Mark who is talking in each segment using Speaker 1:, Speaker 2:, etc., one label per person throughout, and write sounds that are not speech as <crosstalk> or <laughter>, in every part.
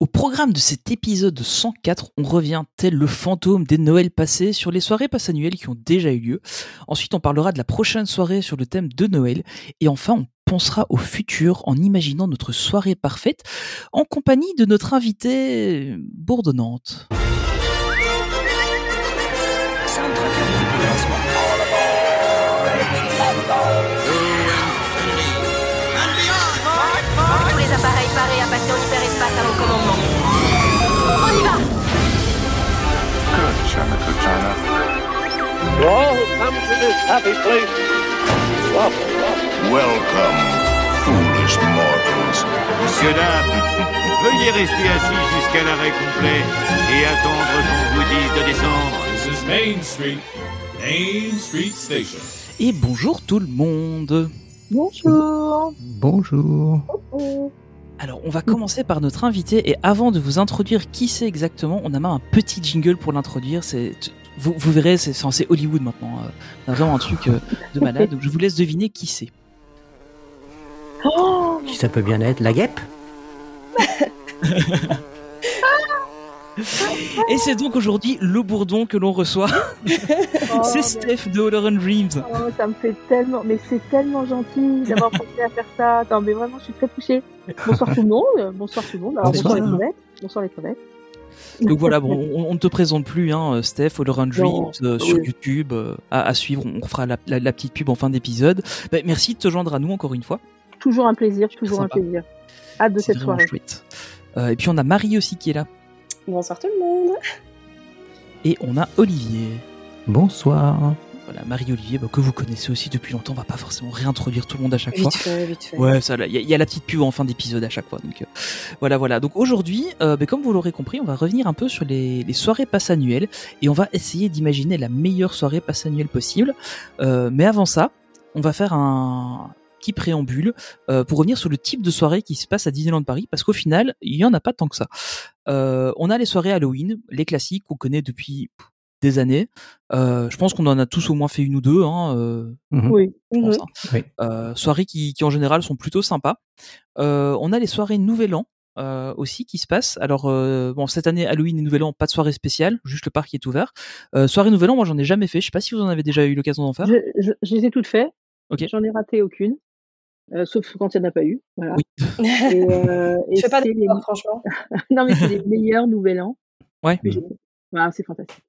Speaker 1: Au programme de cet épisode 104, on revient tel le fantôme des Noëls passés sur les soirées passes annuelles qui ont déjà eu lieu. Ensuite, on parlera de la prochaine soirée sur le thème de Noël. Et enfin, on pensera au futur en imaginant notre soirée parfaite en compagnie de notre invitée bourdonnante.
Speaker 2: Tous les appareils parés à passer en hyperespace à mon commandement. On y va
Speaker 3: Good, China, good, China.
Speaker 4: You all who come to this happy place, welcome.
Speaker 3: Welcome, foolish mortals.
Speaker 5: Monsieur, dames, veuillez rester assis jusqu'à l'arrêt complet et attendre qu'on vous dise de descendre.
Speaker 6: This is Main Street, Main Street Station.
Speaker 1: Et bonjour tout le monde
Speaker 7: Bonjour.
Speaker 8: Bonjour.
Speaker 1: Alors, on va commencer par notre invité et avant de vous introduire qui c'est exactement, on a même un petit jingle pour l'introduire. C'est tu- vous, vous verrez, c'est c'est- c'est Hollywood maintenant. euh, On a vraiment un truc euh, de malade. Donc, je vous laisse deviner qui c'est.
Speaker 9: Qui ça peut bien être La guêpe
Speaker 1: Et c'est donc aujourd'hui le bourdon que l'on reçoit. <laughs> <laughs> c'est Steph de Hollow Dreams.
Speaker 7: Oh, ça me fait tellement, mais c'est tellement gentil
Speaker 1: <laughs>
Speaker 7: d'avoir pensé à faire ça. Attends, mais vraiment, je suis très touchée. Bonsoir tout le monde. Bonsoir tout le monde. Alors, bonsoir,
Speaker 9: Bonsoir.
Speaker 7: les crevettes. Bonsoir les crevettes.
Speaker 1: Donc voilà, bon, on, on ne te présente plus, hein, Steph, Hollow Dreams
Speaker 7: Non,
Speaker 1: euh, sur
Speaker 7: oui.
Speaker 1: YouTube euh, à, à suivre. On fera la, la- la petite pub en fin d'épisode. Bah, merci de te joindre à nous encore une fois.
Speaker 7: Toujours un plaisir, toujours un
Speaker 1: Sympa.
Speaker 7: plaisir. Hâte de
Speaker 1: C'est
Speaker 7: cette
Speaker 1: vraiment
Speaker 7: soirée.
Speaker 1: chouette. Euh, et puis on a Marie aussi qui est là.
Speaker 10: Bonsoir tout le monde.
Speaker 1: Et on a Olivier.
Speaker 8: Bonsoir.
Speaker 1: Voilà, Marie-Olivier, bah, que vous connaissez aussi depuis longtemps, on va pas forcément réintroduire tout le monde à chaque fois.
Speaker 10: Vite fait, vite fait.
Speaker 1: Ouais, ça, il y, a- y a la petite pub en fin d'épisode à chaque fois. Donc euh, voilà, voilà. Donc aujourd'hui, euh, bah, comme vous l'aurez compris, on va revenir un peu sur les, les soirées passes annuelles et on va essayer d'imaginer la meilleure soirée passe annuelle possible. Euh, mais avant ça, on va faire un petit préambule euh, pour revenir sur le type de soirée qui se passe à Disneyland Paris parce qu'au final, il y en a pas tant que ça. Euh, on a les soirées Halloween, les classiques qu'on connaît depuis pff, des années. Euh, je pense qu'on en a tous au moins fait une ou deux. Hein, euh,
Speaker 8: Mhm.
Speaker 7: Oui.
Speaker 1: je pense,
Speaker 10: Mhm. <laughs>
Speaker 1: hein.
Speaker 8: Oui.
Speaker 1: Euh, soirées qui, qui en général sont plutôt sympas. Euh, on a les soirées Nouvel An euh, aussi qui se passent. Alors euh, bon, cette année Halloween et Nouvel An, pas de soirée spéciale, juste le parc qui est ouvert. Euh, soirée Nouvel An, moi j'en ai jamais fait. Je sais pas si vous en avez déjà eu l'occasion d'en faire.
Speaker 7: Je, je, je les ai toutes faites.
Speaker 1: hein. Ok.
Speaker 7: J'en ai raté aucune. Euh, sauf quand il n'y en a pas eu. Voilà.
Speaker 1: Oui.
Speaker 7: Et,
Speaker 1: <laughs>
Speaker 7: euh, et
Speaker 10: je fais pas
Speaker 7: c'est
Speaker 10: de
Speaker 7: les-
Speaker 10: sport, franchement.
Speaker 7: <laughs> Non, mais c'est les meilleurs nouvel an.
Speaker 1: Ouais.
Speaker 7: que j'ai fait. Voilà, c'est fantastique.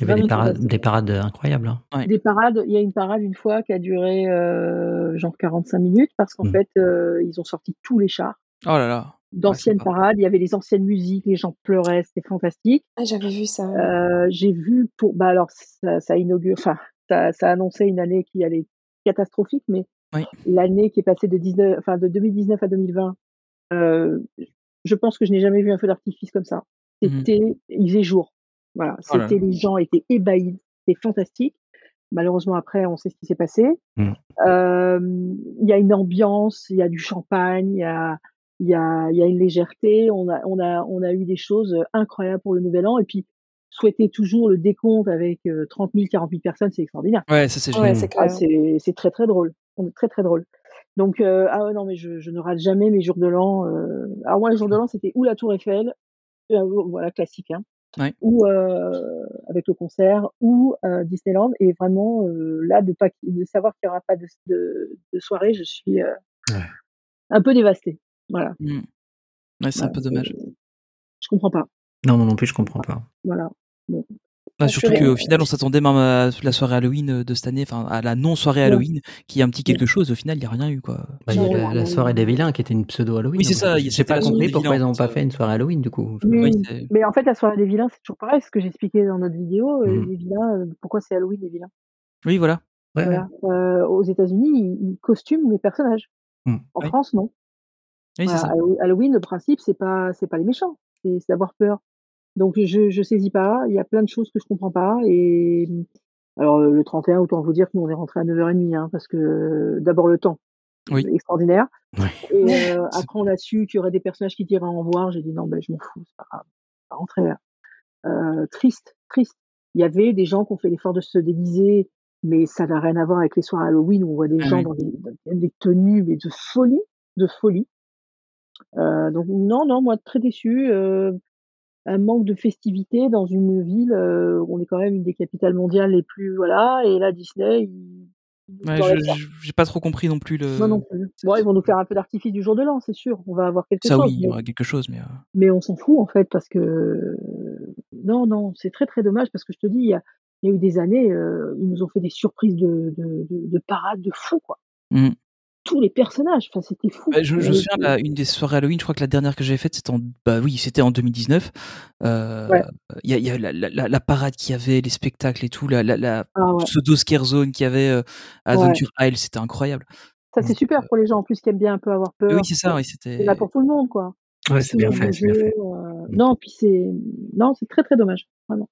Speaker 9: Il y avait
Speaker 7: Non,
Speaker 9: des
Speaker 7: non,
Speaker 9: parades,
Speaker 7: c'est pas ça.
Speaker 9: des parades incroyables. hein.
Speaker 7: des parades. Il y a une parade une fois qui a duré euh, genre 45 minutes parce qu'en
Speaker 9: Mm.
Speaker 7: fait, euh, ils ont sorti tous les chars.
Speaker 1: Oh là là.
Speaker 7: D'anciennes
Speaker 1: Ouais, sympa.
Speaker 7: parades, il y avait les anciennes musiques, les gens pleuraient, c'était fantastique.
Speaker 10: Ah, j'avais vu ça.
Speaker 7: Euh, J'ai vu pour. Bah alors, ça, ça inaugure. Enfin, ça, ça annonçait une année qui allait être catastrophique, mais
Speaker 1: Oui.
Speaker 7: l'année qui est passée de, 19, enfin, de 2019 à 2020, euh, je pense que je n'ai jamais vu un feu d'artifice comme ça.
Speaker 1: Mhm.
Speaker 7: C'était. Il faisait jour. Voilà.
Speaker 1: Oh là
Speaker 7: C'était, les gens étaient ébahis. C'était fantastique. Malheureusement, après, on sait ce qui s'est passé.
Speaker 1: Mmh.
Speaker 9: Mhm.
Speaker 7: Euh, Il y a une ambiance, il y a du champagne, il y a il y a, il y a une légèreté, on a, on, a, on a eu des choses euh, incroyables pour le nouvel an, et puis souhaiter toujours le décompte avec euh, 30 000, 40 000 personnes, c'est extraordinaire.
Speaker 1: Ouais, ça c'est génial.
Speaker 10: Ouais, c'est
Speaker 7: Ah,
Speaker 10: clair.
Speaker 7: c'est c'est très très drôle, on est très très drôle. Donc, euh, ah ouais, non, mais je, je ne rate jamais mes jours de l'an. euh, Alors, moi, les jours de l'an, c'était ou la Tour Eiffel, euh, voilà, classique, hein,
Speaker 1: Ouais.
Speaker 7: ou euh, avec le concert, ou euh, Disneyland, et vraiment, euh, là, de, pas, de savoir qu'il n'y aura pas de, de, de soirée, je suis euh,
Speaker 8: Ouais.
Speaker 7: un peu dévastée. Voilà.
Speaker 1: Mm. Ouais, c'est un
Speaker 7: Voilà,
Speaker 1: peu dommage.
Speaker 7: euh, Je comprends pas.
Speaker 9: Non, moi non plus, je comprends pas.
Speaker 7: Voilà.
Speaker 10: je
Speaker 1: Bah, surtout
Speaker 10: suis-
Speaker 1: qu'au final, on s'attendait même à la soirée Halloween euh, de cette année, enfin à la non-soirée Halloween, qui est un petit quelque chose. Au final, il n'y a rien eu quoi.
Speaker 9: Bah, il y a
Speaker 7: Ouais,
Speaker 9: la, la
Speaker 7: ouais.
Speaker 9: soirée des vilains qui était une pseudo Halloween.
Speaker 1: Oui, c'est
Speaker 9: donc
Speaker 1: ça,
Speaker 9: J'ai
Speaker 1: c'était
Speaker 9: pas
Speaker 1: la soirée
Speaker 9: compris
Speaker 1: des
Speaker 9: pourquoi ils
Speaker 1: vilains,
Speaker 9: n'ont pas
Speaker 1: ça.
Speaker 9: fait une soirée Halloween du coup.
Speaker 7: Oui.
Speaker 1: Ouais, c'est-
Speaker 7: Mais en fait, la soirée des vilains, c'est toujours pareil, ce que j'expliquais dans notre vidéo.
Speaker 1: Mmh
Speaker 7: euh,
Speaker 9: Mhm.
Speaker 7: Les vilains, euh, pourquoi c'est Halloween les vilains
Speaker 1: oui, voilà.
Speaker 9: Ouais, ouais.
Speaker 7: Voilà. Euh, Aux États-Unis, ils, ils costument les personnages.
Speaker 9: Mhm.
Speaker 7: En
Speaker 1: Oui.
Speaker 7: France, non.
Speaker 1: Oui, c'est
Speaker 7: Voilà,
Speaker 1: ça.
Speaker 7: Hallow- Bah, Halloween, le principe, c'est pas, c'est pas les méchants, c'est c'est d'avoir peur. Donc je, je saisis pas. Il y a plein de choses que je comprends pas. Et alors euh, le 31, autant vous dire que nous on est rentré à 9h30, hein, parce que euh, d'abord le temps,
Speaker 1: Oui.
Speaker 7: euh, extraordinaire.
Speaker 9: Ouais.
Speaker 1: <laughs>
Speaker 7: Et euh,
Speaker 1: C'est-
Speaker 7: après on a su qu'il y aurait des personnages qui diraient au revoir. J'ai dit non, ben je m'en fous, c'est pas grave, on va rentrer là. Euh, triste, triste. Il y avait des gens qui ont fait l'effort de se déguiser, mais ça n'a rien à voir avec les soirs Halloween où on voit des
Speaker 1: Ah
Speaker 7: gens
Speaker 1: oui.
Speaker 7: dans des, dans des tenues mais de folie, de folie. Euh, donc non, non, moi très déçu. Euh, un manque de festivité dans une ville. euh, on est quand même une des capitales mondiales les plus voilà. Et là Disney, ils- ils
Speaker 1: Ouais,
Speaker 7: nous enlèvent
Speaker 1: je-
Speaker 7: ça.
Speaker 1: je- J'ai pas trop compris non plus le.
Speaker 7: Moi non plus. Bon, ils vont nous faire un peu d'artifice du jour de l'an, c'est sûr. On va avoir quelque
Speaker 1: Ça
Speaker 7: chose.
Speaker 1: oui, il y
Speaker 7: mais-
Speaker 1: aura quelque chose, mais. euh,
Speaker 7: mais on s'en fout en fait parce que non non c'est très très dommage parce que je te dis il y a, il y a eu des années euh, ils nous ont fait des surprises de de, de, de parades de fou quoi
Speaker 1: Mm.
Speaker 7: tous les personnages enfin c'était fou Euh,
Speaker 1: Bah, je, je
Speaker 7: Et-
Speaker 1: me souviens de la- une des soirées Halloween, je crois que la dernière que j'avais faite, c'était en, bah oui, c'était en 2019. Euh,
Speaker 7: Ouais.
Speaker 1: Il y a, il y a la, la- la- la parade qu'il y avait, les spectacles et tout, la, la, la
Speaker 7: ah ouais.
Speaker 1: pseudo scare zone qu'il y avait euh, à Adventure Isle, c'était incroyable.
Speaker 7: ça c'est super pour les gens en plus qui aiment bien un peu avoir
Speaker 1: Mais
Speaker 7: peur
Speaker 1: euh, oui, c'est ça, oui, c'était.
Speaker 7: c'est là pour tout le monde quoi
Speaker 9: Ouais, c'est bien fait, c'est bien fait.
Speaker 7: Euh, non puis c'est non c'est très très dommage vraiment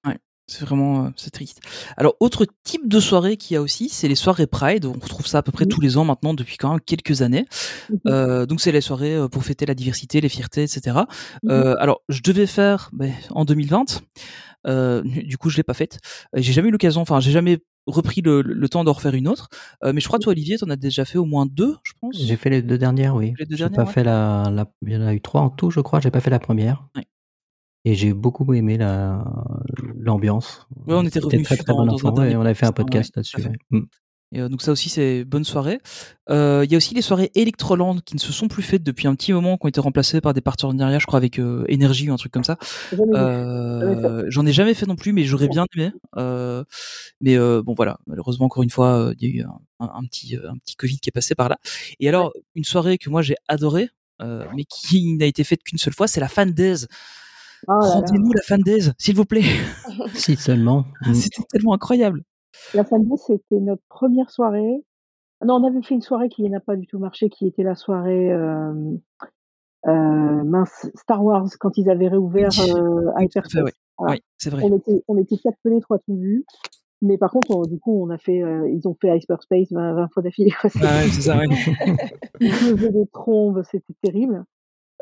Speaker 1: C'est vraiment euh, c'est triste. Alors, autre type de soirée qu'il y a aussi, c'est les soirées Pride. On retrouve ça à peu près
Speaker 7: Mhm.
Speaker 1: tous les ans maintenant, depuis quand même quelques années.
Speaker 7: Mhm.
Speaker 1: Euh, donc, c'est les soirées euh, pour fêter la diversité, les fiertés, etc.
Speaker 7: Mhm.
Speaker 1: Euh, alors, je devais faire ben, en 2020. Euh, du coup, je l'ai pas faite. Euh, J'ai jamais eu l'occasion, enfin, j'ai jamais repris le, le temps d'en refaire une autre. Euh, mais je crois, toi, Olivier, t'en as déjà fait au moins deux, je pense.
Speaker 9: J'ai fait les deux dernières, oui.
Speaker 1: Les deux
Speaker 9: J'ai
Speaker 1: dernières,
Speaker 9: pas
Speaker 1: ouais.
Speaker 9: fait la, la- Il y en a eu trois en tout, je crois. J'ai pas fait la première.
Speaker 1: Ouais.
Speaker 9: Et j'ai beaucoup aimé la l'ambiance.
Speaker 1: Ouais, on était
Speaker 9: C'était
Speaker 1: revenu
Speaker 9: très
Speaker 1: dessus
Speaker 9: très
Speaker 1: dans-
Speaker 9: bon
Speaker 1: dans un
Speaker 9: enfant. Ouais,
Speaker 1: dernier
Speaker 9: on avait fait un
Speaker 1: podcast,
Speaker 9: podcast
Speaker 1: ouais,
Speaker 9: là-dessus.
Speaker 1: tout à
Speaker 9: ouais. Mm.
Speaker 1: Et, euh, donc ça aussi c'est bonne soirée. Euh, Il y a aussi les soirées Electroland qui ne se sont plus faites depuis un petit moment, qui ont été remplacées par des partenariats, je crois, avec euh, Énergie ou un truc comme ça.
Speaker 7: Jamais vu.
Speaker 1: Euh, J'en ai jamais fait non plus, mais j'aurais bien aimé. Euh, mais euh, bon voilà, malheureusement encore une fois, euh, il y a eu un, un- un petit euh, un petit Covid qui est passé par là. Et alors une soirée que moi j'ai adorée, euh, mais qui <laughs> n'a été faite qu'une seule fois, c'est la Fan Days.
Speaker 7: Ah là là.
Speaker 1: Rendez-nous la Fan Days, s'il vous plaît.
Speaker 9: Si seulement.
Speaker 1: <laughs>
Speaker 9: Mm.
Speaker 1: C'était tellement incroyable.
Speaker 7: La samedi, c'était notre première soirée. Non, on avait fait une soirée qui n'a pas du tout marché, qui était la soirée euh, euh, mince, Star Wars, quand ils avaient réouvert
Speaker 1: Oui.
Speaker 7: euh,
Speaker 1: Oui, tout à
Speaker 7: Hyperspace.
Speaker 1: fait,
Speaker 7: Voilà.
Speaker 1: Oui, c'est vrai.
Speaker 7: On était, on était quatre pelés, trois tondus. Mais par contre, on- du coup, on a fait, euh, ils ont fait Hyperspace 20, 20 fois d'affilée. quoi. C'était-
Speaker 1: Ah ouais, c'est
Speaker 7: <laughs>
Speaker 1: ça, ouais.
Speaker 7: Il pleuvait des trombes, c'était terrible.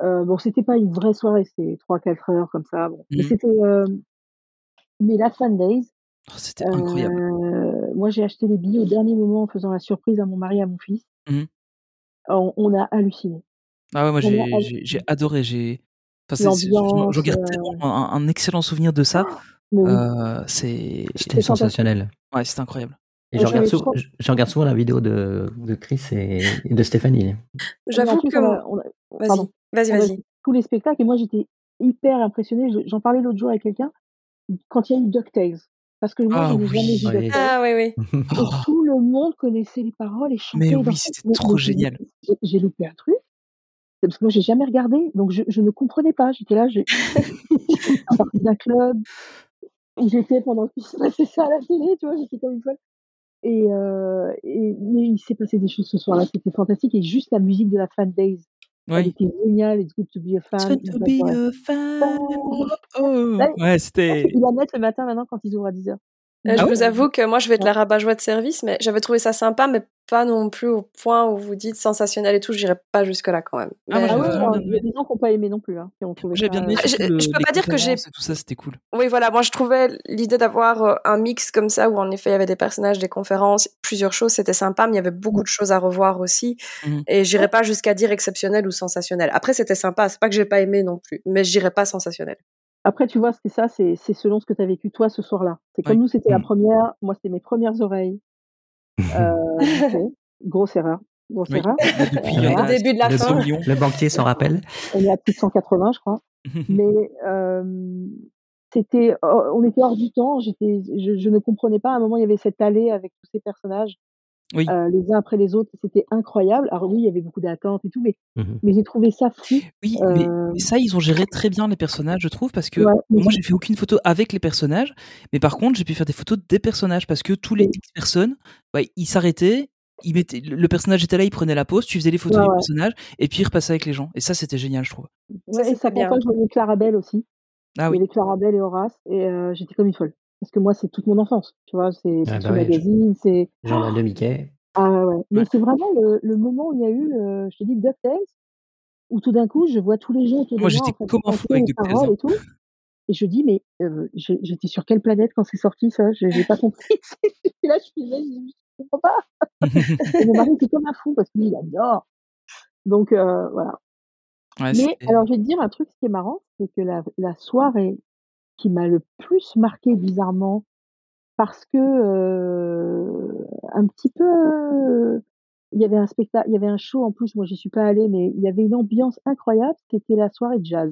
Speaker 7: Euh, bon, c'était pas une vraie soirée, c'était 3-4 heures comme ça. Bon. Mais
Speaker 1: Mhm.
Speaker 7: c'était, euh, mais la Fan Days,
Speaker 1: Oh, C'était incroyable.
Speaker 7: euh, moi, j'ai acheté les billets au dernier moment en faisant la surprise à mon mari et à mon fils.
Speaker 1: Mhm.
Speaker 7: On, on a halluciné.
Speaker 1: Ah ouais, moi
Speaker 7: On
Speaker 1: j'ai,
Speaker 7: a ad-
Speaker 1: j'ai- j'ai adoré. J'ai, enfin, c'est- c'est- j'en-
Speaker 7: L'ambiance,
Speaker 1: j'en garde
Speaker 7: euh,
Speaker 1: tellement un, un excellent souvenir de ça.
Speaker 7: Mais oui.
Speaker 1: Euh, c'est,
Speaker 9: C'était sensationnel.
Speaker 1: ouais,
Speaker 10: <laughs>
Speaker 1: c'était incroyable.
Speaker 9: Et
Speaker 7: Moi,
Speaker 9: je regarde,
Speaker 7: j'avais
Speaker 9: sou-
Speaker 7: trop-
Speaker 9: je- je regarde souvent la vidéo de, de Chris et et de Stéphanie.
Speaker 7: Et
Speaker 10: J'avoue
Speaker 7: en plus,
Speaker 10: que.
Speaker 7: on a- on a-
Speaker 10: Vas-y,
Speaker 7: pardon.
Speaker 10: vas-y,
Speaker 7: on a
Speaker 10: vas-y.
Speaker 7: tous les spectacles. Et moi, j'étais hyper impressionnée. Je- J'en parlais l'autre jour avec quelqu'un quand il y a eu DuckTales. Parce que moi,
Speaker 1: Ah
Speaker 7: je n'ai
Speaker 1: oui.
Speaker 7: jamais vu
Speaker 9: Ouais.
Speaker 7: DuckTales.
Speaker 10: Ah, oui, oui.
Speaker 7: Et
Speaker 1: Oh,
Speaker 7: tout le monde connaissait les paroles et chantait.
Speaker 1: Mais
Speaker 7: dans
Speaker 1: oui,
Speaker 7: cette-
Speaker 1: c'était trop
Speaker 7: j'ai-
Speaker 1: génial.
Speaker 7: j'ai- J'ai loupé un truc. C'est Parce que moi, j'ai jamais regardé, donc je, je ne comprenais pas. J'étais
Speaker 1: <laughs>
Speaker 7: là, j'ai parti d'un club où j'étais pendant qu'il se passait ça à la télé, tu vois, j'étais comme une folle. Et, euh, et- mais il s'est passé des choses ce soir-là, c'était fantastique. Et juste la musique de la Fan Days,
Speaker 10: Oh,
Speaker 7: elle
Speaker 1: ouais.
Speaker 7: était géniale. It's good to be a
Speaker 1: It's
Speaker 7: fan.
Speaker 1: fun
Speaker 7: It's
Speaker 1: to
Speaker 7: like,
Speaker 1: be
Speaker 7: ouais.
Speaker 1: a euh, fan. Oh.
Speaker 7: Ouais.
Speaker 1: Ouais, c'était.
Speaker 7: Ils la mettent le matin maintenant quand ils ouvrent à 10h.
Speaker 10: Euh, je
Speaker 1: Ah
Speaker 10: vous avoue que moi, je vais être
Speaker 7: Ouais.
Speaker 10: la rabat-joie de service, mais j'avais trouvé ça sympa, mais pas non plus au point où vous dites sensationnel et tout. J'irai pas jusque-là quand même.
Speaker 1: Ah,
Speaker 10: Mais,
Speaker 1: moi,
Speaker 7: Ah ouais,
Speaker 1: j'avais
Speaker 10: euh,
Speaker 1: vraiment
Speaker 7: alors,
Speaker 1: bien
Speaker 7: il y a
Speaker 1: aimé.
Speaker 7: des gens qui n'ont pas aimé non plus. Hein, qui ont trouvé
Speaker 1: J'ai
Speaker 7: ça-
Speaker 1: bien aimé.
Speaker 10: Ah, je-
Speaker 1: surtout le-
Speaker 10: je peux
Speaker 1: les
Speaker 10: pas dire que j'ai-
Speaker 1: conférences et tout ça, c'était cool.
Speaker 10: Oui, voilà, moi je trouvais l'idée d'avoir euh, un mix comme ça, où en effet il y avait des personnages, des conférences, plusieurs choses, c'était sympa, mais il y avait beaucoup de choses à revoir aussi.
Speaker 1: Mhm.
Speaker 10: Et j'irais pas jusqu'à dire exceptionnel ou sensationnel. Après, c'était sympa, c'est pas que j'ai pas aimé non plus, mais j'irais pas sensationnel.
Speaker 7: Après, tu vois, c'est ça, c'est c'est selon ce que tu as vécu toi ce soir-là. C'est comme
Speaker 1: Oui. Mmh.
Speaker 7: nous, c'était la
Speaker 9: Mm.
Speaker 7: première. Moi, c'était mes premières oreilles.
Speaker 1: <laughs>
Speaker 7: Euh, ok. grosse erreur. Grosse
Speaker 1: Oui.
Speaker 7: erreur.
Speaker 1: Mais depuis, euh, il y
Speaker 9: Le
Speaker 1: en a
Speaker 10: début de la
Speaker 1: des
Speaker 10: fin.
Speaker 1: millions.
Speaker 9: Le banquier s'en rappelle.
Speaker 7: On est à plus de 180, je crois.
Speaker 1: Mmh.
Speaker 7: Mais euh, c'était, oh, on était hors du temps. J'étais, je, je ne comprenais pas. À un moment, il y avait cette allée avec tous ces personnages,
Speaker 1: Oui.
Speaker 7: euh, les uns après les autres. C'était incroyable. Alors oui, il y avait beaucoup d'attentes et tout, mais,
Speaker 9: Mhm.
Speaker 7: mais j'ai trouvé ça fou.
Speaker 1: <laughs> Oui,
Speaker 7: Euh,
Speaker 1: mais, mais ça, ils ont géré très bien les personnages, je trouve, parce que
Speaker 7: Ouais, mais
Speaker 1: moi,
Speaker 7: j'ai-
Speaker 1: j'ai fait aucune photo avec les personnages, mais par contre, j'ai pu faire des photos des personnages, parce que tous les
Speaker 7: Oui.
Speaker 1: 10 personnes, bah, ils s'arrêtaient, ils mettaient, le le personnage était là, il prenait la pause, tu faisais les photos
Speaker 7: Ouais,
Speaker 1: du
Speaker 7: ouais.
Speaker 1: personnage, et puis il repassait avec les gens. Et ça, c'était génial, je trouve.
Speaker 7: ouais, et
Speaker 10: c'était
Speaker 7: ça
Speaker 10: bien.
Speaker 7: comprend que je voyais Clarabelle aussi.
Speaker 1: Ah
Speaker 7: Il
Speaker 1: oui.
Speaker 7: y avait Clarabelle et Horace, et euh, j'étais comme une folle. Parce que moi, c'est toute mon enfance, tu vois, c'est
Speaker 9: Ah
Speaker 7: c'est
Speaker 9: bah
Speaker 7: ce
Speaker 9: ouais, je-
Speaker 7: magazine, c'est...
Speaker 9: Genre de Mickey.
Speaker 7: Ah ouais, ouais. Mais
Speaker 1: Ouais.
Speaker 7: c'est vraiment le, le moment où il y a eu, euh, je te dis, DuckTales, où tout d'un coup, je vois tous les gens autour
Speaker 1: Moi,
Speaker 7: de moi,
Speaker 1: j'étais
Speaker 7: en fait,
Speaker 1: comme un fou
Speaker 7: chanter
Speaker 1: avec
Speaker 7: les
Speaker 1: DuckTales,
Speaker 7: paroles
Speaker 1: hein.
Speaker 7: et tout. Et je dis, mais euh, je- j'étais sur quelle planète quand c'est sorti, ça J'ai j'ai
Speaker 1: <laughs>
Speaker 7: pas compris. <laughs> Et là, je suis là, je dis, je comprends pas.
Speaker 1: <laughs>
Speaker 7: Et mon mari était comme un fou, parce que lui, il adore. Donc, euh, voilà.
Speaker 1: Ouais,
Speaker 7: Mais alors, je vais te dire un truc, ce qui est marrant, c'est que la, la soirée qui m'a le plus marqué bizarrement, parce que euh, un petit peu, euh, il y avait un spectacle, il y avait un show en plus. Moi, j'y suis pas allée, mais il y avait une ambiance incroyable. C'était la soirée de jazz.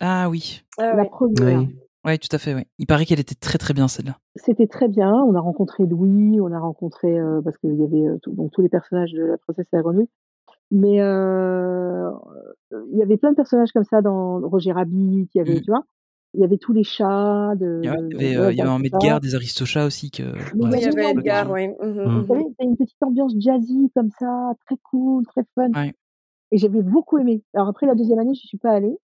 Speaker 1: Ah oui.
Speaker 7: la première.
Speaker 1: Oui. Ouais, tout à fait. Oui. Il paraît qu'elle était très très bien celle-là.
Speaker 7: C'était très bien. On a rencontré Louis, on a rencontré euh, parce qu'il y avait tout, donc tous les personnages de la princesse et la grenouille. Mais euh, il y avait plein de personnages comme ça dans Roger Rabbit. Il y avait, mm. tu vois il y avait tous les chats. De,
Speaker 1: Mmh. il y avait, euh, il y avait un
Speaker 7: bah,
Speaker 1: Medgar, des Aristochats aussi. Que,
Speaker 10: oui, il y avait Edgar, oui. Mmh.
Speaker 7: Vous
Speaker 1: Mmh.
Speaker 7: savez, c'est une petite ambiance jazzy comme ça, très cool, très fun. Ouais. Et j'avais beaucoup aimé. Alors après la deuxième année, je suis pas allée.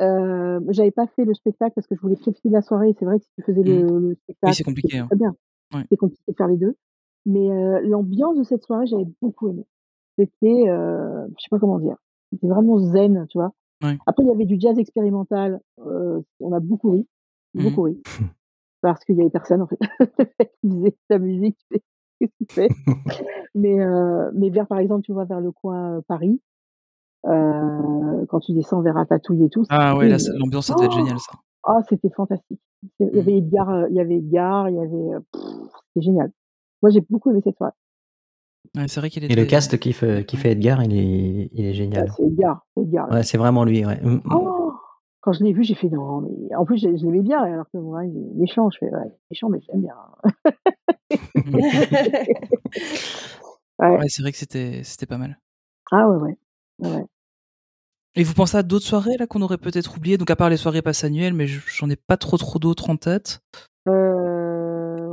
Speaker 7: Euh, j'avais pas fait le spectacle parce que je voulais profiter de la soirée. C'est vrai que si tu faisais mmh. le, le, spectacle,
Speaker 1: oui, c'est compliqué. Hein.
Speaker 7: Très bien. Ouais. C'est compliqué de faire les deux. Mais euh, l'ambiance de cette soirée, j'avais beaucoup aimé. C'était, euh, je sais pas comment dire, c'était vraiment zen, tu vois.
Speaker 1: Ouais.
Speaker 7: Après, il y avait du jazz expérimental. Euh, on a beaucoup ri, beaucoup mmh. ri, parce qu'il y avait personne en fait <laughs> qui faisait sa musique. Qu'est-ce qu'il fait Mais euh, mais vers par exemple, tu vois vers le coin Paris, euh, quand tu descends vers Ratatouille et tout.
Speaker 1: Ah ouais, l'ambiance était oh géniale ça.
Speaker 7: Ah, oh, c'était fantastique. Il y avait Edgar, euh, il y avait Edgar, il y avait. euh, C'était génial. Moi, j'ai beaucoup aimé cette soirée.
Speaker 1: Ouais, vrai était...
Speaker 9: Et le cast qui fait, qui fait Edgar, il est, il est génial.
Speaker 7: Ouais, Ah, c'est Edgar, Edgar.
Speaker 9: Ouais, c'est vraiment lui, ouais.
Speaker 7: Oh quand je l'ai vu, j'ai fait non, mais en plus, je, je l'aimais bien, alors que moi, il est méchant. Je fais, ouais, méchant, mais j'aime bien.
Speaker 9: <laughs>
Speaker 1: ouais, mmh. c'est vrai que c'était, c'était pas mal.
Speaker 7: Ah ouais, ouais.
Speaker 1: Et vous pensez à d'autres soirées là qu'on aurait peut-être oubliées Donc à part les soirées passes annuelles, mais j'en ai pas trop trop d'autres en tête.
Speaker 7: Euh...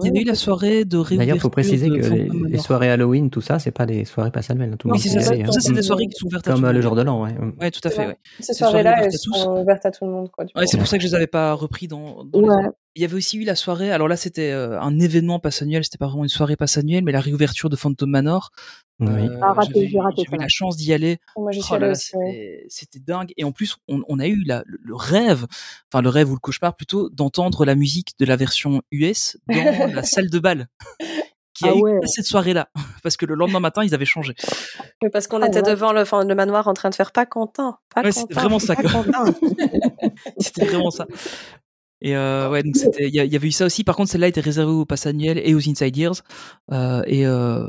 Speaker 1: Il y avait eu la soirée de réouverture.
Speaker 9: D'ailleurs, il faut préciser que les, les, soirées Halloween, tout ça, c'est pas des soirées pass annuelles.
Speaker 1: Oui, c'est ça. Aller, ça, c'est hein. des soirées qui sont ouvertes à
Speaker 9: Comme euh,
Speaker 1: tout le monde.
Speaker 9: le jour de l'an, ouais.
Speaker 1: Ouais, tout à fait. Ouais.
Speaker 10: Ces soirées-là, elles sont ouvertes à tout le monde, quoi.
Speaker 1: Ouais, c'est pour ça que je les avais pas repris dans. dans
Speaker 7: ouais. les...
Speaker 1: Il y avait aussi eu la soirée, alors là c'était euh, un événement passe annuel, c'était pas vraiment une soirée passe annuelle, mais la réouverture de Phantom Manor.
Speaker 9: Oui.
Speaker 7: Euh, ah, raté, j'ai raté.
Speaker 1: J'ai eu la chance d'y aller.
Speaker 10: Moi j'y suis allée aussi.
Speaker 1: Oh C'était dingue. Et en plus, on, on a eu la, le, le, rêve, enfin le rêve ou le cauchemar plutôt, d'entendre la musique de la version
Speaker 10: <laughs>
Speaker 1: US dans la salle de bal. Qui a
Speaker 7: ah ouais.
Speaker 1: eu cette soirée-là, <laughs> parce que le lendemain matin, ils avaient changé.
Speaker 10: Mais parce qu'on ah était ouais. devant le, enfin, le manoir en train de faire pas content. Pas
Speaker 1: ouais,
Speaker 10: c'était
Speaker 1: vraiment ça. <laughs> c'était vraiment ça. Et euh, ouais, donc c'était, il y, y, avait eu ça aussi. Par contre, celle-là était réservée aux passes annuelles et aux Inside Years. Euh, et euh,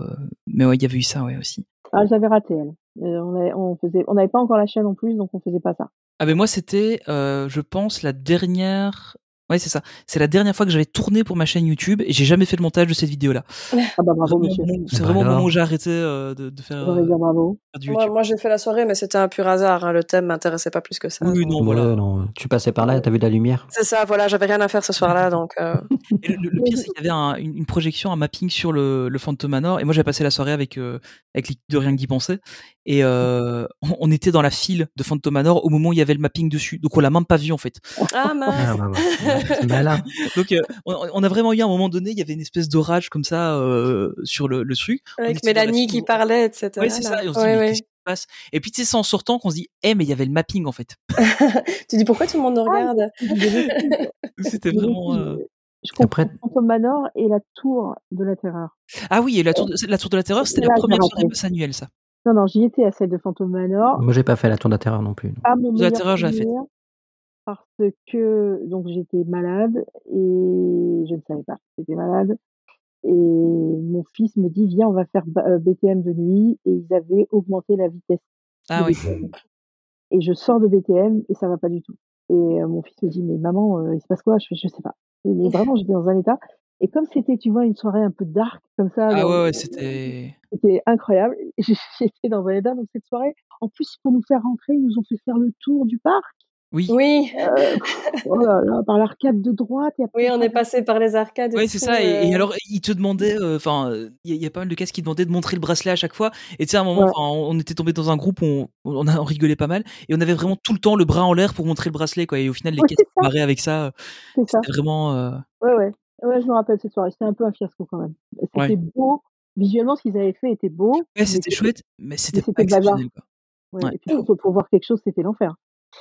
Speaker 1: mais ouais, il y avait eu ça, ouais, aussi.
Speaker 7: Ah, j'avais raté elle. Euh, On avait, on faisait, on n'avait pas encore la chaîne en plus, donc on faisait pas ça.
Speaker 1: Ah ben moi, c'était, je pense, la dernière. Ouais, c'est ça. C'est la dernière fois que j'avais tourné pour ma chaîne YouTube et j'ai jamais fait le montage de cette vidéo-là.
Speaker 7: Ah bah bravo, monsieur.
Speaker 1: C'est vraiment euh, le moment où j'ai arrêté euh, de, de, faire.
Speaker 7: Je dire bravo.
Speaker 10: Moi, moi j'ai fait la soirée, mais c'était un pur hasard. Hein. Le thème m'intéressait pas plus que ça.
Speaker 1: Oui, non, voilà. voilà
Speaker 9: non. Tu passais par là, t'as vu de la lumière.
Speaker 10: C'est ça, voilà, j'avais rien à faire ce soir-là, donc. Euh...
Speaker 1: Et le, le, pire, c'est qu'il y avait un, une, projection, un mapping sur le, le Phantom Manor, et moi j'ai passé la soirée avec euh, avec l'équipe de rien que d'y penser, et euh, on, on, était dans la file de Phantom Manor au moment où il y avait le mapping dessus, donc on l'a même pas vu en fait.
Speaker 10: <laughs> Ah mince.
Speaker 9: bah, Malin.
Speaker 1: Donc, euh, on, on, a vraiment eu à un moment donné, il y avait une espèce d'orage comme ça euh, sur le, le truc.
Speaker 10: Avec Mélanie qui parlait, etc.
Speaker 1: Oui, c'est ça. Et on se dit,
Speaker 10: ouais,
Speaker 1: mais
Speaker 10: ouais.
Speaker 1: qu'est-ce qui se passe Et puis, tu sais, c'est en sortant qu'on se dit, eh, hey, mais il y avait le mapping en fait.
Speaker 10: tu dis, pourquoi tout le monde nous regarde
Speaker 1: Ah, <laughs> C'était vraiment. Euh...
Speaker 7: Je comprends Phantom Manor et la Tour de la Terreur.
Speaker 1: Ah oui, et la Tour de la, tour de la Terreur, c'était la, première soirée passe annuelle, ça.
Speaker 7: Non, non, j'y étais à celle de Phantom Manor.
Speaker 9: Moi, j'ai pas fait la Tour de la Terreur non plus. Non.
Speaker 7: Ah, mon
Speaker 1: de la Terreur, j'ai fait
Speaker 7: parce que donc j'étais malade et je ne savais pas que j'étais malade. Et mon fils me dit viens on va faire euh, BTM de nuit et ils avaient augmenté la vitesse.
Speaker 1: Ah oui.
Speaker 7: BTM. Et je sors de BTM et ça va pas du tout. Et mon fils me dit mais maman euh, il se passe quoi Je fais je sais pas. Mais vraiment j'étais dans un état. Et comme c'était tu vois une soirée un peu dark comme ça.
Speaker 1: Ah ouais, ouais c'était.
Speaker 7: C'était incroyable. <laughs> J'étais dans un état donc cette soirée. En plus pour nous faire rentrer ils nous ont fait faire le tour du parc.
Speaker 1: Oui.
Speaker 10: Oui.
Speaker 7: Euh, oh là là, par l'arcade de droite. Et
Speaker 10: après... Oui, on est passé par les arcades.
Speaker 1: Oui, c'est ça. Euh... Et, et, alors, il te demandait, enfin, euh, il y, y, a pas mal de casques qui demandaient de montrer le bracelet à chaque fois. Et tu sais, à un moment, ouais. on, on, était tombé dans un groupe où on, on, on, rigolait pas mal. Et on avait vraiment tout le temps le bras en l'air pour montrer le bracelet, quoi. Et au final, les ouais, casques marraient avec ça. euh,
Speaker 7: C'était
Speaker 1: vraiment. euh,
Speaker 7: Ouais, ouais. Ouais, je me rappelle cette soirée. C'était un peu un fiasco quand même. C'était ouais. beau. Visuellement, ce qu'ils avaient fait était beau.
Speaker 1: Ouais, c'était chouette, mais c'était pas exceptionnel.
Speaker 7: Quoi. Et puis, pour, pour voir quelque chose, c'était l'enfer.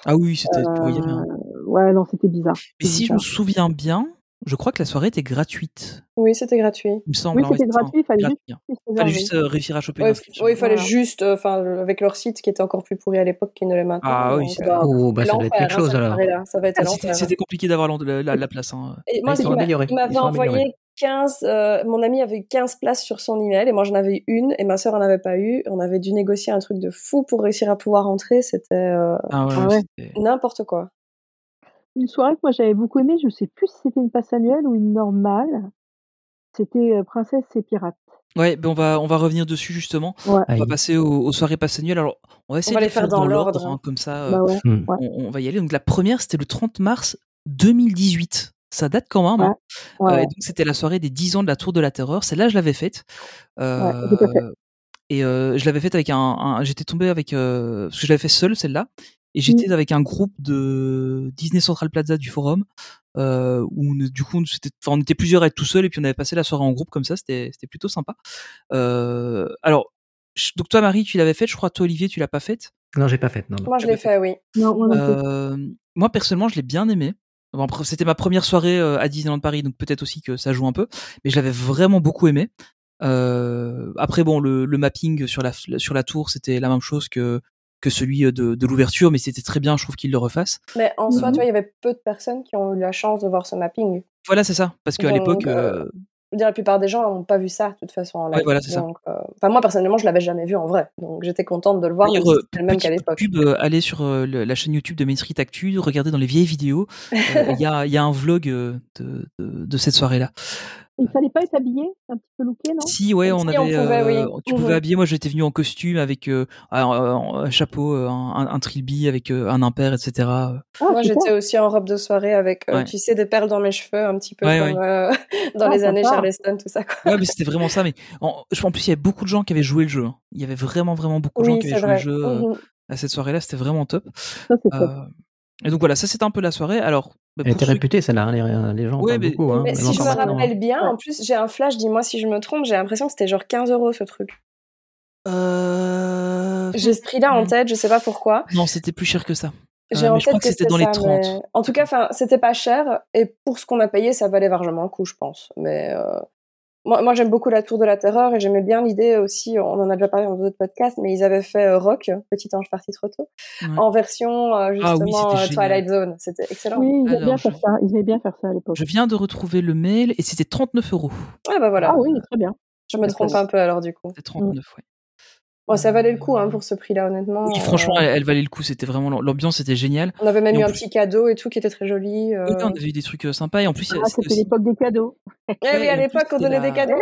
Speaker 1: Ah oui, c'était euh...
Speaker 7: Ouais, non, c'était bizarre.
Speaker 1: Mais si
Speaker 7: bizarre.
Speaker 1: je me souviens bien, Je crois que la soirée était gratuite.
Speaker 11: Oui, c'était gratuit.
Speaker 1: Il me semble.
Speaker 7: Oui, c'était gratuit, il fallait juste,
Speaker 1: il fallait juste euh, réuffir à choper
Speaker 11: Oui,
Speaker 1: une
Speaker 11: il ouais, fallait juste, euh, enfin, avec leur site qui était encore plus pourri à l'époque qu'il ne l'est maintenant. euh,
Speaker 1: Ah oui,
Speaker 11: c'est
Speaker 1: ça-
Speaker 9: Oh, bah, ça doit être quelque chose, alors.
Speaker 11: hein, Ça va être
Speaker 1: Ah,
Speaker 11: l'enfer,
Speaker 1: c'était-
Speaker 11: hein.
Speaker 1: C'était compliqué d'avoir l'en- la,
Speaker 11: <laughs>
Speaker 1: la- la place. hein.
Speaker 11: Et moi,
Speaker 9: ils
Speaker 11: il
Speaker 9: sont
Speaker 11: m'a-
Speaker 9: améliorés.
Speaker 11: il m'avait
Speaker 9: Ils sont
Speaker 11: envoyé
Speaker 9: améliorés.
Speaker 11: 15, euh, mon ami avait eu 15 places sur son email et moi j'en avais eu une et ma sœur en avait pas eu. On avait dû négocier un truc de fou pour réussir à pouvoir entrer. C'était euh,
Speaker 1: Ah ouais,
Speaker 7: Ah ouais.
Speaker 1: c'était-
Speaker 11: n'importe quoi.
Speaker 7: une soirée que moi j'avais beaucoup aimée, je sais plus si c'était une passe annuelle ou une normale. C'était euh, Princesse et Pirates.
Speaker 1: Ouais, ben on va on va revenir dessus justement.
Speaker 7: Ouais.
Speaker 1: On
Speaker 9: Aïe.
Speaker 1: va passer aux, aux soirées passes annuelles. Alors, on va essayer
Speaker 11: va
Speaker 1: de
Speaker 11: les faire dans l'ordre,
Speaker 1: hein,
Speaker 11: hein.
Speaker 1: comme ça. euh,
Speaker 7: Bah ouais.
Speaker 9: Hmm.
Speaker 7: ouais.
Speaker 1: on, on va y aller. Donc la première, c'était le 30 mars 2018. Ça date quand même. hein.
Speaker 7: ouais,
Speaker 1: Euh, et
Speaker 7: ouais.
Speaker 1: donc c'était la soirée des 10 ans de la Tour de la Terreur. Celle-là, je l'avais faite. Euh,
Speaker 7: tout à fait.
Speaker 1: et euh, je l'avais faite avec un, un- j'étais tombé avec euh, parce que je l'avais fait seule celle-là.
Speaker 7: Mmh.
Speaker 1: Et j'étais avec un groupe de Disney Central Plaza du forum euh, où on- du coup on, s'était- enfin, on était plusieurs à être tout seul et puis on avait passé la soirée en groupe comme ça. C'était c'était plutôt sympa. Euh, alors je- donc toi Marie, tu l'avais faite. Je crois toi Olivier, tu l'as pas faite.
Speaker 9: Non, j'ai pas fait.
Speaker 1: Mm.
Speaker 9: Non, non.
Speaker 11: Moi je l'ai fait, oui.
Speaker 7: Non, moi non plus.
Speaker 1: Euh, moi personnellement, je l'ai bien aimé. Bon, après, c'était ma première soirée euh, à Disneyland Paris, donc peut-être aussi que ça joue un peu, mais je l'avais vraiment beaucoup aimé. Euh, après, bon, le, le mapping sur la sur la tour, c'était la même chose que que celui de, de l'ouverture, mais c'était très bien. Je trouve qu'ils le refassent.
Speaker 11: Mais en soi,
Speaker 1: Mm-hmm.
Speaker 7: Mhm.
Speaker 11: tu vois, il y avait peu de personnes qui ont eu la chance de voir ce mapping.
Speaker 1: Voilà, c'est ça, parce qu'à
Speaker 11: Donc,
Speaker 1: l'époque,
Speaker 11: euh,
Speaker 1: euh,
Speaker 11: Je veux dire, la plupart des gens n'ont pas vu ça de toute façon en live.
Speaker 1: Ouais, voilà, c'est ça.
Speaker 11: Donc, euh, Enfin, moi personnellement, je l'avais jamais vu en vrai. Donc j'étais contente de le voir,
Speaker 1: D'ailleurs,
Speaker 11: même si
Speaker 1: euh,
Speaker 11: c'était le même
Speaker 1: petit
Speaker 11: qu'à
Speaker 1: coup de
Speaker 11: l'époque.
Speaker 1: pub, euh, allez sur euh, le- la chaîne YouTube de Main Street Actu, regardez dans les vieilles
Speaker 11: <laughs>
Speaker 1: vidéos, euh, il y, a, il y a un vlog euh, de, de- de cette soirée-là.
Speaker 7: Il fallait pas être habillé, un petit peu looké, non
Speaker 1: Si, ouais, on
Speaker 11: Hein, Si,
Speaker 1: avait.
Speaker 11: on pouvait, oui.
Speaker 1: euh, Tu pouvais
Speaker 11: Mhm.
Speaker 1: habiller. Moi, j'étais venu en costume avec euh, un, un- un chapeau, euh, un, un trilby avec euh, un impair, etc.
Speaker 7: Ah, super.
Speaker 11: Moi, j'étais aussi en robe de soirée avec, euh,
Speaker 1: Ouais.
Speaker 11: tu sais, des perles dans mes cheveux, un petit peu
Speaker 1: Ouais,
Speaker 11: comme euh, <laughs> dans
Speaker 7: Ah,
Speaker 11: les années
Speaker 7: sympa.
Speaker 11: Charleston, tout ça. Quoi.
Speaker 1: Ouais, mais c'était vraiment ça. Mais en, je- en plus, il y avait beaucoup de gens qui avaient joué le jeu. hein. Il y avait vraiment, vraiment beaucoup de gens
Speaker 11: Oui,
Speaker 1: qui
Speaker 11: c'est
Speaker 1: avaient joué
Speaker 11: vrai.
Speaker 1: le jeu euh,
Speaker 11: Mhm.
Speaker 1: à cette soirée-là. C'était vraiment top.
Speaker 7: Ça, c'est top.
Speaker 1: Euh, et donc voilà, ça c'était un peu la soirée. Alors, bah,
Speaker 9: Elle
Speaker 1: pour
Speaker 9: était
Speaker 1: ceux qui-
Speaker 9: réputée, celle-là. hein, Les, les gens en
Speaker 1: Ouais,
Speaker 9: parlent
Speaker 1: mais-
Speaker 9: beaucoup. Hein,
Speaker 11: Mais
Speaker 9: les
Speaker 11: si je
Speaker 9: gens
Speaker 11: me
Speaker 9: parlent beaucoup, hein.
Speaker 11: rappelle bien,
Speaker 7: Ouais.
Speaker 11: en plus, j'ai un flash, dis-moi si je me trompe, j'ai l'impression que c'était genre 15 euros ce truc.
Speaker 1: Euh,
Speaker 11: J'ai ce prix-là en
Speaker 1: Mhm.
Speaker 11: tête, je sais pas pourquoi.
Speaker 1: non, c'était plus cher que ça.
Speaker 11: J'ai
Speaker 1: Euh,
Speaker 11: en
Speaker 1: mais je
Speaker 11: tête
Speaker 1: crois que c'était dans les
Speaker 11: ça,
Speaker 1: 30.
Speaker 11: mais- En tout cas, enfin, c'était pas cher et pour ce qu'on a payé, ça valait largement le coup, je pense. Mais euh, moi, moi j'aime beaucoup la Tour de la Terreur et j'aimais bien l'idée aussi. On en a déjà parlé dans d'autres podcasts, mais ils avaient fait euh, Rock, Petit Ange parti trop tôt,
Speaker 1: Ouais.
Speaker 11: en version euh,
Speaker 1: Ah oui,
Speaker 11: justement
Speaker 1: c'était
Speaker 11: euh, Twilight Zone. C'était excellent.
Speaker 7: Oui, ils aimaient
Speaker 1: Alors,
Speaker 7: bien
Speaker 1: je-
Speaker 7: faire ça. Ils aimaient bien faire ça à l'époque.
Speaker 1: Je viens de retrouver le mail et c'était 39 euros.
Speaker 11: Ah bah voilà,
Speaker 7: Ah oui, très bien.
Speaker 11: je me
Speaker 7: c'est
Speaker 11: trompe
Speaker 7: pas-
Speaker 11: un peu alors du coup.
Speaker 1: C'était 39, ouais.
Speaker 11: Bon, ça valait le coup hein, pour ce prix-là, honnêtement.
Speaker 1: Oui,
Speaker 11: Euh,
Speaker 1: franchement, elle, elle valait le coup. C'était vraiment l'ambiance était géniale.
Speaker 11: On avait même
Speaker 1: Et
Speaker 11: eu
Speaker 1: en
Speaker 11: un
Speaker 1: plus-
Speaker 11: petit cadeau et tout qui était très joli. euh.
Speaker 1: Oui, on avait eu des trucs euh, sympas et en plus
Speaker 7: Ah,
Speaker 1: c'était
Speaker 7: c'était
Speaker 1: aussi-
Speaker 7: l'époque des cadeaux.
Speaker 11: Eh
Speaker 1: Ouais,
Speaker 11: oui,
Speaker 1: et en
Speaker 11: à
Speaker 1: plus,
Speaker 11: l'époque, on
Speaker 1: c'était
Speaker 11: donnait
Speaker 1: la-
Speaker 11: des cadeaux.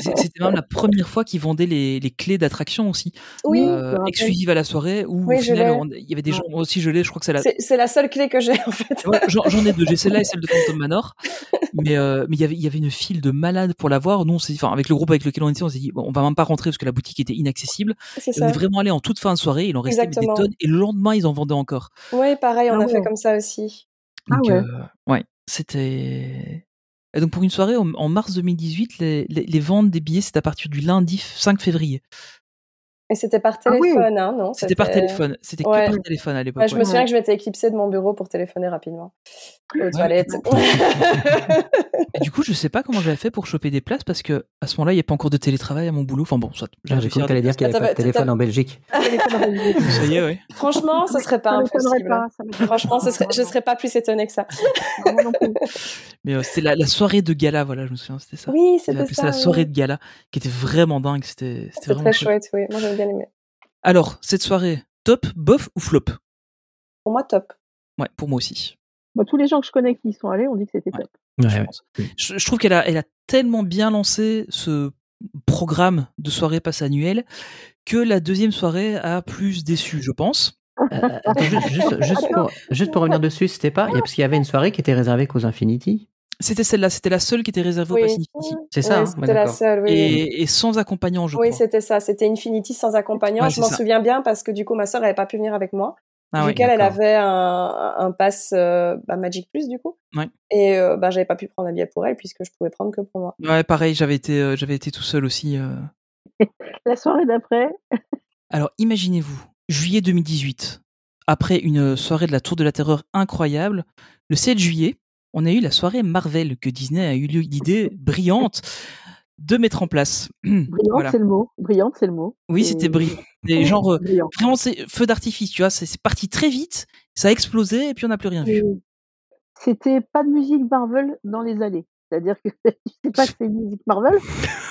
Speaker 1: c'est- c'était même la première fois qu'ils vendaient les, les clés d'attraction aussi,
Speaker 11: Oui,
Speaker 7: je me
Speaker 1: euh,
Speaker 7: rappelle.
Speaker 1: exclusives à la soirée. Où
Speaker 11: Oui,
Speaker 1: au
Speaker 11: je
Speaker 1: final,
Speaker 11: l'ai.
Speaker 1: on- il y avait des gens moi aussi. Je l'ai, je crois que c'est la.
Speaker 11: c'est c'est la seule clé que j'ai <laughs> en fait.
Speaker 1: <laughs> Ouais, J'en j'en ai deux, j'ai celle-là et celle de Phantom Manor.
Speaker 11: <laughs>
Speaker 1: Mais euh, mais il y avait il y avait une file de malades pour l'avoir. Nous, on s'est- enfin avec le groupe avec lequel on était, on s'est dit bon, on va même pas rentrer parce que la boutique était inaccessible.
Speaker 11: C'est
Speaker 1: Et on
Speaker 11: ça.
Speaker 1: est vraiment allé en toute fin de soirée. Il en restait mais des
Speaker 11: Exactement.
Speaker 1: tonnes et le lendemain, ils en vendaient encore.
Speaker 11: Oui, pareil, on
Speaker 7: Ah
Speaker 11: a fait
Speaker 7: ouais.
Speaker 11: comme ça aussi.
Speaker 7: Ah
Speaker 1: Donc,
Speaker 7: ouais.
Speaker 1: euh, ouais, c'était. Et donc pour une soirée en, en mars 2018, les, les, les ventes des billets c'est à partir du lundi 5 février.
Speaker 11: Et c'était par
Speaker 7: Ah oui.
Speaker 11: téléphone, hein, non
Speaker 1: C'était par téléphone, c'était
Speaker 11: Ouais.
Speaker 1: que par téléphone à l'époque.
Speaker 11: Ouais, je me
Speaker 1: ouais.
Speaker 11: souviens que je m'étais éclipsée de mon bureau pour téléphoner rapidement. Aux toilettes.
Speaker 1: Et du coup, je sais pas comment j'avais fait pour choper des places parce que à ce moment-là, il n'y a pas encore de télétravail à mon boulot. Enfin bon, soit.
Speaker 9: Ah, J'ai
Speaker 1: réussi
Speaker 9: cru
Speaker 1: à
Speaker 9: que t'allais dire qu'il n'y avait
Speaker 11: Attends,
Speaker 9: pas de
Speaker 11: bah,
Speaker 9: téléphone
Speaker 11: t'as-
Speaker 9: en Belgique.
Speaker 1: Ça y est, ouais.
Speaker 11: <laughs> Franchement, ce serait pas
Speaker 7: Ça m'étonnerait
Speaker 11: impossible.
Speaker 7: pas. ça m'étonnerait
Speaker 11: Franchement,
Speaker 7: pas.
Speaker 11: ce serait- je serais pas plus étonnée que ça.
Speaker 7: Non, moi non plus.
Speaker 1: Mais euh, c'était la, la soirée de gala, voilà, je me souviens, c'était ça.
Speaker 11: Oui,
Speaker 1: Ils avaient
Speaker 11: c'était
Speaker 1: appelé
Speaker 11: ça.
Speaker 1: ça la
Speaker 11: oui.
Speaker 1: soirée de gala, qui était vraiment dingue. C'était c'était
Speaker 11: C'était
Speaker 1: vraiment
Speaker 11: très
Speaker 1: chouette.
Speaker 11: chouette, oui. Moi, j'avais bien aimé.
Speaker 1: Alors, cette soirée, top, bof ou flop
Speaker 11: Pour moi, top.
Speaker 1: Ouais, pour moi aussi.
Speaker 7: Bah, tous les gens que je connais qui y sont allés, on dit que c'était
Speaker 1: Ouais.
Speaker 7: top.
Speaker 1: je
Speaker 9: Ouais, ouais.
Speaker 1: pense. Je, je trouve qu'elle a, elle a tellement bien lancé ce programme de soirée passe annuelle que la deuxième soirée a plus déçu, je pense.
Speaker 9: Euh, euh, attends, juste, juste- juste pour, juste pour revenir dessus, c'était pas. Parce qu'il y avait une soirée qui était réservée qu'aux Infinity.
Speaker 1: C'était celle-là, c'était la seule qui était réservée
Speaker 11: Oui.
Speaker 1: au Pacific City.
Speaker 9: C'est ça,
Speaker 11: Oui,
Speaker 9: hein, ouais,
Speaker 11: c'était la
Speaker 9: d'accord.
Speaker 11: seule, oui. oui.
Speaker 1: Et, et sans accompagnant, je
Speaker 11: Oui,
Speaker 1: crois.
Speaker 11: c'était ça. C'était Infinity sans accompagnant.
Speaker 1: Ouais,
Speaker 11: je
Speaker 1: c'est
Speaker 11: m'en
Speaker 1: ça.
Speaker 11: souviens bien parce que du coup, ma sœur n'avait pas pu venir avec moi.
Speaker 1: Ah oui.
Speaker 11: vu qu'elle, elle
Speaker 9: d'accord.
Speaker 11: avait un, un pass euh, bah, Magic Plus, du coup.
Speaker 1: Ouais.
Speaker 11: Et euh, bah, j'avais pas pu prendre un billet pour elle puisque je pouvais prendre que pour moi.
Speaker 1: Ouais, pareil, j'avais été, euh, j'avais été tout seul aussi. euh.
Speaker 7: La soirée d'après,
Speaker 1: Alors, imaginez-vous, juillet euh, 2018, après une soirée de la Tour de la Terreur incroyable, le 7 juillet, on a eu la soirée Marvel que Disney a eu
Speaker 11: <laughs>
Speaker 1: l'idée brillante de mettre en place. <clears throat>
Speaker 7: Brillante, voilà. c'est le mot. Brillante, c'est le mot.
Speaker 1: Oui, c'était brillant. Des
Speaker 11: <laughs>
Speaker 1: genres, euh, brillant. vraiment, c'est feu d'artifice, tu vois. C'est parti très vite, ça a explosé et puis on n'a plus rien vu.
Speaker 7: C'était pas de musique Marvel dans les allées. C'est-à-dire que <laughs> je sais pas que c'est une musique Marvel,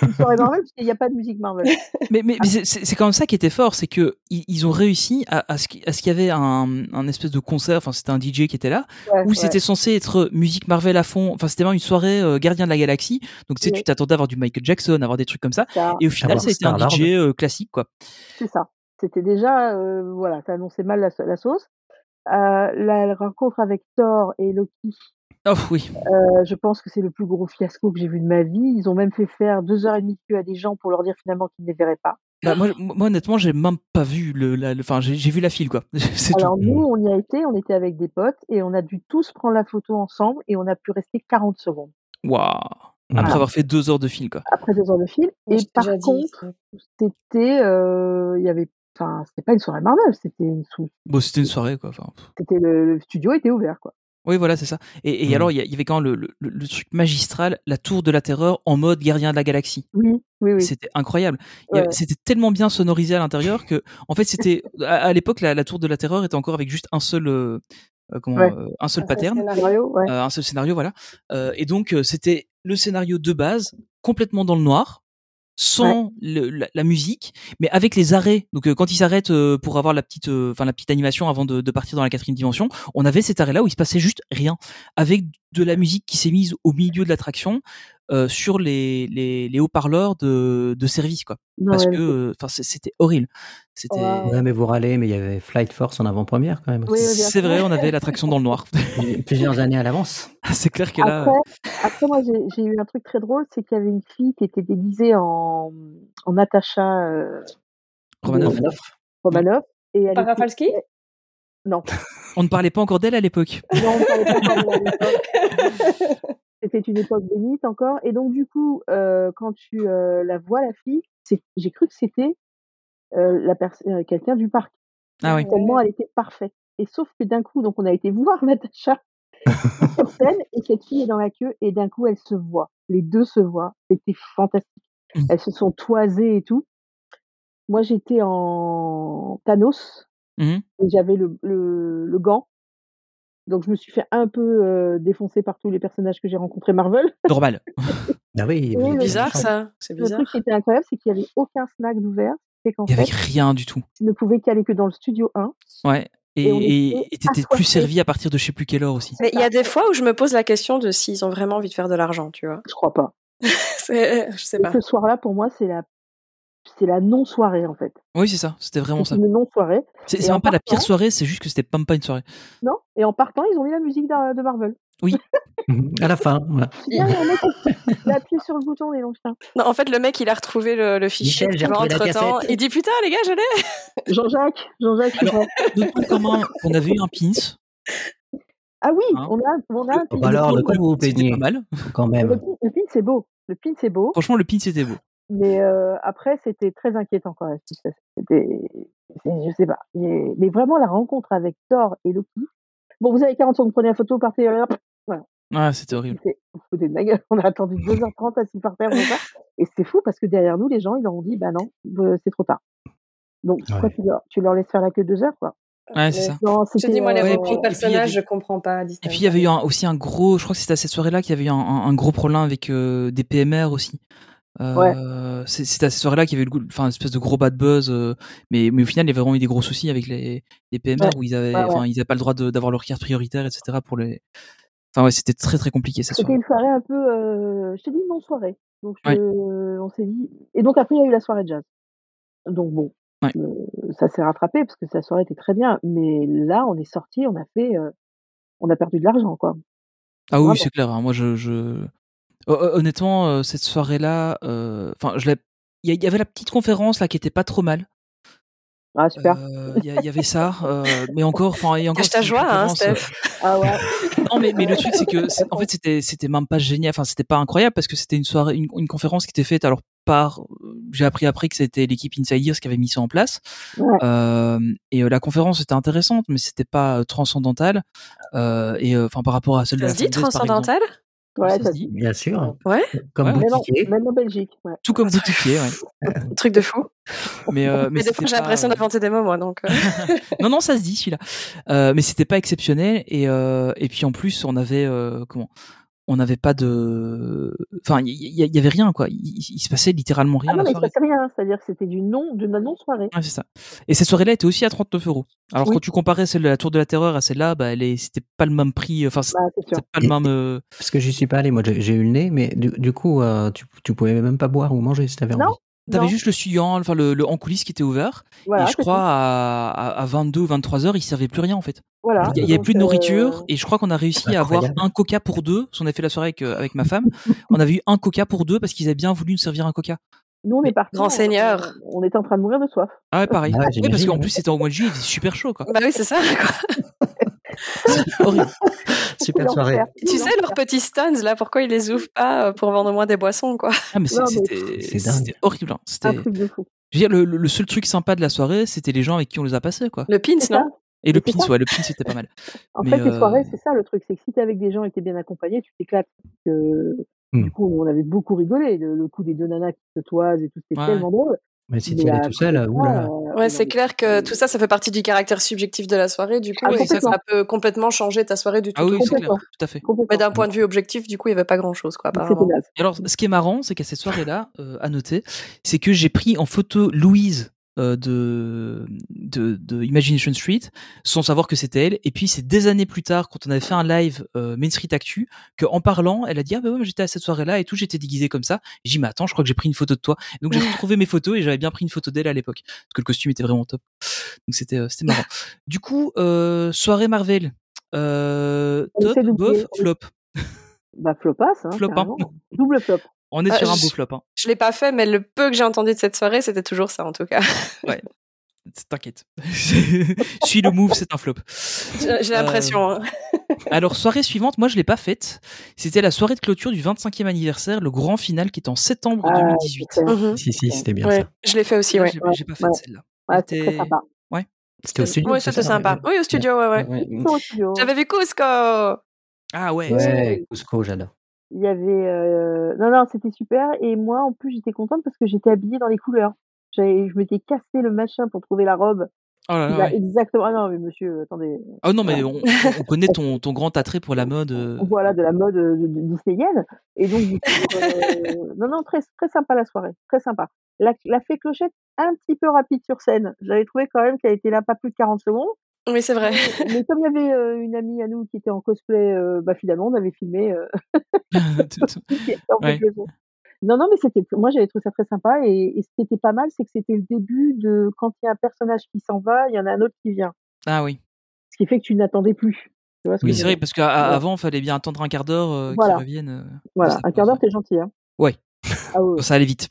Speaker 7: une soirée Marvel, parce qu'il n'y a pas de musique Marvel.
Speaker 1: Mais, mais, mais c'est quand même ça qui était fort, c'est que ils ont réussi à, à ce qu'il y avait un, un, espèce de concert, enfin c'était un DJ qui était là, ouais, où ouais. c'était censé être euh, musique Marvel à fond, enfin c'était vraiment une soirée euh, gardien de la galaxie, donc tu sais, oui. tu t'attendais à avoir du Michael Jackson, à avoir des trucs comme ça, ça. et au final ça a été un DJ euh, classique quoi.
Speaker 7: C'est ça, c'était déjà, euh, voilà, ça annonçait mal la, la sauce. Euh, la rencontre avec Thor et Loki,
Speaker 1: Oh, oui.
Speaker 7: Euh, je pense que c'est le plus gros fiasco que j'ai vu de ma vie. Ils ont même fait faire deux heures et demie de queue à des gens pour leur dire finalement qu'ils ne les verraient pas.
Speaker 1: Bah, moi, moi, honnêtement, j'ai même pas vu le. La, le enfin, j'ai vu la file, quoi. <laughs>
Speaker 7: Alors,
Speaker 1: tout.
Speaker 7: nous, on y a été, on était avec des potes et on a dû tous prendre la photo ensemble et on a pu rester 40 secondes.
Speaker 1: Waouh Après voilà. avoir fait deux heures de file, quoi.
Speaker 7: Après deux heures de file. Et par contre, c'était. Il euh, y avait. Enfin, c'était pas une soirée Marvel, c'était une.
Speaker 1: Bon, c'était une soirée, quoi. Enfin...
Speaker 7: C'était le, le studio était ouvert, quoi.
Speaker 1: Oui, voilà, c'est ça. Et, et mmh. alors, il y, y, avait quand même le, le, le, truc magistral, la tour de la terreur en mode gardien de la galaxie.
Speaker 7: Oui, oui, oui.
Speaker 1: C'était incroyable. Ouais. C'était tellement bien sonorisé à l'intérieur que, en fait, <laughs> c'était à, à l'époque, la, la, tour de la terreur était encore avec juste un seul. Euh, comment, ouais. euh, un seul un pattern,
Speaker 7: seul scénario, ouais.
Speaker 1: euh, un seul scénario, voilà. Euh, et donc c'était le scénario de base, complètement dans le noir, sans ouais. le, la, la, musique, mais avec les arrêts. Donc euh, quand il s'arrête euh, pour avoir la petite, enfin euh, la petite animation avant de, de, partir dans la quatrième dimension, on avait cet arrêt-là où il se passait juste rien, avec de la musique qui s'est mise au milieu de l'attraction euh, sur les, les, les haut-parleurs de, de, service, quoi. Ouais, Parce que, euh, enfin, c'était horrible. C'était.
Speaker 9: Ouais, mais vous râlez, mais il y avait Flight Force en avant-première quand même.
Speaker 1: Oui, C'est vrai, on avait l'attraction dans le noir. <laughs>
Speaker 9: Plusieurs années à l'avance.
Speaker 1: C'est clair que là.
Speaker 7: Après, après moi, j'ai eu un truc très drôle, c'est qu'il y avait une fille qui était déguisée en, en Natacha euh,
Speaker 1: Romanov.
Speaker 7: Romanov. Et elle
Speaker 10: Parafalski
Speaker 7: était... Non.
Speaker 1: On ne parlait pas encore d'elle à l'époque.
Speaker 7: Non, on ne parlait pas d'elle à l'époque. C'était une époque bénite encore. Et donc, du coup, euh, quand tu euh, la vois, la fille, j'ai cru que c'était euh, la personne quelqu'un du parc.
Speaker 1: Ah oui.
Speaker 7: Tellement elle était parfaite. Et sauf que d'un coup, donc on a été <laughs> voir
Speaker 10: <laughs>
Speaker 7: Natacha sur scène et cette fille est dans la queue et d'un coup elle se voit. Les deux se voient. C'était fantastique.
Speaker 10: Mmh.
Speaker 7: Elles se sont toisées et tout. Moi j'étais en Thanos
Speaker 1: mm
Speaker 10: Mmh.
Speaker 1: -hmm.
Speaker 7: et j'avais le, le, le, gant. Donc je me suis fait un peu euh, défoncer par tous les personnages que j'ai rencontrés Marvel.
Speaker 1: <laughs> Normal.
Speaker 9: ah oui,
Speaker 10: oui bizarre ça. C'est bizarre.
Speaker 7: Le truc qui était incroyable, c'est qu'il n'y avait aucun snack d'ouvert.
Speaker 1: Il n'y avait rien du tout.
Speaker 7: Tu ne pouvais qu'aller que dans le studio 1.
Speaker 1: Ouais. Et t'étais plus servi à partir de je sais plus quelle heure aussi.
Speaker 10: Mais il y a des fois où je me pose la question de s'ils ont vraiment envie de faire de l'argent, tu vois. <laughs>
Speaker 7: Je crois pas.
Speaker 10: je sais
Speaker 7: <laughs>
Speaker 10: pas.
Speaker 7: Ce soir-là, pour moi, c'est la c'est la non-soirée en fait.
Speaker 1: Oui, c'est ça. C'était vraiment ça.
Speaker 7: Une non-soirée.
Speaker 1: C'est même pas partant... la pire soirée, c'est juste que c'était même pas une soirée.
Speaker 7: Non. Et en partant, ils ont mis la musique de Marvel.
Speaker 1: Oui.
Speaker 9: <laughs> à la fin. Voilà.
Speaker 7: Il, a, le mec, il a appuyé sur le bouton, les longs
Speaker 10: Non, en fait, le mec, il a retrouvé le, le fichier.
Speaker 9: Michel,
Speaker 10: entre temps, il dit putain, les gars, je l'ai.
Speaker 7: Jean-Jacques, Jean-Jacques.
Speaker 1: comment on avait eu un pins
Speaker 7: ah oui, hein on a, on a.
Speaker 9: Oh, bah alors, le coup, vous peignez
Speaker 1: pas mal,
Speaker 9: quand même.
Speaker 7: Le, le pin, c'est beau. Le pin, c'est beau.
Speaker 1: Franchement, le pin, c'était beau.
Speaker 7: Mais euh, après, c'était très inquiétant quand même. C'était, je sais pas. Mais, mais, vraiment, la rencontre avec Thor et Loki. Bon, vous avez 40 secondes, prenez la photo, partez. Euh, voilà.
Speaker 1: Ah, c'était horrible.
Speaker 7: C'était, de <laughs> On a attendu 2h30 assis par terre. Et c'est fou parce que derrière nous, les gens, ils leur ont dit bah non, c'est trop tard. Donc, ouais. quoi, tu, leur, tu leur laisse faire la queue 2 heures, quoi.
Speaker 1: Ouais, c'est ça.
Speaker 10: Non, je dis, moi, les
Speaker 7: euh,
Speaker 10: ouais, puis, personnages, avait... je comprends pas. Disney.
Speaker 11: Euh,
Speaker 1: Et puis, il y avait eu un, aussi un gros, je crois que c'était à cette soirée-là qu'il y avait eu un, un, un gros problème avec euh, des PMR aussi.
Speaker 7: Ouais.
Speaker 1: Euh, c'est à cette soirée-là qu'il y avait eu enfin, une espèce de gros bad buzz, euh, mais, mais au final, il y avait vraiment eu des gros soucis avec les, les PMR ouais. où ils avaient, ouais, ils avaient pas le droit d'avoir leur carte prioritaire, etc. Pour les... Enfin, ouais, c'était très très compliqué cette
Speaker 7: soirée. C'était une soirée un peu, euh, je t'ai dit, non soirée. Donc, je, on s'est dit. Et donc, après, il y a eu la soirée de jazz. Donc, bon, euh, ça s'est rattrapé parce que sa soirée était très bien, mais là, on est sorti, on a fait. euh, on a perdu de l'argent, quoi.
Speaker 1: Ah oui, c'est clair. Hein, moi, je... je... Honnêtement, euh, cette soirée-là, enfin, euh, il y, y avait la petite conférence là qui était pas trop mal.
Speaker 7: Ah super.
Speaker 1: Il euh, y, y, avait ça, mais encore, enfin, il encore.
Speaker 10: ta joie, hein, Steph.
Speaker 7: Ah ouais.
Speaker 1: non, mais, mais le truc c'est que, en fait, c'était c'était même pas génial. Enfin, c'était pas incroyable parce que c'était une soirée, une, une, conférence qui était faite alors par j'ai appris après que c'était l'équipe Insiders qui avait mis ça en place. Ouais. Euh, et euh, la conférence était intéressante, mais c'était pas transcendantale. et euh, enfin par rapport à celle
Speaker 11: ça
Speaker 1: de la
Speaker 11: se dit transcendantale.
Speaker 7: Ouais, ça,
Speaker 9: ça se dit. Bien sûr.
Speaker 11: Ouais.
Speaker 9: Comme
Speaker 11: ouais,
Speaker 9: boutiquier.
Speaker 7: Même en Belgique. Ouais.
Speaker 1: Tout comme boutiquier,
Speaker 11: ouais. Truc de fou.
Speaker 1: Mais, euh,
Speaker 11: mais, mais des fois, j'ai l'impression d'inventer des mots, moi. Donc,
Speaker 10: <laughs>
Speaker 11: euh...
Speaker 1: non, non, ça se dit, celui-là. Euh, mais c'était pas exceptionnel. Et, euh, et puis, en plus, on avait. euh, comment on n'avait pas de, enfin, il y, y, y, avait rien quoi. Il, se passait littéralement rien.
Speaker 7: Ah
Speaker 1: non,
Speaker 7: mais il se passait rien, c'est-à-dire c'était du non, de la non soirée.
Speaker 1: Ah, c'est ça. Et cette soirée-là était aussi à 39 euros. Alors oui. quand tu comparais celle de la Tour de la Terreur à celle-là, bah, elle est... c'était pas le même prix. Enfin, c'était bah, pas le même. Euh...
Speaker 9: Parce que j'y suis pas allé, moi, j'ai eu le nez, mais du, du coup, euh, tu, tu pouvais même pas boire ou manger si t'avais envie.
Speaker 11: <laughs>
Speaker 1: T'avais juste le suyant, enfin le, le, en coulisses qui était ouvert. Voilà, et je crois à, à, 22 ou 23 heures, il servait plus rien en fait.
Speaker 7: Voilà,
Speaker 1: il n'y avait plus de nourriture euh... et je crois qu'on a réussi à avoir un coca pour deux. On a fait la soirée avec, euh, avec ma femme. on avait eu un coca pour deux parce qu'ils avaient bien voulu nous servir un coca.
Speaker 7: Nous, on est partis.
Speaker 11: Grand Seigneur.
Speaker 7: On était en train de mourir de soif.
Speaker 1: Ah ouais, pareil. Ah, oui, parce qu'en plus, c'était en mois de juillet, il faisait super chaud quoi.
Speaker 11: Bah oui, c'est ça quoi.
Speaker 9: horrible. Super soirée.
Speaker 11: Tu sais, leurs petits stands, là, pourquoi ils les ouvrent pas euh, pour vendre moins des boissons, quoi.
Speaker 1: Ah, <laughs> mais c'était horrible. Hein. C'était. Je veux dire, le, le, seul truc sympa de la soirée, c'était les gens avec qui on les a passés, quoi.
Speaker 11: Le pins, non
Speaker 1: Et le pins, ouais, le pins, c'était pas <laughs> mal.
Speaker 7: En mais fait, euh... les soirées, c'est ça le truc, c'est que si t'es avec des gens et t'es bien accompagné, tu t'éclates. Euh, mm. Du coup, on avait beaucoup rigolé. Le, le coup des deux nanas qui se toisent et tout, c'était ouais. tellement drôle. Ah, euh,
Speaker 9: Mais si tu es tout seul, là, oula.
Speaker 11: Ouais, c'est clair que tout ça, ça fait partie du caractère subjectif de la soirée. Du coup, ah, oui, ça, ça, peut complètement changer ta soirée du tout.
Speaker 1: Ah oui, c'est clair, tout à fait.
Speaker 11: Mais d'un point de vue objectif, du coup, il n'y avait pas grand-chose, quoi, apparemment.
Speaker 1: Et alors, ce qui est marrant, c'est qu'à cette soirée-là, euh, à noter, c'est que j'ai pris en photo Louise. Euh, de, de, de, Imagination Street sans savoir que c'était elle et puis c'est des années plus tard quand on avait fait un live euh, Main Street Actu que en parlant elle a dit ah bah ouais j'étais à cette soirée là et tout j'étais déguisé comme ça j'ai dit mais attends je crois que j'ai pris une photo de toi et donc j'ai retrouvé mes photos et j'avais bien pris une photo d'elle à l'époque parce que le costume était vraiment top donc c'était euh, c'était marrant du coup euh, soirée Marvel Euh, top bof flop
Speaker 7: bah flopasse hein,
Speaker 1: flop hein.
Speaker 11: <laughs>
Speaker 7: double flop
Speaker 1: on est euh, sur un beau flop. Hein.
Speaker 11: Je l'ai pas fait, mais le peu que j'ai entendu de cette soirée, c'était toujours ça en tout cas. <laughs>
Speaker 1: Ouais. T'inquiète. <laughs> Suis le move, c'est un flop.
Speaker 11: J'ai l'impression. Euh...
Speaker 1: Hein. Alors, soirée suivante, moi je l'ai pas faite. C'était la soirée de clôture du 25e anniversaire, le grand final qui est en septembre ah,
Speaker 7: euh,
Speaker 1: 2018.
Speaker 9: Mm -hmm. Si, si, c'était bien ouais. ça.
Speaker 11: Je l'ai fait aussi, Mhm. ouais.
Speaker 1: J'ai ouais. pas fait ouais. celle-là.
Speaker 7: Ouais, c'était sympa.
Speaker 1: Ouais.
Speaker 9: C'était au studio.
Speaker 11: Oui, c'était sympa. Oui, au studio, ouais, ouais. J'avais vu Cusco.
Speaker 1: Ah ouais.
Speaker 9: Ouais, Cusco, j'adore
Speaker 7: il y avait euh... non non c'était super et moi en plus j'étais contente parce que j'étais habillée dans les couleurs je m'étais cassé le machin pour trouver la robe
Speaker 1: oh là là, ouais.
Speaker 7: exactement ah non mais monsieur attendez
Speaker 1: oh non mais on, on connaît ton, ton, grand attrait pour la mode
Speaker 7: <laughs>
Speaker 1: euh... <laughs>
Speaker 7: voilà de la mode euh, disneyienne et donc du coup, euh, non non très très sympa la soirée très sympa la, la fée clochette un petit peu rapide sur scène j'avais trouvé quand même qu'elle était là pas plus de 40 secondes
Speaker 11: oui, c'est vrai.
Speaker 7: Mais comme il y avait euh, une amie à nous qui était en cosplay, euh, bah, finalement, on avait filmé. Euh...
Speaker 1: ouais.
Speaker 7: Non, non, mais c'était. Moi, j'avais trouvé ça très sympa. Et, et ce qui était pas mal, c'est que c'était le début de quand il y a un personnage qui s'en va, il y en a un autre qui vient.
Speaker 1: Ah oui.
Speaker 7: Ce qui fait que tu n'attendais plus. Tu vois ce
Speaker 1: oui,
Speaker 7: c'est
Speaker 1: vrai, parce qu'avant, il fallait bien attendre un quart d'heure euh,
Speaker 7: voilà.
Speaker 1: qu'ils reviennent.
Speaker 7: voilà, un quart d'heure, t'es gentil. Hein.
Speaker 1: Ouais. Ah, <laughs> ouais. euh. ça allait vite.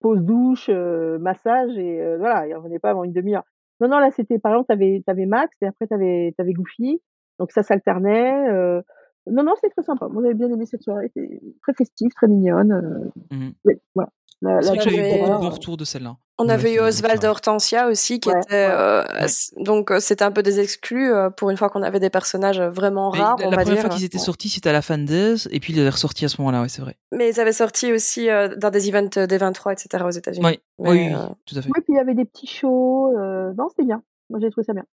Speaker 7: pause douche, euh, massage, et voilà, ils revenaient pas avant une demi-heure. Non, non, là, c'était, par exemple, t'avais, avais Max et après, t'avais, avais Goofy. Donc, ça s'alternait. Euh... Non, non, c'était très sympa. Moi, j'avais bien aimé cette soirée. C'était très festive, très mignonne. Euh... Mm -hmm. Mais, voilà.
Speaker 1: Mmh C'est vrai que j'avais eu beaucoup de bons retours de celle-là.
Speaker 11: On oui, avait eu Oswald Hortensia aussi, qui ouais, était. Ouais, euh, ouais. Donc, c'était un peu des exclus euh, pour une fois qu'on avait des personnages euh, vraiment rares.
Speaker 1: La,
Speaker 11: on
Speaker 1: la
Speaker 11: va
Speaker 1: première
Speaker 11: dire.
Speaker 1: fois qu'ils étaient sortis, c'était à la fin Days, et puis ils avaient ressorti à ce moment-là, ouais, c'est vrai.
Speaker 11: Mais ils avaient sorti aussi euh, dans des events des 23, etc. aux États-Unis.
Speaker 1: Oui, oui, euh... tout à fait.
Speaker 7: Oui, puis il y avait des petits shows. euh, Non, c'était bien. Moi, j'ai trouvé ça bien.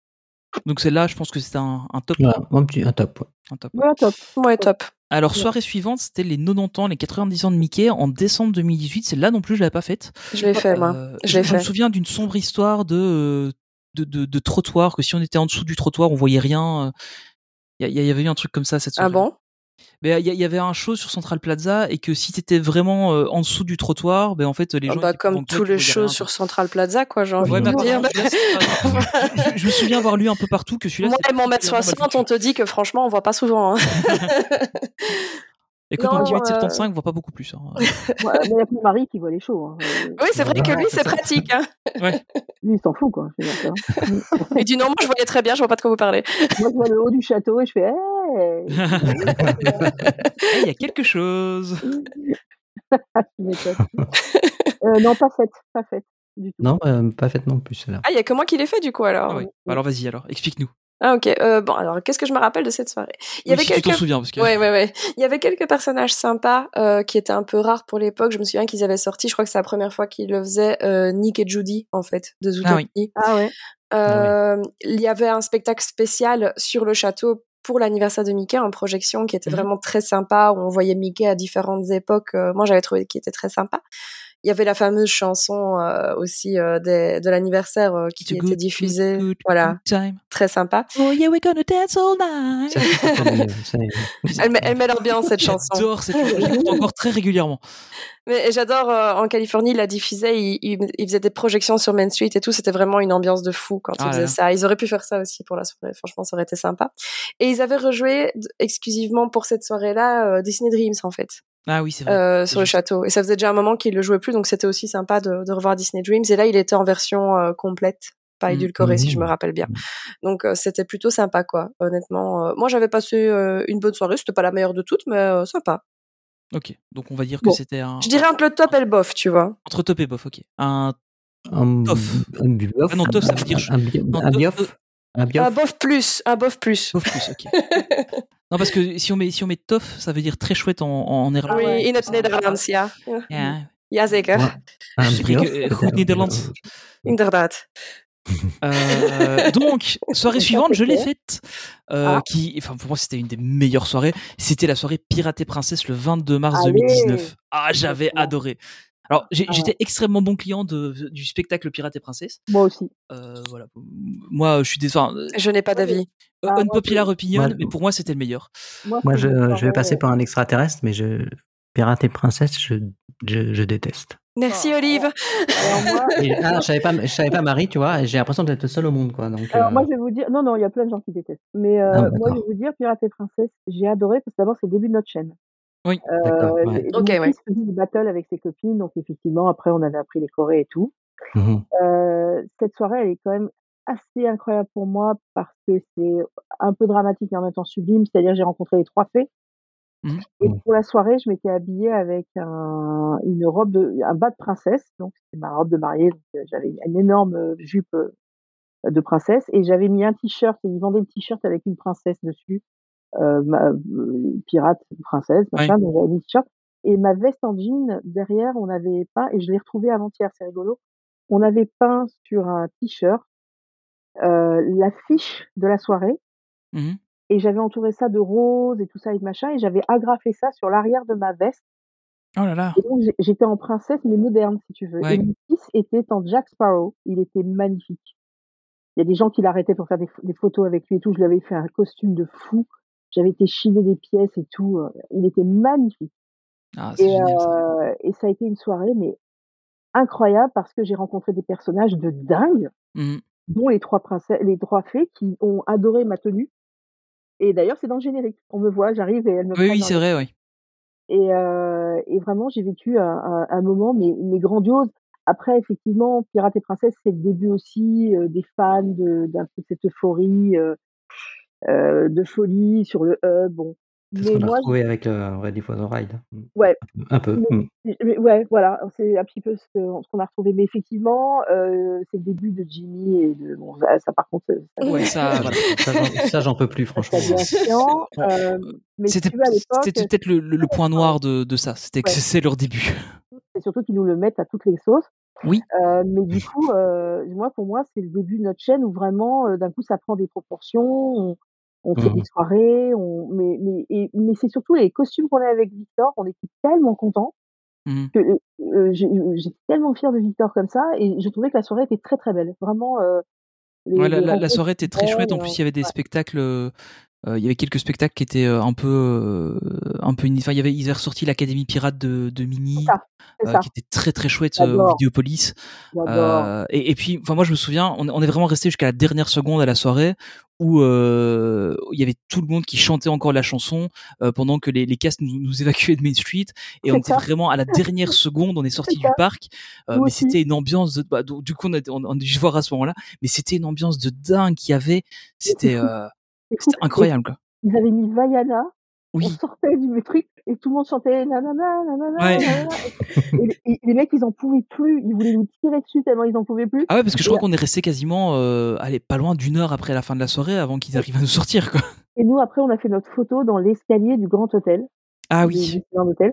Speaker 1: Donc, celle-là, je pense que c'était un, un, top.
Speaker 9: un, petit, un top.
Speaker 1: Un top.
Speaker 7: Ouais, top.
Speaker 11: Ouais, top.
Speaker 1: Alors, soirée suivante, c'était les 90 ans, les 90 ans de Mickey en décembre 2018. Celle-là non plus, je l'avais pas faite.
Speaker 11: Je l'ai fait, moi. Euh, je,
Speaker 1: je
Speaker 11: fait.
Speaker 1: me souviens d'une sombre histoire de euh, de, de, de, trottoir, que si on était en dessous du trottoir, on voyait rien. Il y, y, avait eu un truc comme ça cette soirée.
Speaker 11: Ah bon
Speaker 1: mais il y, y, avait un show sur Central Plaza et que si t'étais vraiment euh, en dessous du trottoir, ben en fait les gens. Ah
Speaker 11: bah comme tous les shows sur Central Plaza, quoi, <laughs> j'ai envie ouais, de dire.
Speaker 1: <laughs> je, je, me souviens avoir lu un peu partout que celui-là.
Speaker 11: Moi et mon mètre 60, on te dit que franchement, on voit pas
Speaker 1: <laughs>
Speaker 11: souvent. Hein.
Speaker 1: Et quand non, on dit 8,75, euh... on voit pas beaucoup plus. Hein.
Speaker 7: Ouais, mais il y a plus Marie qui voit les shows. Hein.
Speaker 11: Oui, c'est vrai que lui, c'est pratique.
Speaker 1: <laughs>
Speaker 11: Hein.
Speaker 1: Ouais.
Speaker 7: Lui, il s'en fout, quoi.
Speaker 11: Il dit non, moi, je voyais très bien, je vois pas de quoi vous parlez.
Speaker 7: Moi, je vois le haut du château et je fais hey <laughs>
Speaker 1: Eh, Il y a quelque chose.
Speaker 7: Euh, non, pas faite, pas faite. Du tout.
Speaker 9: Non, euh, pas faite non plus, celle-là.
Speaker 11: Ah, il y a que moi qui l'ai fait du coup alors.
Speaker 1: Ah oui. bah, alors vas-y, alors explique-nous.
Speaker 11: Ah ok. Euh, bon alors qu'est-ce que je me rappelle de cette soirée
Speaker 1: Il y oui, avait si quelques. Tu t'en souviens parce que.
Speaker 11: Ouais ouais ouais. Il y avait quelques personnages sympas euh, qui étaient un peu rares pour l'époque. Je me souviens qu'ils avaient sorti. Je crois que c'est la première fois qu'ils le faisaient. Euh, Nick et Judy en fait de Zootopie.
Speaker 7: Ah, oui. ah ouais.
Speaker 11: Ah, ouais. Il y avait un spectacle spécial sur le château pour l'anniversaire de Mickey en projection qui était mmh. vraiment très sympa où on voyait Mickey à différentes époques. euh, moi j'avais trouvé qui était très sympa il y avait la fameuse chanson euh, aussi euh, des, de l'anniversaire euh, qui, qui good, était diffusée. Good, good,
Speaker 1: Mhm.
Speaker 11: voilà, très sympa.
Speaker 1: Oh yeah, we're gonna dance all night.
Speaker 11: <laughs> elle, met, elle met l'ambiance <laughs> cette chanson.
Speaker 1: J'adore cette chanson. <laughs> encore très régulièrement.
Speaker 11: Mais j'adore euh, en Californie, il la diffusait, il, il, il, faisait des projections sur Main Street et tout. C'était vraiment une ambiance de fou quand ah ils faisaient là. ça. Ils auraient pu faire ça aussi pour la soirée. Franchement, ça aurait été sympa. Et ils avaient rejoué exclusivement pour cette soirée-là euh, Disney Dreams en fait.
Speaker 1: Ah oui, c'est vrai.
Speaker 11: Euh, sur le château. Et ça faisait déjà un moment qu'il le jouait plus, donc c'était aussi sympa de, de, revoir Disney Dreams. Et là, il était en version euh, complète, pas édulcorée, mmh, si mmh. je me rappelle bien. Donc euh, c'était plutôt sympa, quoi. Honnêtement, euh. moi j'avais passé une bonne soirée. C'était pas la meilleure de toutes, mais euh, sympa.
Speaker 1: Ok, donc on va dire que bon. c'était un.
Speaker 11: Je dirais entre le top et le bof, tu vois.
Speaker 1: Entre top et bof, ok. Un. Un tof.
Speaker 9: Un biof.
Speaker 1: Ah non, tof, ça veut dire.
Speaker 9: Un, non, un biof.
Speaker 11: Un bof. un bof plus, un bof plus.
Speaker 1: Bof plus, <laughs> ok. non, parce que si on met, si on met tof, ça veut dire très chouette en, en néerlandais.
Speaker 11: Oui, in het Nederlands, ja. Ja, zeker. Ah,
Speaker 1: Un
Speaker 9: euh,
Speaker 1: goed Nederlands.
Speaker 11: Inderdaad.
Speaker 1: euh, donc, <laughs> soirée suivante, je l'ai faite. Euh, ah. qui, enfin, pour moi, c'était une des meilleures soirées. C'était la soirée Piraté Princesse le 22 mars Allez. 2019. Ah, j'avais adoré. Alors, j'étais ah. extrêmement bon client de, du spectacle Pirate et Princesse.
Speaker 7: Moi aussi.
Speaker 1: Euh, voilà. Moi, je suis des. Enfin,
Speaker 11: je n'ai pas d'avis.
Speaker 1: Euh, ah, unpopular opinion, moi, mais pour moi, c'était le meilleur.
Speaker 9: Moi, je,
Speaker 11: Ah,
Speaker 9: je, vais passer par un extraterrestre, mais je... Pirate et Princesse, je, je, je déteste.
Speaker 11: Merci
Speaker 1: Ah.
Speaker 11: Olive.
Speaker 9: Alors, moi... <laughs> et, ah, je savais pas, je savais pas Marie, tu vois. J'ai l'impression d'être seule au monde, quoi. Donc,
Speaker 7: Alors euh... moi, je vais vous dire, non, non, il y a plein de gens qui détestent. Mais ah, moi, je vais vous dire, Pirate et Princesse, j'ai adoré parce que d'abord, c'est le début de notre chaîne.
Speaker 1: Oui.
Speaker 7: Euh, ouais. Ok, ouais. des battles avec ses copines, donc effectivement, après, on avait appris les chorés et tout. Mmh. Euh, cette soirée, elle est quand même assez incroyable pour moi parce que c'est un peu dramatique mais en même temps sublime. C'est-à-dire, j'ai rencontré les trois fées. Mmh. Et pour la soirée, je m'étais habillée avec un, une robe de, un bas de princesse. Donc, c'était ma robe de mariée. euh, j'avais une énorme euh, jupe de princesse et j'avais mis un t-shirt et ils vendaient le t-shirt avec une princesse dessus. Euh, ma, euh, pirate française, machin, oui. donc j'avais mis t-shirt. Et ma veste en jean, derrière, on avait peint, et je l'ai retrouvée avant-hier, c'est rigolo, on avait peint sur un t-shirt euh, l'affiche de la soirée, mm
Speaker 1: Mmh.
Speaker 7: -hmm. et j'avais entouré ça de rose et tout ça et de machin, et j'avais agrafé ça sur l'arrière de ma veste.
Speaker 1: Oh là là.
Speaker 7: Et donc j'étais en princesse, mais moderne, si tu veux. Ouais. Et mon fils était en Jack Sparrow, il était magnifique. Il y a des gens qui l'arrêtaient pour faire des, des, photos avec lui et tout. Je lui avais fait un costume de fou j'avais été chiner des pièces et tout. euh, Il était magnifique.
Speaker 1: Ah,
Speaker 7: et,
Speaker 1: génial, ça.
Speaker 7: Euh, et, ça. a été une soirée, mais incroyable parce que j'ai rencontré des personnages de dingue,
Speaker 1: euh,
Speaker 7: mmh. dont les trois princesses, les trois fées qui ont adoré ma tenue. Et d'ailleurs, c'est dans le générique. On me voit, j'arrive et elle me.
Speaker 1: Oui, oui, c'est les... vrai, oui.
Speaker 7: Et, euh, et vraiment, j'ai vécu un, un, un, moment mais, mais grandiose. Après, effectivement, Pirates et Princesses, c'est le début aussi euh, des fans d'un de, peu cette euphorie. Euh, de folie sur le hub. Bon.
Speaker 9: C'est ce qu'on a retrouvé je... avec euh, le Ready for the Ride.
Speaker 7: Ouais.
Speaker 9: Un peu.
Speaker 7: Mais,
Speaker 9: mm.
Speaker 7: mais ouais, voilà, c'est un petit peu ce, qu'on a retrouvé. Mais effectivement, euh, c'est le début de Jimmy et de. Bon, ça, ça par contre.
Speaker 1: Ça, ouais, <laughs> ça,
Speaker 9: ça j'en peux plus, franchement.
Speaker 7: euh,
Speaker 1: C'était si peut-être le, le, point noir de, de ça, c'était que ouais. c'est leur début.
Speaker 7: C'est surtout qu'ils nous le mettent à toutes les sauces.
Speaker 1: Oui.
Speaker 7: Euh, mais du coup, euh, moi, pour moi, c'est le début de notre chaîne où vraiment, euh, d'un coup, ça prend des proportions. On, on fait mmh. des soirées. On, mais mais, et, mais c'est surtout les costumes qu'on a avec Victor. On était tellement contents. Mmh. que euh, J'étais tellement fière de Victor comme ça. Et je trouvais que la soirée était très, très belle. Vraiment. euh,
Speaker 1: Les, ouais, la, la, la, soirée était très chouette. En plus, il y avait des ouais. spectacles il euh, y avait quelques spectacles qui étaient euh, un peu euh, un peu enfin il y avait ils avaient ressorti l'académie pirate de, de Mini euh,
Speaker 7: ça, ça.
Speaker 1: qui était très très chouette euh, au Videopolis Euh, et, et, puis enfin moi je me souviens on, on est vraiment resté jusqu'à la dernière seconde à la soirée où euh, il y avait tout le monde qui chantait encore la chanson euh, pendant que les, les castes nous, nous, évacuaient de Main Street et on était ça. vraiment à la dernière seconde on est sorti du parc euh, mais c'était une ambiance de, bah, du coup on a, on, on a dû voir à ce moment-là mais c'était une ambiance <laughs> de dingue qu'il y avait euh, c'était C'était incroyable. Quoi.
Speaker 7: Ils avaient mis Vaiana
Speaker 1: Oui.
Speaker 7: On sortait du truc et tout le monde chantait nanana, nanana.
Speaker 1: Ouais.
Speaker 7: nanana. Et, et les mecs, ils en pouvaient plus. Ils voulaient nous tirer dessus tellement ils en pouvaient plus.
Speaker 1: Ah ouais, parce que je
Speaker 7: Et-
Speaker 1: crois qu'on est resté quasiment, euh, allez, pas loin d'une heure après la fin de la soirée avant qu'ils arrivent à nous sortir, quoi.
Speaker 7: Et nous, après, on a fait notre photo dans l'escalier du grand hôtel.
Speaker 1: Ah
Speaker 7: du-
Speaker 1: oui.
Speaker 7: du grand hôtel.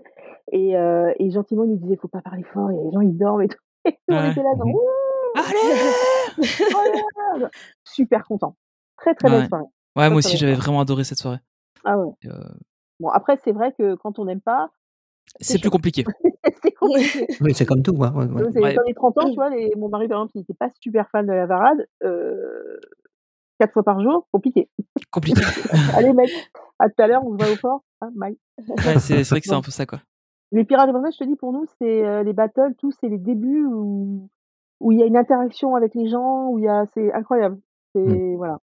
Speaker 7: Et, euh, et gentiment, il nous disait, faut pas parler fort, il y a les gens, ils dorment et tout. <laughs> Et nous, on
Speaker 1: Ouais.
Speaker 7: était là, genre,
Speaker 1: <laughs>
Speaker 7: oh Ouh Voilà Super content. Très, très belle
Speaker 1: Ouais.
Speaker 7: soirée.
Speaker 1: Ouais, moi
Speaker 7: Très,
Speaker 1: aussi,
Speaker 7: très
Speaker 1: j'avais
Speaker 7: belle
Speaker 1: vraiment adoré cette soirée.
Speaker 7: soirée. Ah ouais.
Speaker 1: Euh,
Speaker 7: Bon, après, c'est vrai que quand on n'aime pas, <laughs>
Speaker 1: c'est plus compliqué.
Speaker 7: c'est compliqué.
Speaker 9: Oui, c'est comme tout. hein, ouais, ouais.
Speaker 7: Donc, c'est-
Speaker 1: Ouais.
Speaker 7: Dans les 30 ans, tu vois, les- mon mari, par exemple, il n'était pas super fan de la varade. Euh... Quatre fois par jour, compliqué.
Speaker 1: Compliqué.
Speaker 7: Allez, mec, à tout à l'heure, on se voit au fort. Hein, bye.
Speaker 1: Ouais, c'est c'est vrai que c'est un peu ça, quoi.
Speaker 7: Les Pirates des Borneo, je te dis, pour nous, c'est euh, les battles, tout, c'est les débuts où où il y a une interaction avec les gens, où il y a, c'est incroyable. C'est voilà.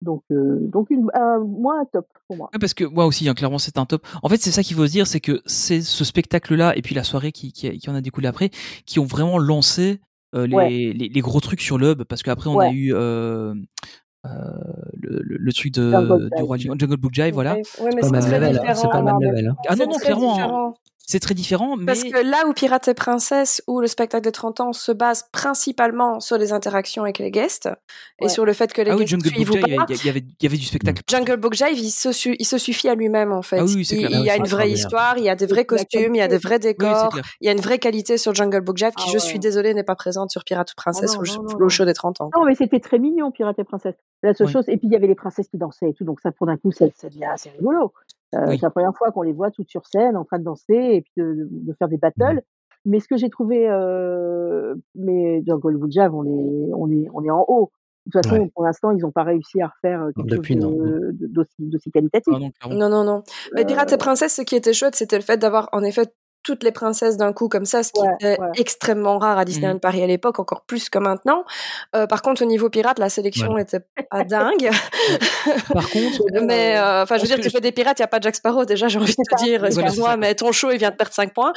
Speaker 7: Donc, euh, donc une, un- moi, un top pour moi.
Speaker 1: Ouais, parce que moi aussi, hein, clairement, c'est un top. En fait, c'est ça qu'il faut se dire, c'est que c'est ce spectacle-là et puis la soirée qui, qui, qui en a découlé après, qui ont vraiment lancé euh, les,
Speaker 7: Ouais.
Speaker 1: les, les gros trucs sur le hub. Parce qu'après, on a
Speaker 7: Ouais.
Speaker 1: eu euh, euh, le, le- le truc
Speaker 7: Jungle
Speaker 1: de, du
Speaker 7: Jive.
Speaker 1: roi du- Jungle Book Jive, Ah, voilà.
Speaker 11: Ouais, ouais, mais C'est pas c'est le même très level, hein. différent.
Speaker 9: C'est pas le même level, hein.
Speaker 1: Ah non,
Speaker 11: C'est
Speaker 1: non,
Speaker 11: très
Speaker 1: clairement. hein.
Speaker 11: différent.
Speaker 1: C'est très différent, mais. Ah
Speaker 11: Parce que là où Pirates et Princesses, où le spectacle de 30 ans se base principalement sur les interactions avec les guests
Speaker 7: Ouais.
Speaker 11: et sur le fait que les
Speaker 1: Ah oui,
Speaker 11: guests
Speaker 1: Jungle Book
Speaker 11: suivent ou
Speaker 1: Jive, il y
Speaker 11: pas,
Speaker 1: avait- il y avait, il y avait du spectacle.
Speaker 11: Jungle Book Jive, il se, su- il se suffit à lui-même en fait.
Speaker 1: Ah oui, oui, c'est
Speaker 11: il,
Speaker 1: clair.
Speaker 11: il y
Speaker 9: Ah
Speaker 11: a
Speaker 9: oui,
Speaker 11: une
Speaker 9: c'est
Speaker 11: vraie
Speaker 9: extraordinaire.
Speaker 11: histoire, il y a des
Speaker 7: Et
Speaker 11: vrais
Speaker 7: puis la
Speaker 11: costumes, il y a des
Speaker 7: qualité.
Speaker 11: vrais
Speaker 1: Oui, c'est
Speaker 11: décors,
Speaker 1: clair.
Speaker 11: il y a une vraie qualité sur Jungle Book Jive qui,
Speaker 7: Ah
Speaker 11: je
Speaker 7: ouais. Oh
Speaker 11: suis désolée, n'est pas présente sur Pirates ou Princesses
Speaker 7: non,
Speaker 11: ou
Speaker 7: non, non,
Speaker 11: le
Speaker 7: non.
Speaker 11: show des 30 ans.
Speaker 7: Non, mais c'était très mignon, Pirates et Princesses. La seule
Speaker 1: Oui.
Speaker 7: chose, et puis il y avait les princesses qui dansaient et tout, donc ça, pour d'un coup, ça, ça devient assez rigolo. Euh,
Speaker 1: Oui.
Speaker 7: C'est la première fois qu'on les voit toutes sur scène en train de danser et puis de, de- de
Speaker 1: Mmh
Speaker 7: faire des battles. Mais ce que j'ai trouvé, euh, mais dans Golden Jam, on est, on est, on est en haut. De toute façon,
Speaker 9: Ouais.
Speaker 7: pour l'instant, ils n'ont pas réussi à refaire euh, quelque
Speaker 9: Depuis,
Speaker 7: chose
Speaker 9: non.
Speaker 7: de- de- d'aussi d'aussi qualitatif.
Speaker 1: Mmh. Ah non,
Speaker 11: <laughs>
Speaker 1: clairement.
Speaker 11: Non, non, non. Mais Pirates et
Speaker 7: Euh,
Speaker 11: Princesses, ce qui était chouette, c'était le fait d'avoir en effet toutes les princesses d'un coup comme ça, ce qui
Speaker 7: Ouais,
Speaker 11: était
Speaker 7: ouais.
Speaker 11: extrêmement rare à Disneyland
Speaker 1: Mhm.
Speaker 11: Paris à l'époque, encore plus que maintenant. Euh, par contre, au niveau pirate, la sélection
Speaker 9: Voilà.
Speaker 11: était pas
Speaker 7: <laughs>
Speaker 11: dingue.
Speaker 1: Par contre,
Speaker 11: mais euh, enfin, je veux
Speaker 1: Parce
Speaker 11: dire,
Speaker 1: que
Speaker 11: tu
Speaker 1: je-
Speaker 11: fais des pirates, il n'y a pas Jack Sparrow déjà, j'ai envie de
Speaker 7: C'est ça,
Speaker 11: te dire,
Speaker 7: c'est ça.
Speaker 11: excuse-moi, mais ton show, il vient de perdre 5 points.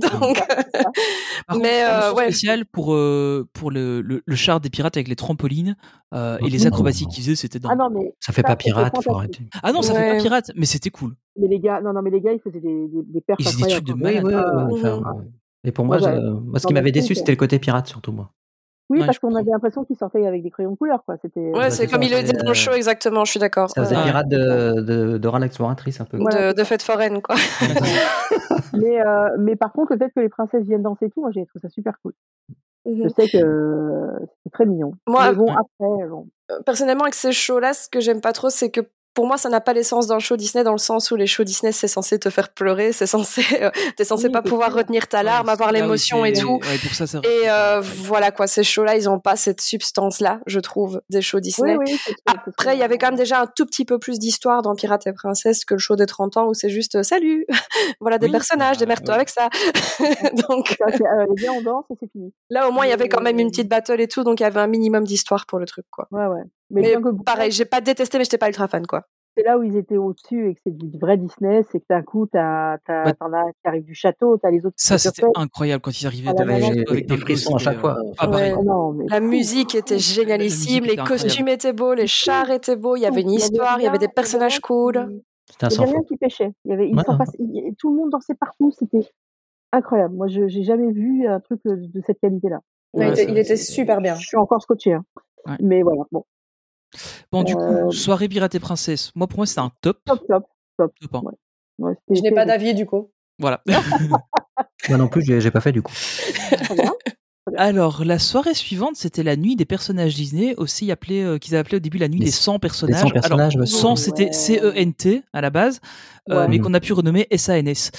Speaker 11: Donc,
Speaker 1: <laughs> Par contre,
Speaker 11: Mais, euh,
Speaker 1: mention
Speaker 11: ouais.
Speaker 1: spéciale pour, euh, pour le, le, le char des pirates avec les trampolines euh, et les
Speaker 9: Mhm.
Speaker 1: acrobaties qu'ils faisaient, c'était
Speaker 7: ah
Speaker 1: dingue.
Speaker 7: non, mais
Speaker 9: Ça fait
Speaker 7: ça,
Speaker 9: pas
Speaker 7: c'était
Speaker 9: pirate, faut
Speaker 7: fantastique.
Speaker 9: arrêter.
Speaker 1: Ah non, ça fait pas
Speaker 11: Ouais.
Speaker 1: pirate, mais c'était cool.
Speaker 7: Mais les gars, non, non, mais les gars, ils faisaient des, des, des perfs
Speaker 1: Ils faisaient des
Speaker 7: incroyables.
Speaker 1: trucs de
Speaker 7: quoi.
Speaker 9: Oui,
Speaker 1: malade.
Speaker 9: oui, oui.
Speaker 11: Ah,
Speaker 9: enfin,
Speaker 11: mhm.
Speaker 9: euh, et pour
Speaker 7: Moi,
Speaker 9: moi, je-
Speaker 7: j'avais-
Speaker 9: moi, ce
Speaker 7: dans
Speaker 9: qui
Speaker 7: mon
Speaker 9: m'avait déçu,
Speaker 7: truc,
Speaker 9: c'était le côté pirate, surtout moi.
Speaker 7: Oui,
Speaker 1: Ouais,
Speaker 7: parce
Speaker 1: je
Speaker 7: qu'on
Speaker 1: comprends.
Speaker 7: avait l'impression qu'ils sortaient avec des crayons de couleur, quoi. C'était
Speaker 11: ouais,
Speaker 9: Bah,
Speaker 11: c'est
Speaker 9: c'est
Speaker 11: comme
Speaker 9: ça,
Speaker 11: il le dit
Speaker 9: c'est,
Speaker 11: dans le
Speaker 9: euh,
Speaker 11: show, exactement, je suis d'accord.
Speaker 9: Ça faisait
Speaker 1: Ouais.
Speaker 9: pirate de, de, de Rana l'exploratrice, un peu. quoi.
Speaker 7: Voilà, c'est
Speaker 11: de, de
Speaker 7: ça.
Speaker 11: fête foraine, quoi.
Speaker 7: Mais, euh, mais par contre, le fait que les princesses viennent danser et tout, moi j'ai trouvé ça super cool. Je
Speaker 11: Mhm.
Speaker 7: sais que euh, c'est très mignon.
Speaker 11: Moi, euh,
Speaker 7: mais bon,
Speaker 1: Ouais.
Speaker 7: après, bon.
Speaker 11: personnellement avec ces shows là ce que j'aime pas trop c'est que pour moi, ça n'a pas l'essence d'un show Disney dans le sens où les shows Disney, c'est censé te faire pleurer, c'est censé, euh, t'es censé
Speaker 7: Oui,
Speaker 11: pas
Speaker 7: c'est
Speaker 11: pouvoir
Speaker 7: sûr.
Speaker 11: retenir ta
Speaker 1: Ouais,
Speaker 11: larme,
Speaker 1: c'est-
Speaker 11: avoir
Speaker 1: ah oui,
Speaker 11: l'émotion et
Speaker 1: c'est-
Speaker 11: tout.
Speaker 1: ouais, pour ça, ça-
Speaker 11: Et euh,
Speaker 1: ouais.
Speaker 11: voilà quoi, ces shows-là, ils ont pas cette substance-là, je trouve, des shows
Speaker 7: Oui,
Speaker 11: Disney.
Speaker 7: oui, c'est sûr. c'est sûr.
Speaker 11: Après, il y avait quand même déjà un tout petit peu plus d'histoire dans Pirates et Princesses que le show des 30 ans où c'est juste euh, salut, <laughs> voilà des
Speaker 1: Oui,
Speaker 11: personnages,
Speaker 1: bah,
Speaker 11: démerde-toi
Speaker 1: ouais.
Speaker 11: avec ça. <laughs> Donc
Speaker 7: Ça, c'est, euh, les gars, on danse et c'est fini.
Speaker 11: là, au moins, il y avait quand même une
Speaker 7: Mais-
Speaker 11: petite battle et tout, donc il y avait un minimum d'histoire pour le truc quoi.
Speaker 7: Ouais, ouais. Mais,
Speaker 11: Mais
Speaker 7: bien que Book
Speaker 11: pareil,
Speaker 7: Night,
Speaker 11: j'ai pas détesté, mais j'étais pas ultra fan quoi.
Speaker 7: c'est là où ils étaient au-dessus et que c'est du vrai Disney, c'est que d'un coup, t'as, t'as,
Speaker 1: Bah,
Speaker 7: t'en as qui arrivent du château, t'as les autres qui
Speaker 1: Ça,
Speaker 7: sont sur
Speaker 1: c'était
Speaker 7: scène.
Speaker 1: incroyable quand ils arrivaient dans
Speaker 7: Ah, la
Speaker 1: le
Speaker 7: balance.
Speaker 1: château
Speaker 9: Des,
Speaker 1: avec
Speaker 9: des
Speaker 1: Dingo.
Speaker 9: frissons à
Speaker 1: C'était
Speaker 9: chaque
Speaker 1: euh,
Speaker 9: fois.
Speaker 1: pas pareil.
Speaker 11: Ouais.
Speaker 7: Ah non, mais
Speaker 11: La
Speaker 7: fou,
Speaker 11: musique était
Speaker 7: fou.
Speaker 11: génialissime,
Speaker 1: musique
Speaker 11: les
Speaker 1: était incroyable.
Speaker 11: costumes étaient beaux, les
Speaker 7: C'était fou,
Speaker 11: chars étaient beaux, il y
Speaker 7: fou.
Speaker 11: avait une
Speaker 7: Il y avait
Speaker 11: histoire, il y
Speaker 7: rien,
Speaker 11: avait des
Speaker 7: il y avait
Speaker 11: personnages
Speaker 7: rien
Speaker 11: cool.
Speaker 7: qui-
Speaker 9: C'était un
Speaker 7: Il n'y
Speaker 9: sans
Speaker 7: avait rien
Speaker 9: faute.
Speaker 7: qui pêchait. Il y avait, il
Speaker 9: Ouais,
Speaker 7: s'en
Speaker 9: ouais.
Speaker 7: passe, il- il- tout le monde dansait partout. C'était incroyable. Moi, je j'ai jamais vu un truc euh, de, de cette qualité-là.
Speaker 11: Ouais, il
Speaker 1: Ouais,
Speaker 11: était,
Speaker 1: c'est
Speaker 11: il
Speaker 1: vrai.
Speaker 11: était super bien.
Speaker 7: Je suis encore scotché. hein.
Speaker 1: Ouais.
Speaker 7: Mais voilà, bon.
Speaker 1: Bon, du coup,
Speaker 7: Euh,
Speaker 1: soirée pirate et princesse. Moi, pour moi, c'était un top.
Speaker 7: top, top, top.
Speaker 1: top, hein.
Speaker 7: Ouais. Ouais,
Speaker 11: Je
Speaker 7: c'était
Speaker 11: n'ai pas
Speaker 7: féerique.
Speaker 11: d'avis du coup.
Speaker 1: Voilà. <laughs>
Speaker 9: Moi non plus, j'ai j'ai pas fait du coup.
Speaker 7: Très bien.
Speaker 1: Alors, la soirée suivante, c'était la nuit des personnages Disney, aussi appelée, euh, qu'ils appelaient au début la nuit
Speaker 9: Les-
Speaker 1: des 100
Speaker 9: Les 100
Speaker 1: personnages. Alors,
Speaker 9: personnages, me
Speaker 1: 100,
Speaker 9: semble.
Speaker 1: c'était
Speaker 7: Ouais.
Speaker 1: C-E-N-T à la base, euh,
Speaker 7: Ouais.
Speaker 1: mais qu'on a pu renommer S-A-N-S.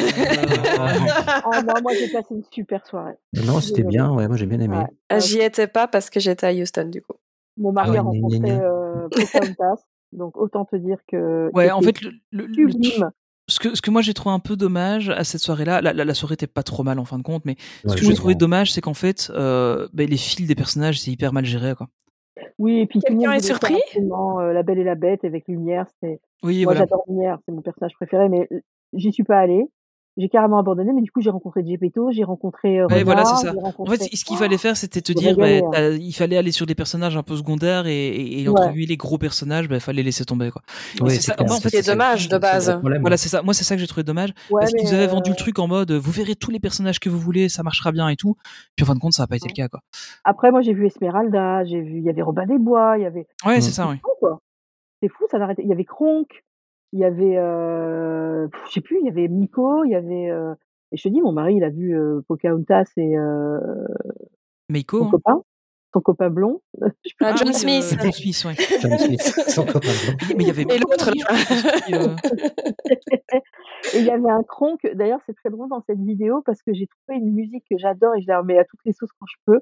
Speaker 1: Euh,
Speaker 7: Ah, moi, moi, j'ai passé une super soirée.
Speaker 9: Non, c'était bien, ouais, moi j'ai bien aimé.
Speaker 7: Ouais. Euh,
Speaker 11: Ah, <laughs> J'y étais pas parce que j'étais à Houston du coup.
Speaker 7: Mon
Speaker 1: Ah
Speaker 7: mari
Speaker 1: ouais,
Speaker 7: a
Speaker 9: gna, gna,
Speaker 7: rencontré
Speaker 9: gna.
Speaker 7: euh, Pocahontas. Donc, autant te dire que
Speaker 1: Ouais, en
Speaker 7: c'était
Speaker 1: fait, le, le- le- le tru-
Speaker 7: sublime.
Speaker 1: ce, que, ce que moi j'ai trouvé un peu dommage à cette soirée-là, la, la- la soirée était pas trop mal en fin de compte, mais ce
Speaker 9: Ouais,
Speaker 1: que j'ai trouvé
Speaker 9: bon.
Speaker 1: dommage, c'est qu'en fait, euh, ben, les fils des personnages, c'est hyper mal géré. Quoi.
Speaker 7: Oui, et puis tout le
Speaker 11: Quelqu'un
Speaker 7: monde
Speaker 11: est
Speaker 7: voulait faire
Speaker 11: surpris
Speaker 7: absolument euh, La Belle et la Bête avec Lumière. C'était
Speaker 1: Oui,
Speaker 7: Moi,
Speaker 1: voilà.
Speaker 7: j'adore Lumière, c'est mon personnage préféré, mais euh, j'y suis pas allée. j'ai carrément abandonné, mais du coup, j'ai rencontré Gepetto, j'ai rencontré. Renard,
Speaker 1: ouais, voilà, c'est ça. Rencontré... En fait, ce qu'il
Speaker 7: Ah,
Speaker 1: fallait faire, c'était te dire, bah, il fallait aller sur des personnages un peu secondaires et, et, et entre ouais. lui, les gros personnages, il bah, fallait laisser tomber. Quoi.
Speaker 11: Oui, c'est en fait, dommage de base.
Speaker 1: Voilà, c'est ça. Moi, c'est ça que j'ai trouvé dommage. Ouais, parce qu'ils nous avaient euh... vendu le truc en mode, vous verrez tous les personnages que vous voulez, ça marchera bien et tout. Puis en fin de compte, ça n'a pas été le cas. Quoi.
Speaker 7: Après, moi, j'ai vu Esmeralda, j'ai vu, il y avait Robin des Bois, il y avait.
Speaker 1: Ouais, hum. c'est ça, oui.
Speaker 7: C'est fou, ça d'arrêter. Il y avait Kronk il y avait euh, je sais plus il y avait Miko il y avait euh, et je te dis mon mari il a vu euh, Pocahontas et euh,
Speaker 1: Miko
Speaker 7: son
Speaker 1: hein.
Speaker 7: copain son copain blond <laughs>
Speaker 11: je ah, John, Smith.
Speaker 1: John Smith ouais. John Smith son copain blond mais il y avait
Speaker 11: et l'autre
Speaker 1: euh,
Speaker 7: et il y avait un cronk d'ailleurs c'est très drôle dans cette vidéo parce que j'ai trouvé une musique que j'adore et je la remets à toutes les sauces quand je peux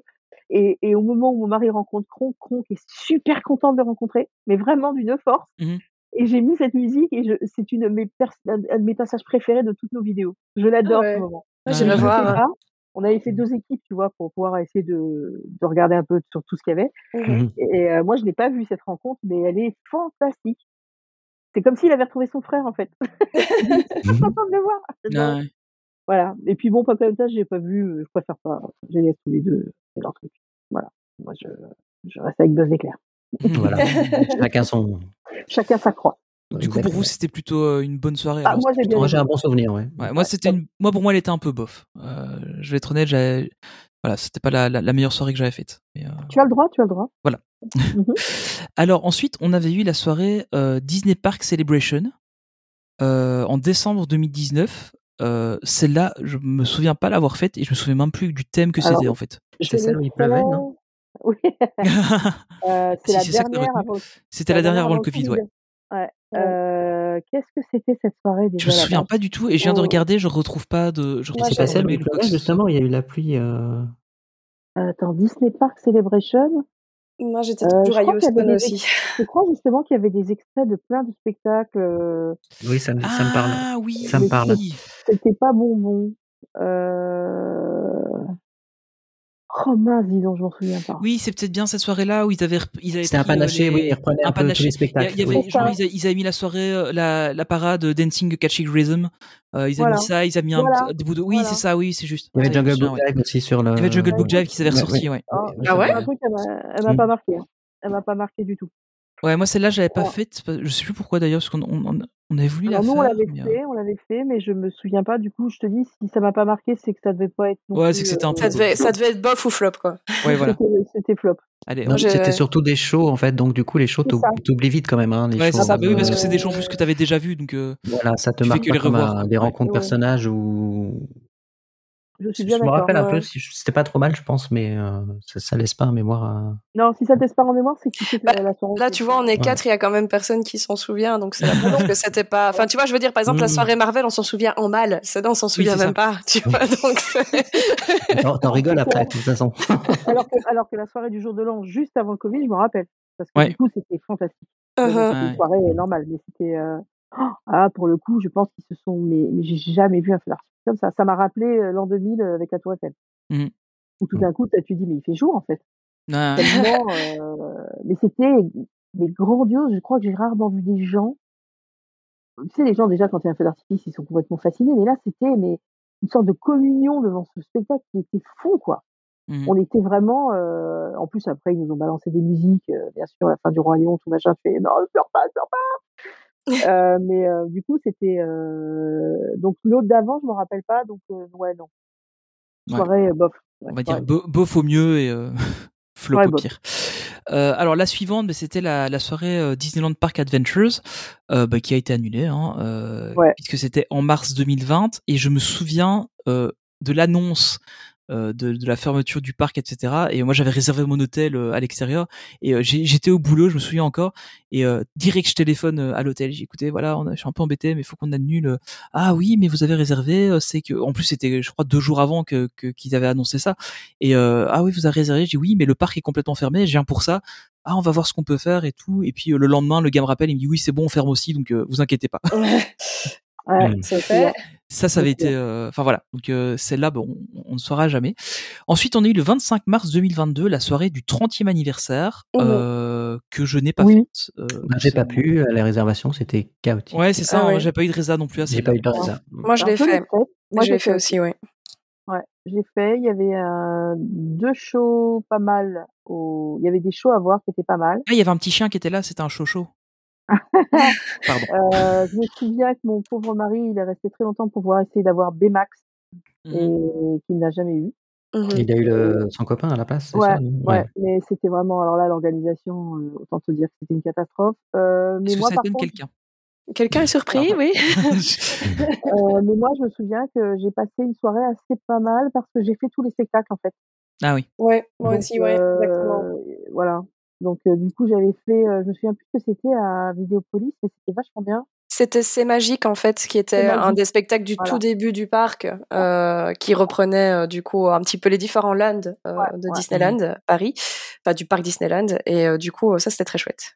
Speaker 7: et, et au moment où mon mari rencontre Kronk, Kronk est super content de le rencontrer, mais vraiment d'une force. Mm -hmm. Et j'ai mis cette musique et c'est une de mes, un de mes passages préférés de toutes nos vidéos. Je l'adore ouais. ce moment.
Speaker 11: Ouais, je voir.
Speaker 7: Là, on avait fait deux équipes, tu vois, pour pouvoir essayer de, de regarder un peu sur tout ce qu'il y avait. <laughs> Mmh. Et euh, moi, je n'ai pas vu cette rencontre, mais elle est fantastique. C'est comme s'il avait retrouvé son frère, en fait. <laughs> je suis
Speaker 1: Mhm.
Speaker 7: contente de le
Speaker 1: Ah
Speaker 7: voir. Ouais.
Speaker 1: <laughs>
Speaker 7: Voilà. Et puis bon, Papa Otage, j'ai pas vu. euh, Je préfère pas. J'ai laisse tous les deux. C'est leur truc. Voilà. Moi, je, je reste avec Buzz d'éclair.
Speaker 9: voilà. <laughs> Chacun son.
Speaker 7: Chacun sa croix.
Speaker 1: Du coup, pour vous, c'était plutôt euh, une bonne soirée.
Speaker 7: Ah, moi,
Speaker 9: j'ai un bon souvenir, ouais.
Speaker 1: ouais moi, c'était une... moi, pour moi, elle était un peu bof. Euh, je vais être honnête, voilà, c'était pas la, la, la, meilleure soirée que j'avais faite.
Speaker 7: Euh... Tu as le droit, tu as le droit.
Speaker 1: Voilà. Mm -hmm. Alors ensuite, on avait eu la soirée euh, Disney Park Celebration euh, en décembre 2019. Euh, Celle-là, je me souviens pas l'avoir faite et je me souviens même plus du thème que c'était en fait.
Speaker 9: C'est celle où il pleuvait, non
Speaker 7: <laughs> oui.
Speaker 1: <laughs>
Speaker 7: euh, c'était si, la, dernière
Speaker 1: avant... la, la dernière avant le Covid, ouais.
Speaker 7: ouais. Euh, Qu'est-ce que c'était cette soirée déjà
Speaker 1: Je me souviens pas du tout et je
Speaker 9: Oh.
Speaker 1: viens de regarder, je retrouve pas de. Je retrouve
Speaker 9: ouais, pas celle où il justement, il y a eu la pluie. Euh...
Speaker 7: Attends, Disney Park Celebration.
Speaker 11: Moi, j'étais toujours à Houston aussi.
Speaker 7: Des... Je crois justement qu'il y avait des extraits de plein de spectacles. euh,
Speaker 9: Oui, ça me, ça me parle.
Speaker 1: Ah oui,
Speaker 9: ça me parle.
Speaker 7: C'était pas bonbon. Euh... Oh mince, dis donc, je m'en souviens pas.
Speaker 1: Oui, c'est peut-être bien cette soirée-là où ils avaient. Ils avaient euh,
Speaker 9: C'était un panaché, euh, les... oui, ils reprenaient un, un peu panaché. tous les spectacles.
Speaker 1: Il y avait, oui. genre, ils, avaient, ils, avaient, mis la soirée, euh, la, la parade euh, Dancing Catching Rhythm. Euh, ils avaient voilà. mis ça, ils avaient mis voilà. un bout de. Oui, voilà. c'est ça, oui, c'est juste.
Speaker 9: Il y avait Jungle Book euh, Jive ouais. aussi sur le.
Speaker 1: Il y avait Jungle Book Jive qui s'avait ressorti, ouais.
Speaker 7: Oh,
Speaker 11: Ah
Speaker 9: bah
Speaker 11: ouais
Speaker 7: un truc, elle m'a pas marqué. Hein. Elle m'a pas marqué du tout.
Speaker 1: Ouais, moi celle-là, je l'avais pas faite. Je sais plus pourquoi d'ailleurs, parce qu'on on, on avait voulu Alors la
Speaker 7: nous,
Speaker 1: faire. euh,
Speaker 7: on l'avait mais... fait, on l'avait fait, mais je me souviens pas. Du coup, je te dis, si ça m'a pas marqué, c'est que ça devait pas être. euh,
Speaker 1: ouais, c'est que c'était un peu.
Speaker 11: Ça devait, ça devait être bof ou flop, quoi.
Speaker 1: Ouais, voilà.
Speaker 7: C'était flop.
Speaker 1: Allez,
Speaker 9: c'était surtout des shows en fait, donc du coup les shows t'oublies vite quand même. Hein, les
Speaker 1: ouais, shows, ça. Bah, oui, parce que c'est des shows en plus que t'avais déjà vu, donc. Euh,
Speaker 9: voilà, ça te marque comme un, des rencontres ouais. personnages ou. Où...
Speaker 7: Je, suis bien
Speaker 9: je me rappelle un peu, c'était pas trop mal, je pense, mais euh, ça, ça, laisse pas en mémoire. Euh...
Speaker 7: Non, si ça te laisse pas en mémoire, c'est que tu sais
Speaker 11: bah, la Là, tu vois, on est quatre, il ouais. y a quand même personne qui s'en souvient, donc c'est la preuve que c'était pas. Enfin, tu vois, je veux dire, par exemple, la soirée Marvel, on s'en souvient en mal. Celle-là, on s'en souvient Mm. oui, même ça. pas. <laughs> Tu vois, donc. <laughs>
Speaker 9: alors, euh, t'en rigoles après, de toute façon.
Speaker 7: alors, que, alors que la soirée du jour de l'an, juste avant le Covid, je me rappelle. Parce que ouais. du coup, c'était fantastique. Uh -huh.
Speaker 11: Uh-huh.
Speaker 7: C'était une soirée normale, mais c'était. Euh... Ah, pour le coup, je pense qu'ils se sont. Mais, mais j'ai jamais vu un feu d'artifice comme ça. Ça m'a rappelé euh, l'an 2000 avec la Tour Eiffel. Mmh. Où tout d'un coup, tu dis, mais il fait jour, en fait. Ah.
Speaker 1: <laughs>
Speaker 7: <laughs> Tellement, euh... mais c'était mais grandiose. Je crois que j'ai rarement vu des gens. Tu sais, les gens, déjà, quand il y a un feu d'artifice, ils sont complètement fascinés. Mais là, c'était mais une sorte de communion devant ce spectacle qui était fou, quoi.
Speaker 1: Mm.
Speaker 7: Mmh. On était vraiment. Euh... en plus, après, ils nous ont balancé des musiques, euh, bien sûr, à la fin du Roi Lion, tout machin. Tu fais, non, pleure pas, pleure pas
Speaker 1: <laughs>
Speaker 7: euh, mais euh, du coup, c'était euh... donc l'autre d'avant, je me rappelle pas, donc euh, ouais non. Soirée ouais. bof. Ouais,
Speaker 1: On va dire bo bof au mieux et euh, <laughs> flop ouais, au bof. pire. Euh, alors la suivante, ben, c'était la, la, soirée euh, Disneyland Park Adventures, bah, qui a été annulée, hein, puisque c'était en mars 2020. Et je me souviens euh, de l'annonce euh, de, de, la fermeture du parc, etc. Et moi, j'avais réservé mon hôtel euh, à l'extérieur et euh, j'étais au boulot, je me souviens encore. Et euh, direct, je téléphone euh, à l'hôtel. J'ai écouté, voilà, on a, je suis un peu embêté, mais il faut qu'on annule. Ah oui, mais vous avez réservé. euh, C'est que, en plus, c'était, je crois, deux jours avant que qu'ils qu avaient annoncé ça. Et euh, ah oui, vous avez réservé. J'ai dit oui, mais le parc est complètement fermé. Je viens pour ça. Ah, on va voir ce qu'on peut faire et tout. Et puis euh, le lendemain, le gars me rappelle, il me dit oui, c'est bon, on ferme aussi, donc euh, vous inquiétez pas. <laughs>
Speaker 11: Mm. Ouais,
Speaker 1: Mm.
Speaker 11: mmh. fait.
Speaker 1: Ça, ça avait été. Enfin euh, voilà. Donc euh, celle-là, bon, on, on, ne saura jamais. Ensuite, on a eu le 25 mars 2022, la soirée du 30e anniversaire mmh. euh, que je n'ai pas oui. faite. euh,
Speaker 9: Ben, j'ai pas pu. Les réservations, c'était chaotique.
Speaker 1: hein, Ouais, c'est ça. Ah, ouais. J'ai pas eu de résa non plus.
Speaker 9: J'ai pas eu de résa.
Speaker 11: Moi, je l'ai fait.
Speaker 10: Moi, j'ai fait, fait aussi, oui.
Speaker 7: Ouais, j'ai fait. Il y avait euh, deux shows pas mal. Au... Il y avait des shows à voir qui étaient pas mal.
Speaker 1: Ah, il y avait un petit chien qui était là, c'était un show-show. Pardon.
Speaker 7: Euh, je me souviens que mon pauvre mari, il est resté très longtemps pour pouvoir essayer d'avoir Bmax
Speaker 1: Mm.
Speaker 7: mmh. et qu'il n'a jamais eu.
Speaker 11: Mm-hmm.
Speaker 9: Mmh. Il a eu le... son copain à la place,
Speaker 7: ouais,
Speaker 9: ça
Speaker 7: ouais. ouais, mais c'était vraiment. Alors là, l'organisation, euh, autant te dire que c'était une catastrophe. Euh, mais
Speaker 1: que
Speaker 7: moi,
Speaker 1: ça
Speaker 7: par
Speaker 1: donne
Speaker 7: contre,
Speaker 1: quelqu'un <laughs>
Speaker 11: Quelqu'un est surpris, oui.
Speaker 7: euh, mais moi, je me souviens que j'ai passé une soirée assez pas mal parce que j'ai fait tous les spectacles, en fait. Euh,
Speaker 1: Ah oui.
Speaker 10: Ouais, moi Donc, aussi, ouais, exactement.
Speaker 11: euh,
Speaker 7: Voilà. Donc, euh, du coup, j'avais fait. euh, je me souviens plus que c'était à Vidéopolis, mais c'était vachement bien.
Speaker 11: C'était C'est Magique, en fait, qui était un des spectacles du voilà. tout début du parc, euh, qui reprenait, euh, du coup, un petit peu les différents lands euh, ouais, de ouais, Disneyland, ouais. Paris, enfin, du parc Disneyland. Et euh, du coup, ça, c'était très chouette.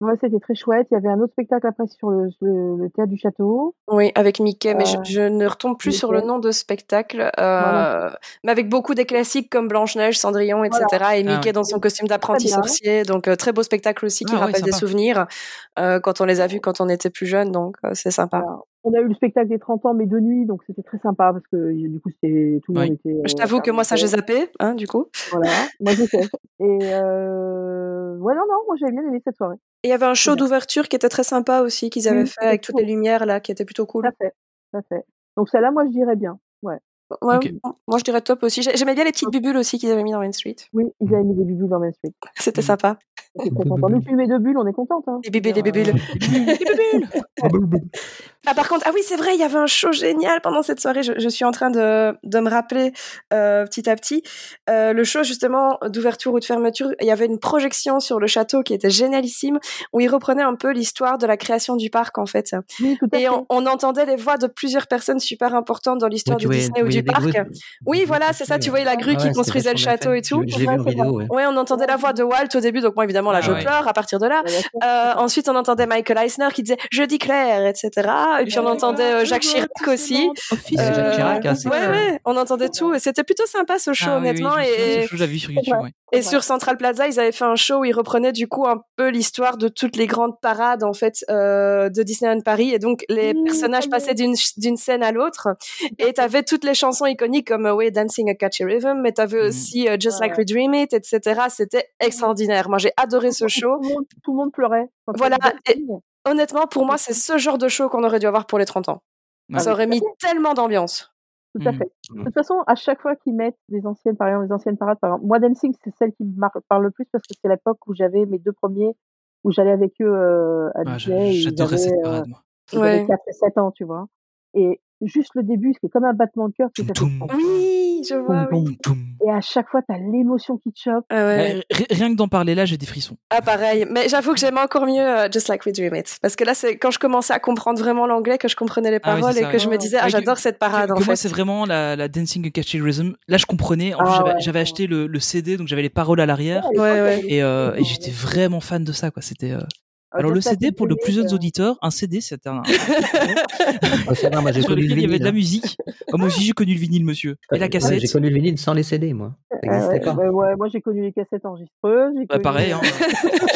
Speaker 7: Ouais, c'était très chouette. Il y avait un autre spectacle après sur le, le, le théâtre du château.
Speaker 11: Oui, avec Mickey, mais je, je, ne retombe plus Euh, Mickey. sur le nom de spectacle. Voilà. Mais avec beaucoup des classiques comme Blanche-Neige, Cendrillon, etc. Voilà. Et Mickey ah, dans son costume d'apprenti sorcier. Donc, euh, très beau spectacle aussi qui ah, rappelle des souvenirs euh, quand on les a vus quand on était plus jeune donc euh, c'est sympa.
Speaker 7: Alors, on a eu le spectacle des 30 ans, mais de nuit, donc c'était très sympa parce que du coup, c'était tout le oui. monde était.
Speaker 11: je t'avoue euh, que moi, ça, j'ai zappé, hein, du coup.
Speaker 7: Voilà, moi, j'ai
Speaker 11: <laughs>
Speaker 7: fait. Et euh... ouais, non, non, moi, j'avais bien aimé cette soirée.
Speaker 11: Et il y avait un show d'ouverture qui était très sympa aussi, qu'ils avaient oui, fait avec cool. toutes les lumières, là, qui était plutôt cool.
Speaker 7: Ça fait, ça fait. Donc, celle-là, moi, je dirais bien. Ouais.
Speaker 11: Ouais, okay. Moi, je dirais top aussi. J'aimais bien les petites bulles aussi qu'ils avaient mis dans Main Street. <laughs>
Speaker 7: Oui, ils avaient mis des bulles dans Main Street.
Speaker 11: C'était sympa.
Speaker 7: Nous, tu mets deux bulles, on est contente. Hein.
Speaker 11: Des bulles, des bulles. des bulles. ah, par contre, ah oui, c'est vrai, il y avait un show génial pendant cette soirée. Je, je suis en train de, de me rappeler euh, petit à petit. Euh, le show, justement, d'ouverture ou de fermeture, il y avait une projection sur le château qui était génialissime, où ils reprenaient un peu l'histoire de la création du parc, en fait.
Speaker 7: Oui, tout à
Speaker 11: Et
Speaker 7: fait.
Speaker 11: On, on, entendait les voix de plusieurs personnes super importantes dans l'histoire oui, du Disney oui, ou du parc. Oui, voilà, c'est ça. Tu voyais la grue ah ouais, qui construisait le château et tout.
Speaker 9: Je l'ai vu en vidéo. Ouais.
Speaker 11: ouais. on entendait la voix de Walt au début, donc moi évidemment là ah je ouais. pleure à partir de
Speaker 7: Bah,
Speaker 11: là. Euh, ensuite, on entendait Michael Eisner qui disait Je déclare, etc. Et puis on entendait euh, Jacques Chirac aussi.
Speaker 9: Euh, Jacques Chirac,
Speaker 1: hein,
Speaker 11: ouais, ouais, on entendait tout. Et c'était plutôt sympa ce show, hein, ah, honnêtement. Oui,
Speaker 1: oui, je et j'avais sur YouTube.
Speaker 11: Et sur Central Plaza, ils avaient fait un show où ils reprenaient du coup un peu l'histoire de toutes les grandes parades en fait euh, de Disneyland Paris. Et donc les mmh, personnages passaient d'une scène à l'autre. Et t'avais toutes les chansons iconiques comme Away Dancing a Catchy Rhythm, mais t'avais mmh. aussi uh, Just ouais. Like We Dream It, etc. C'était extraordinaire. Moi, j'ai adoré ce show.
Speaker 7: Tout le monde, tout le monde pleurait.
Speaker 11: Voilà. Et, honnêtement, pour moi, c'est ce genre de show qu'on aurait dû avoir pour les 30 ans. Ouais. Ça aurait mis tellement d'ambiance.
Speaker 7: Tout à fait. Mmh. De toute façon, à chaque fois qu'ils mettent des anciennes, par exemple, des anciennes parades, par exemple, moi, Dancing, c'est celle qui me parle le plus parce que c'est l'époque où j'avais mes deux premiers, où j'allais avec eux euh, à
Speaker 1: ah, J'adorais
Speaker 7: euh,
Speaker 1: cette parade, moi. J'avais
Speaker 7: ouais. 4 et 7 ans, tu vois. Et juste le début, c'est comme un battement de cœur.
Speaker 11: Oui, je vois. Toum, Ah oui.
Speaker 7: Toum. Et à chaque fois, t'as l'émotion qui te chope.
Speaker 11: Ah ouais.
Speaker 1: Rien que d'en parler là, j'ai des frissons.
Speaker 11: Ah pareil, mais j'avoue que j'aimais encore mieux uh, Just Like We Dream It, parce que là, c'est quand je commençais à comprendre vraiment l'anglais que je comprenais les paroles ah ouais, et que ouais. je me disais, ah j'adore cette parade. Que, en
Speaker 1: que
Speaker 11: fait.
Speaker 1: moi, c'est vraiment la, la Dancing Catchy Rhythm. Là, je comprenais. En ah j'avais acheté le, le, CD, donc j'avais les paroles à l'arrière. Et, euh, et j'étais vraiment fan de ça, quoi. C'était. Euh...
Speaker 11: Oh,
Speaker 1: Alors, le CD, pour les plus
Speaker 11: euh.
Speaker 1: jeunes auditeurs, un CD, c'est un.
Speaker 9: moi, j'ai connu hein.
Speaker 1: il y avait de la musique. Ah, moi aussi, j'ai connu le vinyle, monsieur. Et la cassette.
Speaker 9: J'ai connu le vinyle sans les CD, moi.
Speaker 7: Bah, moi, j'ai connu les cassettes enregistreuses.
Speaker 1: Bah, pareil. hein.
Speaker 11: <laughs>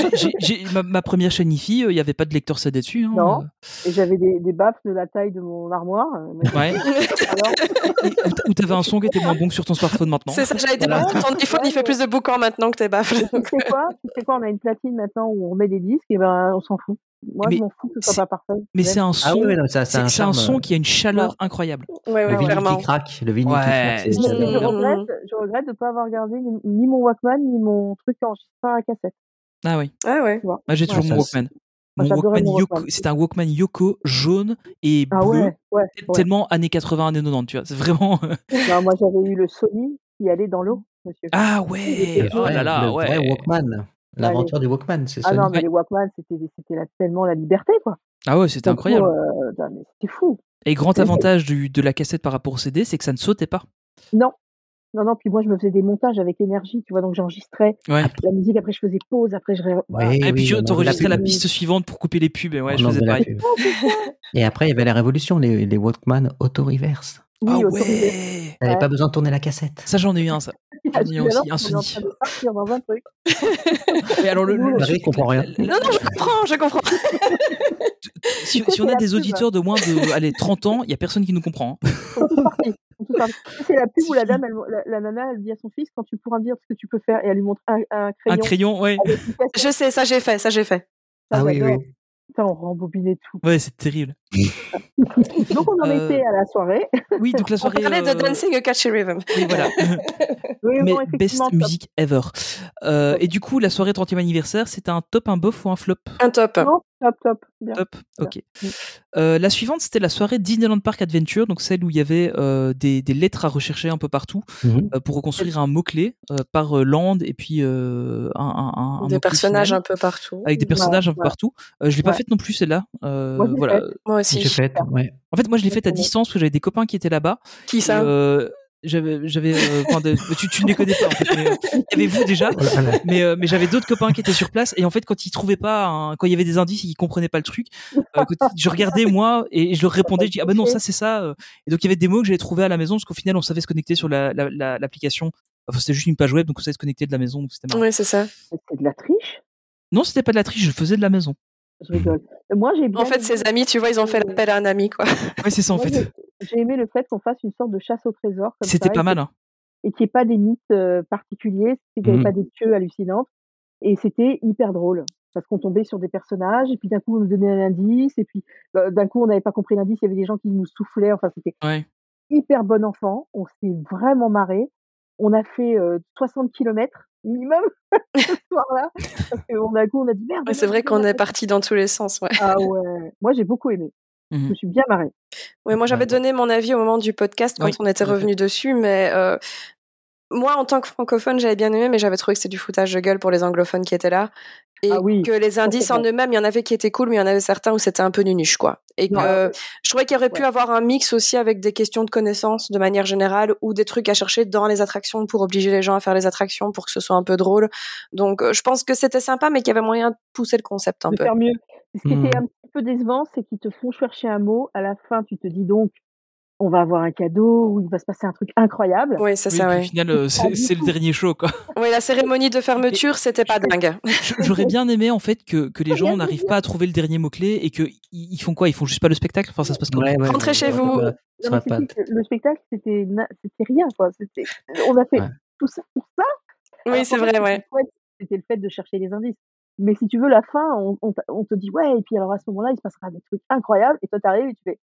Speaker 1: ma, première chaîne IFI, il n'y avait pas de lecteur CD dessus. hein.
Speaker 7: Non. Et j'avais des, baffes de la taille de mon armoire. Euh, <laughs>
Speaker 1: Ouais. Ou t'avais un son qui était moins bon que sur ton smartphone maintenant.
Speaker 11: C'est ça, j'avais dit, ton iPhone, il fait plus de boucan maintenant que tes <laughs> baffes.
Speaker 7: C'est quoi, quoi On a une platine maintenant où on met des disques. Et ben, on s'en fout. Moi, mais je m'en fous que ce soit pas parfait.
Speaker 1: Mais c'est un son, ah ouais, c'est un, charme... euh. un, son qui a une chaleur ouais. incroyable.
Speaker 11: Ouais,
Speaker 9: le vinyle qui craque, le vinyle qui craque.
Speaker 7: Je, je, regrette, je regrette de ne pas avoir gardé ni, ni mon Walkman, ni mon truc enregistreur à cassette.
Speaker 1: Ah oui.
Speaker 11: Ah ouais.
Speaker 1: Moi, j'ai toujours mon Walkman. Mon Walkman, Walkman. c'est un Walkman Yoko jaune et ah bleu, tellement années 80, années 90, tu vois. C'est vraiment. <laughs>
Speaker 7: non, moi j'avais eu le Sony qui allait dans l'eau, monsieur.
Speaker 1: Ah ouais, oh là là,
Speaker 9: le
Speaker 1: ouais.
Speaker 9: Vrai Walkman. L'aventure du Walkman, c'est ça.
Speaker 7: Ah non, mais les Walkman, c'était tellement la liberté, quoi.
Speaker 1: Ah ouais, c'était incroyable.
Speaker 7: Euh, c'était fou.
Speaker 1: Et grand avantage du, de la cassette par rapport au CD, c'est que ça ne sautait pas.
Speaker 7: Non. Non, non, puis moi, je me faisais des montages avec énergie, tu vois, donc j'enregistrais
Speaker 1: ouais.
Speaker 7: la musique, après je faisais pause, après je...
Speaker 1: Ouais, et Eh oui, Ah, puis tu enregistrais la piste suivante pour couper les pubs, et ouais, on je faisais pareil.
Speaker 9: et après, il y avait la révolution, les, les Walkman auto-reverse.
Speaker 1: Oui, ah ouais
Speaker 9: T'avais ouais. pas besoin de tourner la cassette.
Speaker 1: Ça, j'en ai eu un, ça. J'en ai eu aussi, un Sony. Et alors, le, le,
Speaker 9: Marie comprend rien.
Speaker 11: Non, non, je comprends, je comprends.
Speaker 1: si, si on a des pub. auditeurs de moins de allez, 30 ans, il n'y a personne qui nous comprend. <laughs>
Speaker 7: Hein. C'est la pub où la, dame, elle, la, la, nana, elle dit à son fils quand tu pourras me dire ce que tu peux faire et elle lui montre un, un crayon.
Speaker 1: Un crayon, ouais.
Speaker 11: Je sais, ça j'ai fait, ça j'ai fait.
Speaker 7: Ça,
Speaker 9: ah oui, oui.
Speaker 7: Putain, on rembobinait
Speaker 1: <laughs>
Speaker 7: tout.
Speaker 1: Ouais, c'est terrible.
Speaker 7: donc on en euh... était à la soirée. <laughs>
Speaker 1: Oui, donc la soirée.
Speaker 11: On parlait euh... de Dancing a Catchy Rhythm.
Speaker 1: Oui, voilà.
Speaker 7: oui,
Speaker 1: Mais bon, best music ever. Euh, et du coup, la soirée 30e anniversaire, c'était un top, un bof ou un flop
Speaker 11: Un top.
Speaker 7: Non, top, top. Bien.
Speaker 1: Top, ok. Bien. la suivante, c'était la soirée Disneyland Park Adventure, donc celle où il y avait euh, des, des, lettres à rechercher un peu partout mm -hmm. pour reconstruire un mot-clé euh, par land et puis euh, un, un,
Speaker 11: un, Des personnages final, un peu partout.
Speaker 1: Avec des personnages ouais, un peu ouais. partout. Euh, je l'ai ouais. pas faite non plus, celle-là. Euh, voilà.
Speaker 11: Fait. Moi aussi.
Speaker 9: Fait,
Speaker 11: <laughs>
Speaker 9: ouais.
Speaker 1: En fait, moi, je l'ai faite à distance parce que j'avais des copains qui étaient là-bas.
Speaker 11: Qui ça
Speaker 1: euh, J'avais, j'avais, euh, de... tu, tu, ne les connais pas. En fait, mais, euh, il y avait vous déjà, mais, euh, mais j'avais d'autres copains qui étaient sur place. Et en fait, quand ils trouvaient pas, hein, quand il y avait des indices, ils comprenaient pas le truc. euh, Quand je <laughs> regardais moi et je leur répondais. Je dis ah ben non, ça c'est ça. Et donc il y avait des mots que j'avais trouvé à la maison parce qu'au final, on savait se connecter sur la, l'application. La, la, enfin, c'était juste une page web, donc on savait se connecter de la maison. Donc c'était
Speaker 11: oui, c'est ça.
Speaker 7: C'était de la triche.
Speaker 1: Non, c'était pas de la triche. Je faisais de la maison.
Speaker 7: Je rigole. Euh, Moi, j'ai
Speaker 11: En fait, aimé... ses amis, tu vois, ils ont fait l'appel à un ami, quoi.
Speaker 1: Ouais, c'est ça, en Moi, fait.
Speaker 7: J'ai ai aimé le fait qu'on fasse une sorte de chasse au trésor.
Speaker 1: C'était pas mal, hein.
Speaker 7: Et qu'il n'y ait pas des mythes euh, particuliers, qu'il n'y avait mmh. pas des queues hallucinantes. Et c'était hyper drôle. Parce qu'on tombait sur des personnages, et puis d'un coup, on nous donnait un indice, et puis euh, d'un coup, on n'avait pas compris l'indice, il y avait des gens qui nous soufflaient. Enfin, c'était
Speaker 1: ouais.
Speaker 7: hyper bon enfant. On s'est vraiment marré. On a fait euh, 60 kilomètres minimum <laughs> ce soir-là. Parce qu'on a coup, on a dit merde.
Speaker 11: Ouais, c'est vrai qu'on est parti dans tous les sens. Ouais.
Speaker 7: Ah ouais. Moi, j'ai beaucoup aimé. Mm
Speaker 1: Mmh.
Speaker 11: Mmh.
Speaker 7: -hmm. Je me suis bien marrée.
Speaker 11: Ouais, moi, j'avais donné mon avis au moment du podcast quand oui, on était revenu dessus, mais euh, moi, en tant que francophone, j'avais bien aimé, mais j'avais trouvé que c'était du foutage de gueule pour les anglophones qui étaient là. Et
Speaker 7: ah oui,
Speaker 11: que les indices en eux-mêmes, il y en avait qui étaient cool, mais il y en avait certains où c'était un peu nunuche, quoi. Et que ouais. je trouvais qu'il aurait pu ouais. avoir un mix aussi avec des questions de connaissances de manière générale ou des trucs à chercher dans les attractions pour obliger les gens à faire les attractions pour que ce soit un peu drôle. Donc, euh, je pense que c'était sympa, mais qu'il y avait moyen de pousser le concept un
Speaker 7: de
Speaker 11: peu.
Speaker 7: Faire mieux. Ce qui mmh. était un petit peu décevant, c'est qu'ils te font chercher un mot. À la fin, tu te dis donc, on va avoir un cadeau ou il va se passer un truc incroyable.
Speaker 11: Oui, c'est ça. Oui,
Speaker 1: Au final, euh, c'est le dernier show, quoi.
Speaker 11: Oui, la cérémonie de fermeture, c'était pas dingue.
Speaker 1: J'aurais bien aimé, en fait, que, que les gens n'arrivent pas à trouver le dernier mot-clé et que ils font quoi Ils font juste pas le spectacle Enfin, ça se passe comme
Speaker 11: ouais, ouais, Rentrez ouais, chez vous.
Speaker 7: Non, pas... Le spectacle, c'était rien, quoi. On a fait tout ça pour ça.
Speaker 11: Oui, c'est vrai, ouais.
Speaker 7: C'était le fait de chercher les indices. Mais si tu veux, la fin, on, on, on te dit, ouais, et puis alors à ce moment-là, il se passera des trucs incroyables, et toi, t'arrives et tu fais,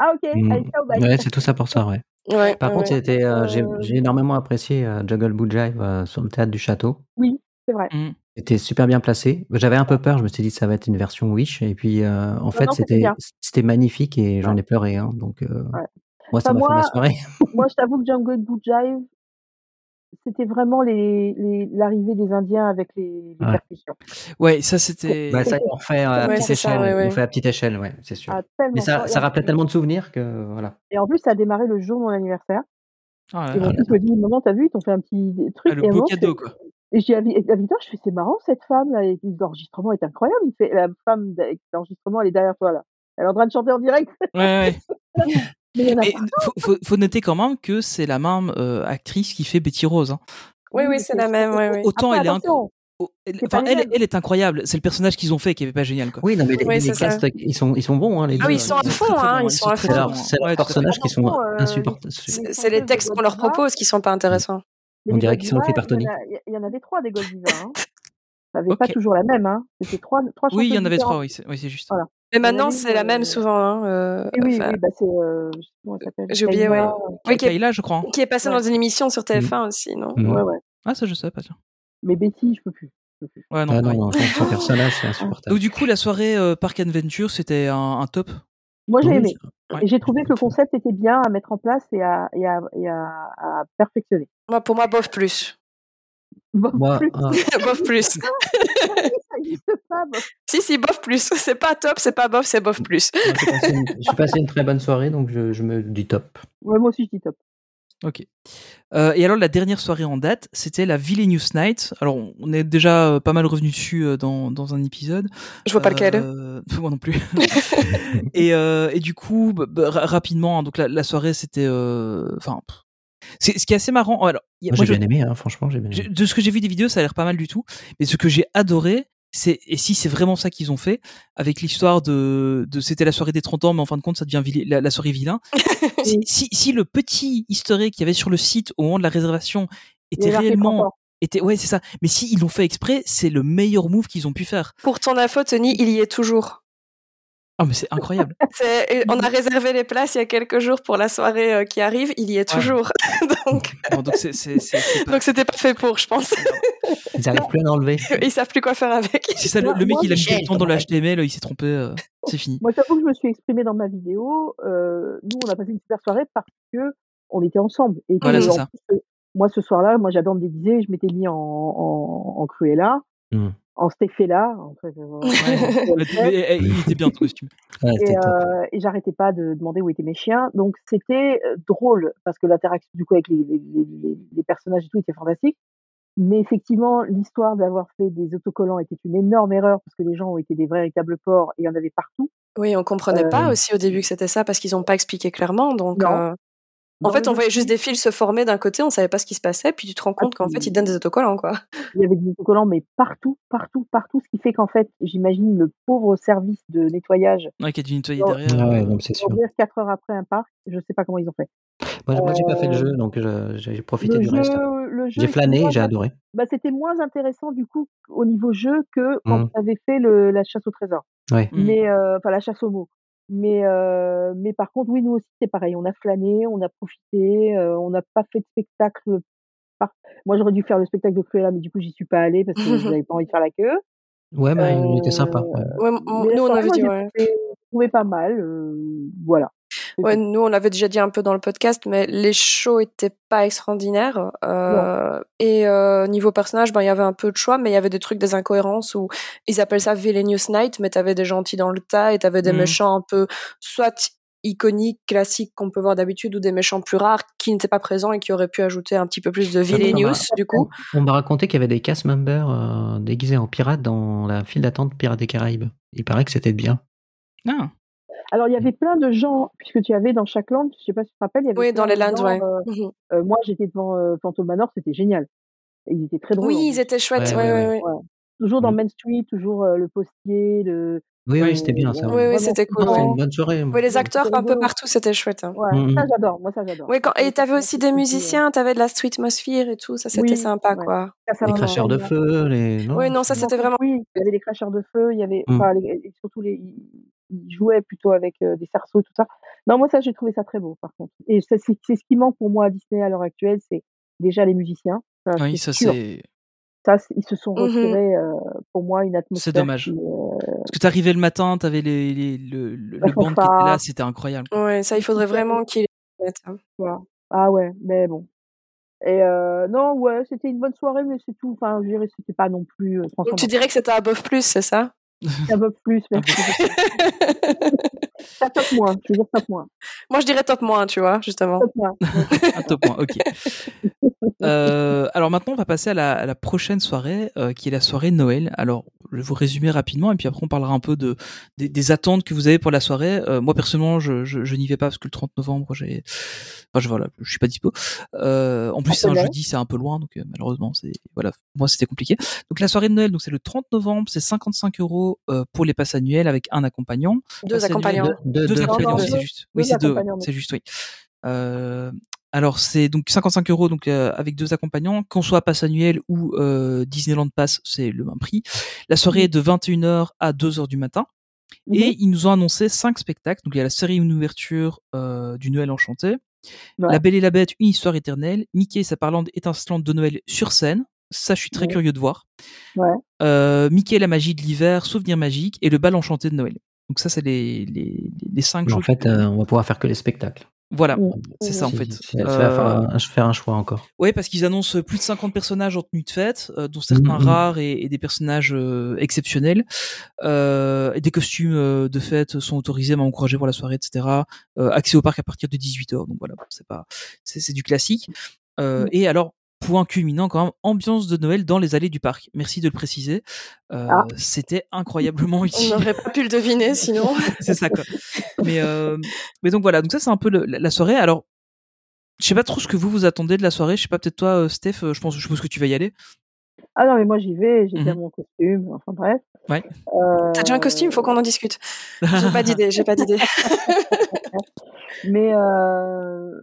Speaker 7: ah ok,
Speaker 11: Mmh.
Speaker 7: allez, ciao, bye.
Speaker 9: Ouais, c'est tout ça pour ça, ouais. Par
Speaker 11: ouais Bah, ouais.
Speaker 9: contre, c'était, euh, j'ai, énormément apprécié euh, Juggle Boot Jive euh, sur le théâtre du château.
Speaker 7: Oui, c'est vrai. Mm.
Speaker 9: C'était super bien placé. J'avais un peu peur, je me suis dit ça va être une version Wish, et puis euh,
Speaker 11: Ah
Speaker 9: en non, fait c'était, c'était magnifique et j'en ai pleuré. Hein, donc moi enfin,
Speaker 11: Bah,
Speaker 9: ça m'a fait ma
Speaker 11: <laughs>
Speaker 9: soirée.
Speaker 7: moi je t'avoue que Jungle Boot Jive, c'était vraiment l'arrivée des Indiens avec les, les
Speaker 1: ouais.
Speaker 7: percussions.
Speaker 1: Ouais, ça c'était.
Speaker 9: Bah, ça on fait à
Speaker 11: ouais,
Speaker 9: petite échelle,
Speaker 11: ça, ouais,
Speaker 9: on fait à petite échelle, ouais, c'est sûr. Ah, Mais ça, ça rappelait tellement de souvenirs que voilà.
Speaker 7: Et en plus, ça a démarré le jour de mon anniversaire. Ah, là, et mon fils me dit "Maman, t'as vu Ils t'ont fait un petit truc."
Speaker 1: Ah, le
Speaker 7: et
Speaker 1: beau cadeau quoi.
Speaker 7: Et je dis à Victor, je fais c'est marrant cette femme là, l'enregistrement est incroyable. Il fait la femme d'enregistrement elle est derrière toi là. Elle est en train de chanter en direct.
Speaker 1: Ouais. ouais. Mais il faut, faut, faut, noter quand même que c'est la même euh, actrice qui fait Betty Rose. Hein.
Speaker 11: Oui, oui, c'est la même. Ouais,
Speaker 1: Autant
Speaker 11: oui.
Speaker 1: elle Après, est inc... elle, est enfin, elle, elle, est incroyable. C'est le personnage qu'ils ont fait qui n'est pas génial. Quoi.
Speaker 9: Oui, non, mais les, oui, les castes, ils sont, ils sont bons. Hein, les
Speaker 11: ah,
Speaker 9: deux,
Speaker 11: ils sont à fond. Hein, ils sont à
Speaker 9: C'est leurs ouais, personnages qui sont euh, insupportables.
Speaker 11: C'est les textes qu'on leur propose qui sont pas intéressants.
Speaker 9: On dirait qu'ils sont écrits par Tony.
Speaker 7: Il y en avait trois des Gold Divas.
Speaker 1: <laughs>
Speaker 7: Il n'y avait pas toujours la même. hein. C'était trois, trois
Speaker 1: Oui, il y en avait trois, oui, c'est juste. Voilà.
Speaker 11: Mais maintenant, c'est la même souvent. Hein, euh,
Speaker 7: et oui, enfin, oui bah c'est. Euh,
Speaker 11: J'ai oublié, ouais.
Speaker 1: Oui,
Speaker 11: qui est,
Speaker 1: là, je crois. hein.
Speaker 11: Qui est passé ouais. dans une émission sur TF1 mmh. aussi,
Speaker 9: Mm.
Speaker 11: non
Speaker 7: mmh. ouais, ouais.
Speaker 1: Ah, ça, je sais pas, tiens.
Speaker 7: Mais Betty, je peux plus.
Speaker 1: Je peux plus. Ouais, non, ah, non,
Speaker 9: non, son personnage, c'est insupportable.
Speaker 1: Donc, du coup, la soirée euh, Park Adventure, c'était un, un, top
Speaker 7: Moi, j'ai aimé. Ouais. J'ai trouvé que le concept était bien à mettre en place et à, et à, et à, à perfectionner. <laughs>
Speaker 11: Moi, pour moi, bof plus. <laughs>
Speaker 7: Bof
Speaker 1: Bah,
Speaker 9: moi,
Speaker 7: plus.
Speaker 1: ah.
Speaker 11: bof plus.
Speaker 7: Pas, bof.
Speaker 11: Si, si, bof plus. <laughs> C'est pas top, c'est pas bof, c'est bof plus.
Speaker 9: J'ai passé, une, passé une très bonne soirée, donc je, je, me dis top.
Speaker 7: Ouais, moi aussi, je dis top.
Speaker 1: Ok. Euh, et alors, la dernière soirée en date, c'était la Villeneuve Night. Alors, on est déjà euh, pas mal revenu dessus dans, dans un épisode.
Speaker 11: Je vois pas
Speaker 1: euh, <laughs> lequel. Moi non
Speaker 11: <laughs>
Speaker 1: plus. et, euh, et, du coup, bah, rapidement, donc la, la soirée, c'était. euh, Enfin. C'est ce qui est assez marrant. Alors, Mm.
Speaker 9: j'ai bien aimé, hein, franchement, j'ai bien aimé.
Speaker 1: De ce que j'ai vu des vidéos, ça a l'air pas mal du tout. Mais ce que j'ai adoré, c'est et si c'est vraiment ça qu'ils ont fait avec l'histoire de, de c'était la soirée des 30 ans mais en fin de compte ça devient vili, la, la, soirée <laughs> vilain. si, si, si, le petit historique qu'il y avait sur le site au moment de la réservation était réellement était ouais c'est ça mais si ils l'ont fait exprès c'est le meilleur move qu'ils ont pu faire
Speaker 11: pour ton info Tony il y est toujours euh,
Speaker 1: ah oh, mais c'est <laughs> incroyable
Speaker 11: on a réservé les places il y a quelques jours pour la soirée euh, qui arrive il y est toujours <laughs> ouais. donc
Speaker 1: bon, donc
Speaker 11: c'était pas... pas fait pour je pense
Speaker 9: ils arrivent plus à
Speaker 11: <laughs>
Speaker 9: l'enlever
Speaker 11: ils savent plus quoi faire avec
Speaker 1: c'est ça le, le mec moi, il a mis le temps dans le HTML il s'est trompé euh, c'est <laughs> fini
Speaker 7: moi j'avoue que je me suis exprimée dans ma vidéo euh, nous on a passé une super soirée parce que on était ensemble et
Speaker 1: voilà c'est ça
Speaker 7: plus, euh, moi ce soir-là, moi j'adore me déguiser, je m'étais mis en, en, en Cruella, mmh. en Stefela. En fait,
Speaker 1: <laughs>
Speaker 7: euh,
Speaker 1: Bah, ouais, eh, il était bien le costume.
Speaker 7: Ouais, et, euh, et j'arrêtais pas de demander où étaient mes chiens. Donc c'était euh, drôle parce que l'interaction du coup avec les, les, les, les, personnages et tout était fantastique. Mais effectivement, l'histoire d'avoir fait des autocollants était une énorme erreur parce que les gens ont été des véritables porcs et il y en avait partout.
Speaker 11: Oui, on comprenait euh... pas aussi au début que c'était ça parce qu'ils n'ont pas expliqué clairement. Donc, euh, en fait, on voyait juste des fils se former d'un côté, on savait pas ce qui se passait, puis tu te rends compte qu'en fait, ils donnent des autocollants, quoi.
Speaker 7: Il y avait des autocollants, mais partout, partout, partout, ce qui fait qu'en fait, j'imagine le pauvre service de nettoyage.
Speaker 1: Ouais, qui a dû nettoyer derrière. Ah ouais,
Speaker 9: non, c'est sûr.
Speaker 7: quatre heures après un parc, je sais pas comment ils ont fait.
Speaker 9: Moi, moi j'ai pas
Speaker 11: euh,
Speaker 9: fait le jeu, donc j'ai profité du reste. J'ai flâné, j'ai adoré.
Speaker 7: Bah, c'était moins intéressant du coup au niveau jeu que
Speaker 9: Mmh.
Speaker 7: quand on avait fait la chasse au trésor.
Speaker 1: Mm.
Speaker 7: Mais euh, enfin la chasse aux mots. Mais, euh, mais par contre, oui, nous aussi, c'est pareil. On a flâné, on a profité, euh, on n'a pas fait de spectacle. Par... Moi, j'aurais dû faire le spectacle de Cruella, mais du coup, j'y suis pas allée parce
Speaker 9: <laughs>
Speaker 7: que j'avais pas envie de faire la queue.
Speaker 9: Ouais, mais euh... il était sympa. Ouais,
Speaker 11: nous, on avait dit, ouais.
Speaker 7: trouvé pas mal. euh, voilà.
Speaker 11: Ouais, nous, on l'avait déjà dit un peu dans le podcast, mais les shows étaient pas extraordinaires. Euh, et euh, niveau personnage, ben il y avait un peu de choix, mais il y avait des trucs, des incohérences où ils appellent ça Villainous Night, mais t'avais des gentils dans le tas et t'avais des mmh. méchants un peu soit iconiques, classiques qu'on peut voir d'habitude, ou des méchants plus rares qui n'étaient pas présents et qui auraient pu ajouter un petit peu plus de Villainous du coup.
Speaker 9: On m'a raconté qu'il y avait des cast members euh, déguisés en pirates dans la file d'attente Pirates des Caraïbes. Il paraît que c'était bien.
Speaker 1: Ah.
Speaker 7: Alors, il
Speaker 9: Mmh.
Speaker 7: y avait plein de gens, puisque tu avais dans chaque land, je sais pas si tu te rappelles. Il y avait
Speaker 11: oui, dans les lands, ouais. Mmh
Speaker 7: Euh, euh, moi, j'étais devant euh, Phantom Manor, c'était génial. Et ils étaient très drôles.
Speaker 11: Oui, ils étaient chouettes, ouais, ouais, ouais,
Speaker 7: Toujours dans Main Street, toujours euh, le postier, le. euh,
Speaker 9: Oui, oui, c'était bien ça.
Speaker 11: Oui, oui, c'était cool.
Speaker 9: C'était une bonne soirée.
Speaker 11: Oui, les acteurs un peu partout, c'était chouette. Hein.
Speaker 7: Ouais, mm -hmm. ça j'adore, moi ça j'adore.
Speaker 11: Oui, quand... et t'avais aussi des musiciens, t'avais de la streetmosphere et tout, ça c'était oui, sympa quoi.
Speaker 7: euh,
Speaker 9: Ça, ça les cracheurs de feu, les.
Speaker 11: euh, Non oui, non, ça c'était vraiment.
Speaker 7: Oui, il y avait les cracheurs de feu, il y avait.
Speaker 9: Mm.
Speaker 7: Enfin, surtout les jouait plutôt avec euh, des cerceaux et tout ça. Non, moi, ça, j'ai trouvé ça très beau, par contre. Et c'est ce qui manque pour moi à Disney à l'heure actuelle, c'est déjà les musiciens.
Speaker 1: Enfin, oui, ça, c'est.
Speaker 7: Ça, ils se
Speaker 11: Mmh
Speaker 7: sont retirés, mm -hmm. euh, pour moi, une atmosphère.
Speaker 1: C'est dommage. Qui, euh... Parce que t'arrivais le matin, t'avais les, les, le, le, le band qui était là, c'était incroyable.
Speaker 11: Ouais, ça, il faudrait vraiment qu'ils hein.
Speaker 7: voilà. Ah ouais, mais bon. Et euh, non, ouais, c'était une bonne soirée, mais c'est tout. Enfin, je dirais, c'était pas non plus. euh,
Speaker 11: Donc, tu dirais que c'était un bof plus, c'est ça <laughs>
Speaker 7: un peu plus, merci. ça top moins, je veux dire top moins.
Speaker 11: Moi, je dirais top moins, tu vois, justement.
Speaker 7: Top moins.
Speaker 1: un top moins, ok. Euh, alors maintenant, on va passer à la, à la prochaine soirée, euh, qui est la soirée de Noël. Alors, je vais vous résumer rapidement, et puis après, on parlera un peu de, des, des attentes que vous avez pour la soirée. Euh, moi, personnellement, je, je, je n'y vais pas parce que le 30 novembre, j'ai, enfin, je, voilà, je suis pas dispo. Euh, en plus, c'est un jeudi, c'est un peu loin, donc euh, malheureusement, c'est, voilà, moi, c'était compliqué. Donc la soirée de Noël, donc c'est le 30 novembre, c'est 55 euros euh, pour les passes annuelles avec un accompagnant.
Speaker 11: Deux Passe accompagnants. Annuel,
Speaker 1: deux, deux, deux accompagnants, c'est juste. Oui, c'est deux. C'est juste, oui. Euh, alors c'est donc 55 euros donc euh, avec deux accompagnants, qu'on soit passe annuel ou euh, Disneyland Pass, c'est le même prix. La soirée est de 21h à 2h du matin. Mm -hmm.
Speaker 7: Mhm.
Speaker 1: Et ils nous ont annoncé cinq spectacles. Donc il y a la série une ouverture euh, du Noël enchanté, ouais. La Belle et la Bête, une histoire éternelle, Mickey et sa parlante étincelante de Noël sur scène, ça, je suis très ouais. curieux de voir.
Speaker 7: Ouais.
Speaker 1: Euh, Mickey, la magie de l'hiver, Souvenir magique et le bal enchanté de Noël. Donc ça, c'est les, les, les, cinq
Speaker 9: En fait, euh, on va pouvoir faire que les spectacles.
Speaker 1: Voilà, mmh. c'est ça en fait.
Speaker 9: Je vais euh... faire un choix encore.
Speaker 1: Oui, parce qu'ils annoncent plus de 50 personnages en tenue de fête, dont certains mmh. rares et, et, des personnages euh, exceptionnels. Euh, Et des costumes de fête sont autorisés, mais encouragés pour la soirée, etc. accès au parc à partir de 18h, donc voilà, c'est pas, c'est du classique. Mmh. Et alors, point culminant quand même, ambiance de Noël dans les allées du parc. Merci de le préciser. Euh, ah. C'était incroyablement utile.
Speaker 11: On n'aurait pas pu le <laughs> deviner sinon.
Speaker 1: c'est ça quoi. Mais, euh, mais donc voilà, donc ça c'est un peu le, la, soirée. Alors, euh, je sais pas trop ce que vous vous attendez de la soirée. Je sais pas peut-être toi, Steph. Je pense, je suppose que tu vas y aller.
Speaker 7: Ah non, mais moi j'y vais, j'ai bien mmh. mon costume, enfin bref.
Speaker 1: Ouais.
Speaker 11: Euh... T'as déjà un costume, faut qu'on en discute. J'ai
Speaker 1: <laughs>
Speaker 11: pas d'idée, j'ai pas <laughs> d'idée.
Speaker 7: mais euh...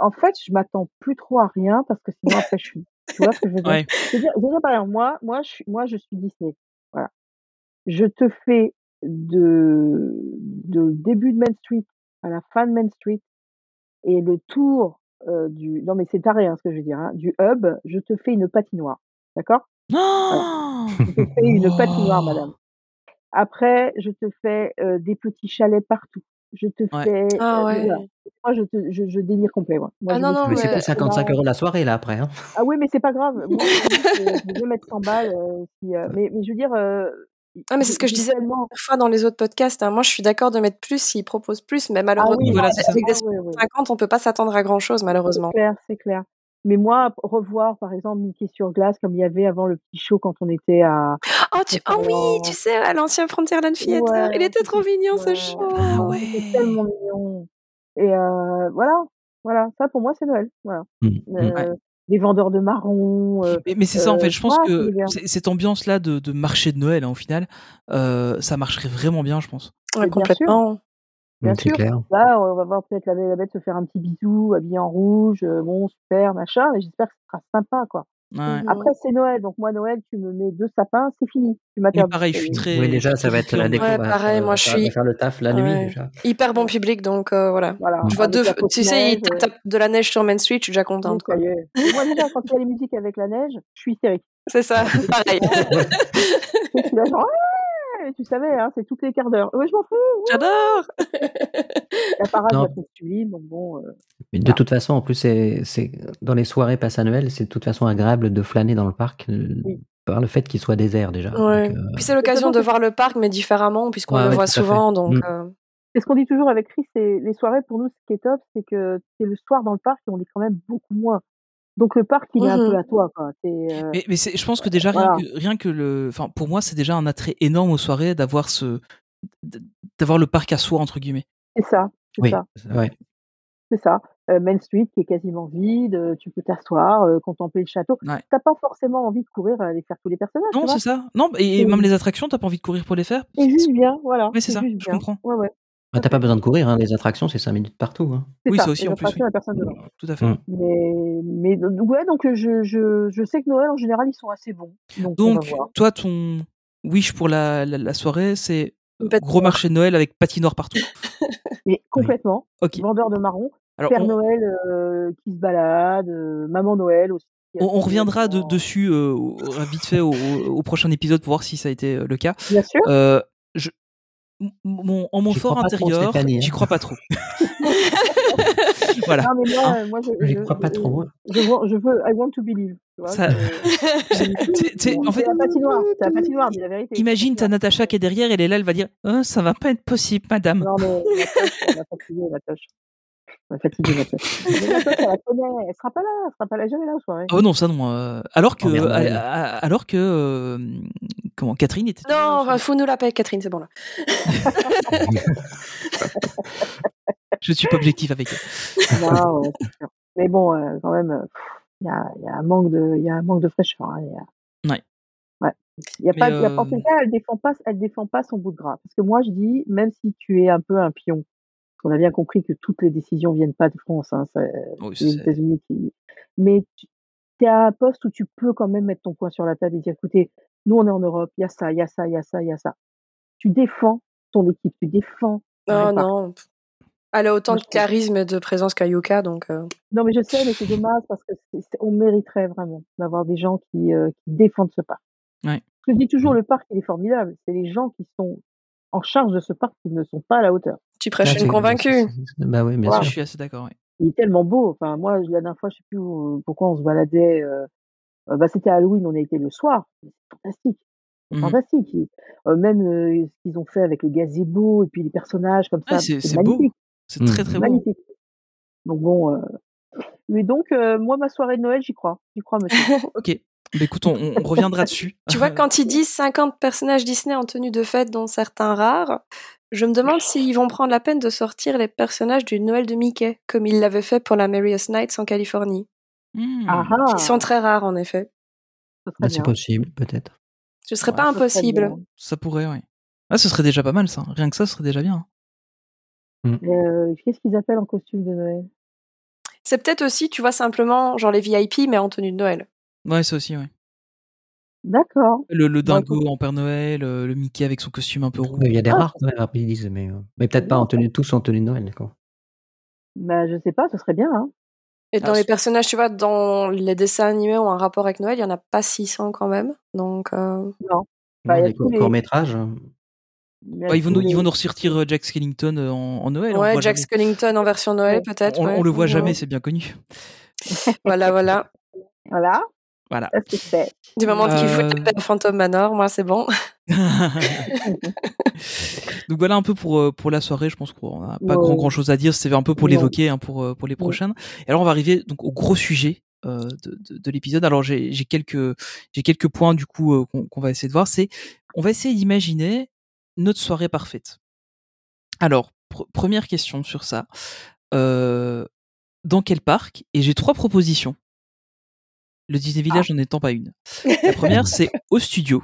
Speaker 7: en fait, je m'attends plus trop à rien parce que sinon après je suis. Tu vois ce que je veux dire, ouais. je veux dire, je veux dire par exemple, moi, moi, je suis, moi, je suis Disney. Voilà. Je te fais de, de début de Main Street à la fin de Main Street et le tour euh, du. Non mais c'est taré hein, ce que je veux dire. Hein, du hub, je te fais une patinoire. D'accord
Speaker 1: oh
Speaker 7: voilà. Je te fais une oh patinoire, madame. Après, je te fais euh, des petits chalets partout. Je te
Speaker 11: ouais.
Speaker 7: fais. euh,
Speaker 11: Ah, ouais. voilà.
Speaker 7: Moi, je, te, je, je, délire complet. Moi. moi
Speaker 11: ah,
Speaker 7: je
Speaker 11: non, non,
Speaker 9: mais, mais c'est pas 55 euros la soirée, là, après. Hein.
Speaker 7: Ah oui, mais c'est pas grave.
Speaker 11: <laughs>
Speaker 7: Moi, je vais mettre 100 balles. Euh, si, euh, mais, mais, je veux dire.
Speaker 11: ah, mais c'est ce que je disais tellement... parfois dans les autres podcasts. Hein. Moi, je suis d'accord de mettre plus s'ils proposent plus, mais malheureusement, ah, oui, voilà, avec des 50, oui, oui. on peut pas s'attendre à grand chose, malheureusement.
Speaker 7: C'est clair, c'est clair. Mais moi, revoir par exemple Mickey sur glace comme il y avait avant le petit show quand on était à.
Speaker 11: Oh, tu... oh oui, tu sais, à l'ancien Frontierland Theater. Ouais, il était trop mignon ouais. ce show.
Speaker 7: Ah ouais. C'était tellement mignon. Et euh, voilà, voilà, ça pour moi c'est Noël. Voilà.
Speaker 9: Hum,
Speaker 7: Mmh. Euh, ouais. Les vendeurs de marrons. Euh,
Speaker 1: mais, mais c'est ça en fait, je pense que cette ambiance-là de, de, marché de Noël hein, au final, euh, ça marcherait vraiment bien, je pense.
Speaker 11: complètement.
Speaker 9: hum,
Speaker 7: Bien sûr. Clair.
Speaker 11: Mmh.
Speaker 7: Là, on va voir peut-être la, la bête se faire un petit bisou, habillée en rouge, euh, bon, super, machin, mais j'espère que ce sera sympa, quoi.
Speaker 1: Ouais.
Speaker 7: Après, c'est Noël, donc moi, Noël, tu me mets deux sapins, c'est fini. Tu m'as
Speaker 1: Pareil, je suis très.
Speaker 9: Oui, déjà, ça va être la découverte.
Speaker 11: <laughs> Ouais, pareil, moi,
Speaker 9: va,
Speaker 11: je suis.
Speaker 9: faire le taf la ouais. nuit, déjà.
Speaker 11: Hyper bon public, donc euh, voilà.
Speaker 7: voilà.
Speaker 11: Je vois deux. Tu sais,
Speaker 7: euh,
Speaker 11: ils tapent de la neige sur Main Street, je suis déjà contente, quoi.
Speaker 7: moi, déjà, quand il y a les musiques avec la neige, je suis hystérique.
Speaker 11: C'est ça, pareil.
Speaker 7: je suis là, genre, tu savais, hein, c'est toutes les quarts d'heure. Ouais, je m'en fous. Ouais.
Speaker 11: J'adore.
Speaker 7: la parade va être donc bon. Euh,
Speaker 9: Mais de voilà. toute façon, en plus, c'est dans les soirées passe annuelles, c'est de toute façon agréable de flâner dans le parc. Oui par le fait qu'il soit désert déjà.
Speaker 11: Ouais. Donc, euh... Puis c'est l'occasion de voir le parc, mais différemment, puisqu'on ouais, le ouais, voit souvent. Donc, mmh. euh...
Speaker 7: C'est ce qu'on dit toujours avec Chris, c'est les soirées pour nous, ce qui est top, c'est que c'est le soir dans le parc et on est quand même beaucoup moins. Donc le parc, il est mmh. un peu à toi. Quoi.
Speaker 1: Euh... Mais, mais je pense que déjà, rien, voilà. que, rien que le. Enfin, pour moi, c'est déjà un attrait énorme aux soirées d'avoir ce. d'avoir le parc à soi, entre guillemets.
Speaker 7: C'est ça. C'est
Speaker 9: oui,
Speaker 7: ça.
Speaker 9: Ouais.
Speaker 7: C'est ça. Main Street qui est quasiment vide, tu peux t'asseoir, euh, contempler le château.
Speaker 1: Ouais.
Speaker 7: T'as pas forcément envie de courir aller faire tous les personnages.
Speaker 1: <laughs> Non, c'est ça. Non, et, et même les attractions, t'as pas envie de courir pour les faire.
Speaker 7: Et juste bien, voilà.
Speaker 1: Mais c'est ça,
Speaker 7: bien.
Speaker 1: je comprends.
Speaker 7: Ouais, ouais.
Speaker 9: Ah, t'as pas besoin de courir, hein. les attractions, c'est 5 minutes partout. Hein.
Speaker 1: Oui,
Speaker 7: ça,
Speaker 1: ça aussi,
Speaker 7: les
Speaker 1: en plus. Oui.
Speaker 7: La personne devant.
Speaker 1: Tout à fait. Mmh.
Speaker 7: Mais, mais, ouais, donc je, je, je, sais que Noël, en général, ils sont assez bons. Donc,
Speaker 1: donc toi, ton wish pour la, la, la soirée, c'est gros marché de Noël avec patinoire
Speaker 7: <laughs>
Speaker 1: partout.
Speaker 7: mais complètement.
Speaker 1: Oui. Okay.
Speaker 7: Vendeur de marron. Alors, Père on... Noël euh, qui se balade, euh, Maman Noël aussi.
Speaker 1: On, on reviendra de, dessus euh, vite fait au, au, prochain épisode pour voir si ça a été euh, le
Speaker 7: <laughs>
Speaker 1: cas. Euh,
Speaker 7: Bien sûr.
Speaker 1: Je, mon, en mon fort intérieur, hein. j'y crois pas trop. <laughs> voilà.
Speaker 7: Non, mais moi, hein moi je,
Speaker 9: je, crois pas trop. hein.
Speaker 7: Je, je, veux, I want to believe. Tu vois,
Speaker 1: ça...
Speaker 7: c'est en fait... la patinoire, c'est la patinoire, mais la vérité.
Speaker 1: Imagine, t'as Natacha qui est derrière, elle est là, elle va dire oh, Ça va pas être possible, madame.
Speaker 7: Non, mais Natacha, elle fatiguée, Natacha. Elle fatiguée, Natacha. Mais Natacha, elle la connaît, elle sera pas là, elle sera pas là, jamais là au soir.
Speaker 1: Oh non, ça non. Euh... alors que. Oh, merde, euh, euh, alors que. comment Catherine était.
Speaker 11: Non, enfin, fous-nous la paix, Catherine, c'est bon là.
Speaker 1: je suis pas objectif avec eux.
Speaker 7: Oh. Non, ouais, mais bon, euh, quand même, il y a, y, a un manque de, il y a un manque de fraîcheur. Hein,
Speaker 1: y a...
Speaker 7: Ouais. Ouais. Il y a mais pas, euh... y a, en tout cas, elle défend pas, elle défend pas son bout de gras. Parce que moi, je dis, même si tu es un peu un pion, on a bien compris que toutes les décisions viennent pas de France, hein, ça,
Speaker 1: oui,
Speaker 7: les États-Unis qui... mais tu y a un poste où tu peux quand même mettre ton coin sur la table et dire, écoutez, nous on est en Europe, il y a ça, il y a ça, il y a ça, il y a ça. Tu défends ton équipe, tu défends.
Speaker 11: Ah non, elle a autant de charisme et de présence qu'Ayuka, donc. Euh...
Speaker 7: Non, mais je sais, mais c'est dommage parce que c est, c est, on mériterait vraiment d'avoir des gens qui, euh, qui, défendent ce parc.
Speaker 1: Ouais.
Speaker 7: Je dis toujours, le parc, il est formidable. C'est les gens qui sont en charge de ce parc qui ne sont pas à la hauteur.
Speaker 11: Tu prêches ah, une convaincue.
Speaker 9: Bah oui, bien wow. sûr.
Speaker 1: Je suis assez d'accord. Ouais.
Speaker 7: Il est tellement beau. Enfin, moi, la dernière fois, je sais plus où, pourquoi on se baladait. Euh, bah, c'était Halloween, on a été le soir. Fantastique
Speaker 1: Mmh
Speaker 7: fantastique. Mmh. même ce qu'ils ont fait avec le gazebo et puis les personnages comme ça.
Speaker 1: Ouais, c'est magnifique. Beau. C'est très très
Speaker 7: Mmh. magnifique. Bon. Donc bon, euh... mais donc euh, moi ma soirée de Noël j'y crois, j'y crois
Speaker 1: <laughs>
Speaker 7: monsieur.
Speaker 1: ok. Mais écoute, on, on reviendra dessus.
Speaker 11: <laughs>
Speaker 1: <laughs>
Speaker 11: tu vois, quand ils disent 50 personnages Disney en tenue de fête, dont certains rares, je me demande s'ils si vont prendre la peine de sortir les personnages du Noël de Mickey, comme ils
Speaker 7: Ah.
Speaker 11: l'avaient fait pour la Merriest Nights en Californie.
Speaker 1: Mmh.
Speaker 11: Ils sont très rares, en effet.
Speaker 1: Ah,
Speaker 9: Bah, c'est possible, peut-être.
Speaker 11: Ce serait ouais, pas impossible. Serait
Speaker 1: ça pourrait, oui. Ah, ce serait déjà pas mal, ça. Rien que ça, ce serait déjà bien. hein.
Speaker 7: Mm. Euh, Qu'est-ce qu'ils appellent en costume de Noël
Speaker 11: C'est peut-être aussi, tu vois, simplement, genre les VIP, mais en tenue de Noël.
Speaker 1: Ouais, ça aussi, ouais.
Speaker 7: D'accord.
Speaker 1: Le, le, dingo en Père Noël, euh, le, le, Mickey avec son costume un peu roux.
Speaker 9: Il y a des ah, rares, ils disent, mais, euh, mais peut-être pas en tenue, tous en tenue de Noël, d'accord.
Speaker 7: Bah, je sais pas, ce serait bien. Hein.
Speaker 11: Et dans ah, les personnages, tu vois, dans les dessins animés ont un rapport avec Noël, il y en a pas 600 quand même. Donc, euh...
Speaker 7: Non.
Speaker 9: Bah, non, y a les courts les... métrages. hein.
Speaker 1: Il bah, ils, vont nous, les... ils vont nous ressortir Jack Skellington euh, en, en Noël.
Speaker 11: Ouais, Jack jamais. Skellington en version Noël, ouais. peut-être.
Speaker 1: On,
Speaker 11: ouais. Mmh.
Speaker 1: on, le voit jamais, c'est bien connu.
Speaker 11: voilà, voilà.
Speaker 7: Voilà.
Speaker 1: Voilà.
Speaker 7: Ça, c'est <laughs> fait.
Speaker 11: Du moment euh... qu'il faut le Phantom Manor, moi, c'est bon.
Speaker 1: Donc voilà un peu pour, euh, pour la soirée. Je pense qu'on n'a pas wow. grand, grand chose à dire. C'était un peu pour l'évoquer hein, pour, pour les prochaines. Wow. Et alors, on va arriver donc, au gros sujet. Euh, de, de, de l'épisode. Alors j'ai quelques j'ai quelques points du coup euh, qu'on qu va essayer de voir. C'est on va essayer d'imaginer notre soirée parfaite. Alors pr première question sur ça. Euh, dans quel parc Et j'ai trois propositions le Disney Village ah. n'en étant pas une. La première, c'est au studio.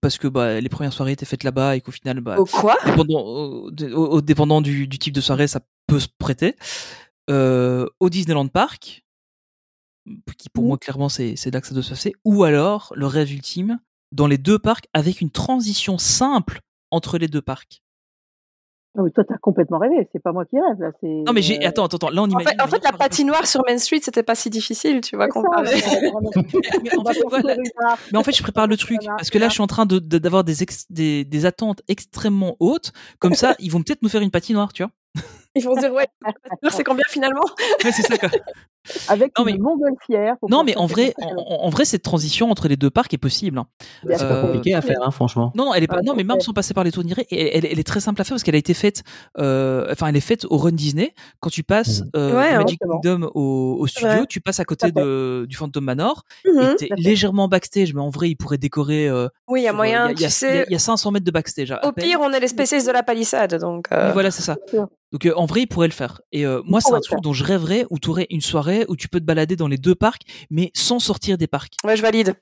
Speaker 1: Parce que bah, les premières soirées étaient faites là-bas et qu'au final, bah,
Speaker 11: au quoi
Speaker 1: dépendant, au, au, dépendant du, du, type de soirée, ça peut se prêter. Euh, au Disneyland Park, qui pour mmh. moi clairement c'est là que ça doit se passer, ou alors le rêve ultime dans les deux parcs avec une transition simple entre les deux parcs.
Speaker 7: Non, Oh, mais toi, t'as complètement rêvé. C'est euh, pas moi qui rêve, là.
Speaker 1: Non, mais j'ai. Attends, attends, attends. Là, on imagine.
Speaker 11: En fait, en fait la patinoire sur Main Street, c'était pas si difficile, tu vois, comparé.
Speaker 1: <laughs> mais en fait, je prépare le truc. Parce que là, je suis en train d'avoir de, de, des, ex... des, des, attentes extrêmement hautes. Comme ça, ils vont peut-être nous faire une patinoire, tu vois.
Speaker 11: <laughs> Ils vont se <laughs> dire, ouais, la patinoire, c'est combien <laughs> finalement
Speaker 1: Ouais, c'est ça, quoi.
Speaker 7: Avec non, mais... une montgolfière.
Speaker 1: Non, mais en vrai, en, en, vrai, cette transition entre les deux parcs est possible. Hein.
Speaker 9: C'est euh... pas compliqué à faire, hein, franchement.
Speaker 1: Non, non, elle est pas.
Speaker 11: Ah,
Speaker 1: Ouais, non, mais même sans passer par les tournières, elle, elle, est très simple à faire parce qu'elle a été faite. Euh... Enfin, elle est faite au Run Disney. Quand tu passes euh,
Speaker 11: hein,
Speaker 1: ouais, Magic Kingdom au, au studio, ouais. tu passes à côté de, du Phantom Manor.
Speaker 11: Mhm.
Speaker 1: Mm
Speaker 11: Mmh
Speaker 1: -hmm. et es légèrement backstage, mais en vrai, ils pourraient décorer. euh,
Speaker 11: oui, il y a moyen.
Speaker 1: Il y,
Speaker 11: sais...
Speaker 1: y, y, a 500 mètres de backstage.
Speaker 11: Au pire, euh, on est les spécialistes de la palissade, donc.
Speaker 1: Oui, voilà, c'est ça. Donc euh, en vrai, ils pourraient le faire. Et euh, moi, c'est un truc dont je rêverais où tu aurais une soirée où tu peux te balader dans les deux parcs, mais sans sortir des parcs.
Speaker 11: Ouais, je valide.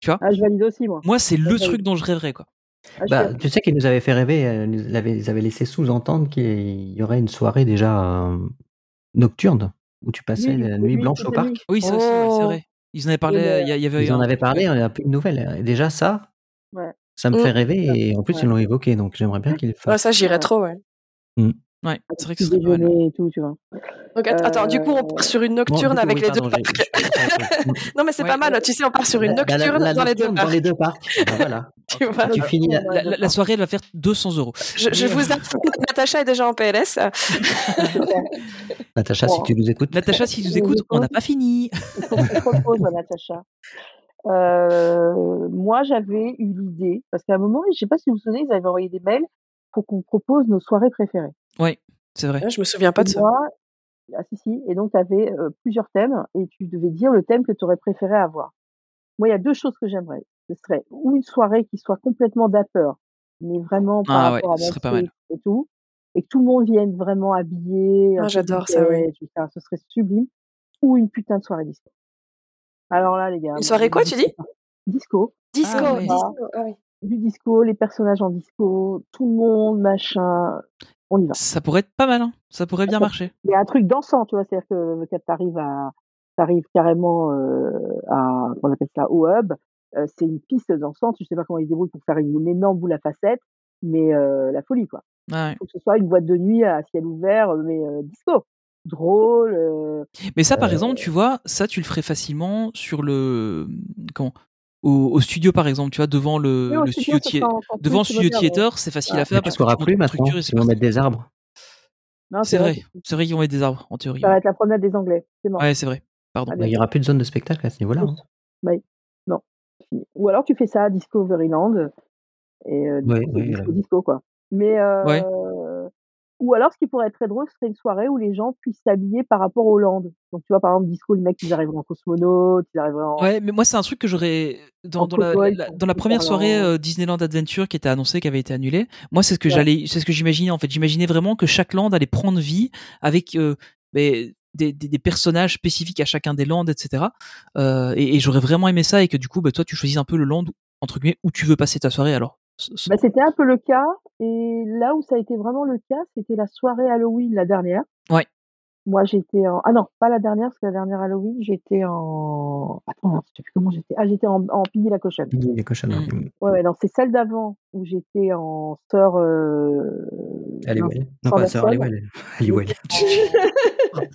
Speaker 1: Tu vois
Speaker 7: ah, Je valide aussi, moi.
Speaker 1: Moi, c'est le valide. truc dont je rêverais, quoi.
Speaker 9: Ah, je bah, tu sais qu'ils nous avaient fait rêver, euh, ils, avaient, ils avaient, laissé sous-entendre qu'il y aurait une soirée déjà euh, nocturne où tu passais oui, la euh, nuit oui, blanche oui, au parc.
Speaker 1: Oui, ça oh. c'est vrai. Ils en avaient parlé. Mais... Bah, Il y avait
Speaker 9: ils en avaient parlé, on n'a plus de nouvelles. Et déjà, ça, ouais. ça me mmh. fait rêver et en plus, ouais. ils l'ont évoqué, donc j'aimerais bien qu'ils fassent.
Speaker 11: Ouais, ça, j'irais trop, ouais.
Speaker 1: Mmh. Ouais, c'est vrai que ce serait
Speaker 7: et tout, tu vois.
Speaker 11: Donc, attends, euh... du coup, on part sur une nocturne bon, avec coup, oui, les pardon, deux parcs. <laughs> non, mais c'est ouais, pas mal, tu sais, on part sur
Speaker 9: Bah,
Speaker 11: une nocturne, la, la, la, dans, les nocturne
Speaker 9: dans, les deux parcs. ben, voilà.
Speaker 11: <laughs>
Speaker 9: tu, vois,
Speaker 7: Euh,
Speaker 9: tu finis
Speaker 7: <laughs>
Speaker 1: la, soirée, elle va faire 200 euros.
Speaker 11: Je, je vous apprends Natacha est déjà en PLS.
Speaker 9: Natacha, si tu nous écoutes.
Speaker 1: Natacha, si
Speaker 7: <laughs>
Speaker 1: tu nous écoutes, on n'a pas fini. <laughs>
Speaker 7: propose, Natacha. Euh, moi, j'avais eu l'idée, parce qu'à un moment, je sais pas si vous vous souvenez, ils avaient envoyé des mails pour qu'on propose nos soirées préférées.
Speaker 1: Oui, c'est vrai.
Speaker 11: Je me souviens pas de ça.
Speaker 7: Moi, ah, si, si. Et donc, tu avais euh, plusieurs thèmes et tu devais dire le thème que tu aurais préféré avoir. Moi, il y a deux choses que j'aimerais. Ce serait ou une soirée qui soit complètement d'apeur, mais vraiment par
Speaker 1: ah,
Speaker 7: rapport
Speaker 1: ouais,
Speaker 7: à
Speaker 1: ce pas mal.
Speaker 7: et tout, et que tout le monde vienne vraiment habillé.
Speaker 11: Ah, j'adore ça, oui.
Speaker 7: Putain, ce serait sublime. Ou une putain de soirée disco. Alors là, les gars.
Speaker 11: Une soirée quoi, tu dis
Speaker 7: Disco.
Speaker 11: Disco, ah, oui. disco. Ah, oui
Speaker 7: du disco, les personnages en disco, tout le monde, machin. On y va.
Speaker 1: Ça pourrait être pas mal, hein. ça pourrait bien marcher.
Speaker 7: Il y a un truc dansant, tu vois, c'est-à-dire que quand t'arrives à, t'arrives carrément euh, à, on appelle ça, au hub, euh, c'est une piste dansante. Je sais pas comment ils débrouillent pour faire une, une énorme boule à facettes, mais euh, la folie, quoi.
Speaker 1: Ah ouais.
Speaker 7: Faut que ce soit une boîte de nuit à ciel ouvert, euh, mais disco drôle. euh.
Speaker 1: Mais ça, par exemple, tu vois, ça, tu le ferais facilement sur le mmh, comment au, au, studio par exemple tu vois devant le,
Speaker 7: oui,
Speaker 1: Euh, le studio,
Speaker 7: thé... en, en
Speaker 1: devant
Speaker 7: plus,
Speaker 1: studio theater ouais. c'est facile ah, à faire
Speaker 9: parce qu'on aura plus maintenant ils vont mettre des arbres
Speaker 1: c'est vrai c'est vrai qu'ils vont mettre des arbres en théorie hein.
Speaker 7: ça va être la promenade des anglais c'est
Speaker 1: ouais bah, c'est vrai pardon
Speaker 9: Bah, il n'y aura plus de zone de spectacle à ce niveau là hein.
Speaker 7: oui. non ou alors tu fais ça à Discoveryland et euh, oui, oui, disco, disco, quoi mais euh, ouais. Ou alors, ce qui pourrait être très drôle, ce serait une soirée où les gens puissent s'habiller par rapport aux Landes. Donc, tu vois, par exemple, disco, les mecs, ils arriveraient en cosmonaute, ils arriveraient en.
Speaker 1: Ouais, mais moi, c'est un truc que j'aurais. Dans, dans, la, la, dans la première soirée
Speaker 7: hein.
Speaker 1: euh, Disneyland Adventure qui était annoncée, qui avait été annulée, moi, c'est ce que ouais. j'allais, c'est ce que j'imaginais, en fait. J'imaginais vraiment que chaque land allait prendre vie avec, euh, mais des, des, des, personnages spécifiques à chacun des lands, etc. Euh, et, et j'aurais vraiment aimé ça et que du coup, bah, toi, tu choisisses un peu le land entre guillemets où tu veux passer ta soirée. Alors,
Speaker 7: bah, c'était un peu le cas et là où ça a été vraiment le cas, c'était la soirée Halloween la dernière.
Speaker 1: Ouais.
Speaker 7: Moi, j'étais en ah non, pas la dernière parce que la dernière Halloween, j'étais en attends, je sais plus comment j'étais. Ah, j'étais en, en Piggy la cochonne.
Speaker 9: Piggy la cochonne. Mmh.
Speaker 7: Ouais, ouais, non, c'est celle d'avant où j'étais en sœur. Euh...
Speaker 9: Halliwell. Non, non pas sœur Halliwell. Halliwell.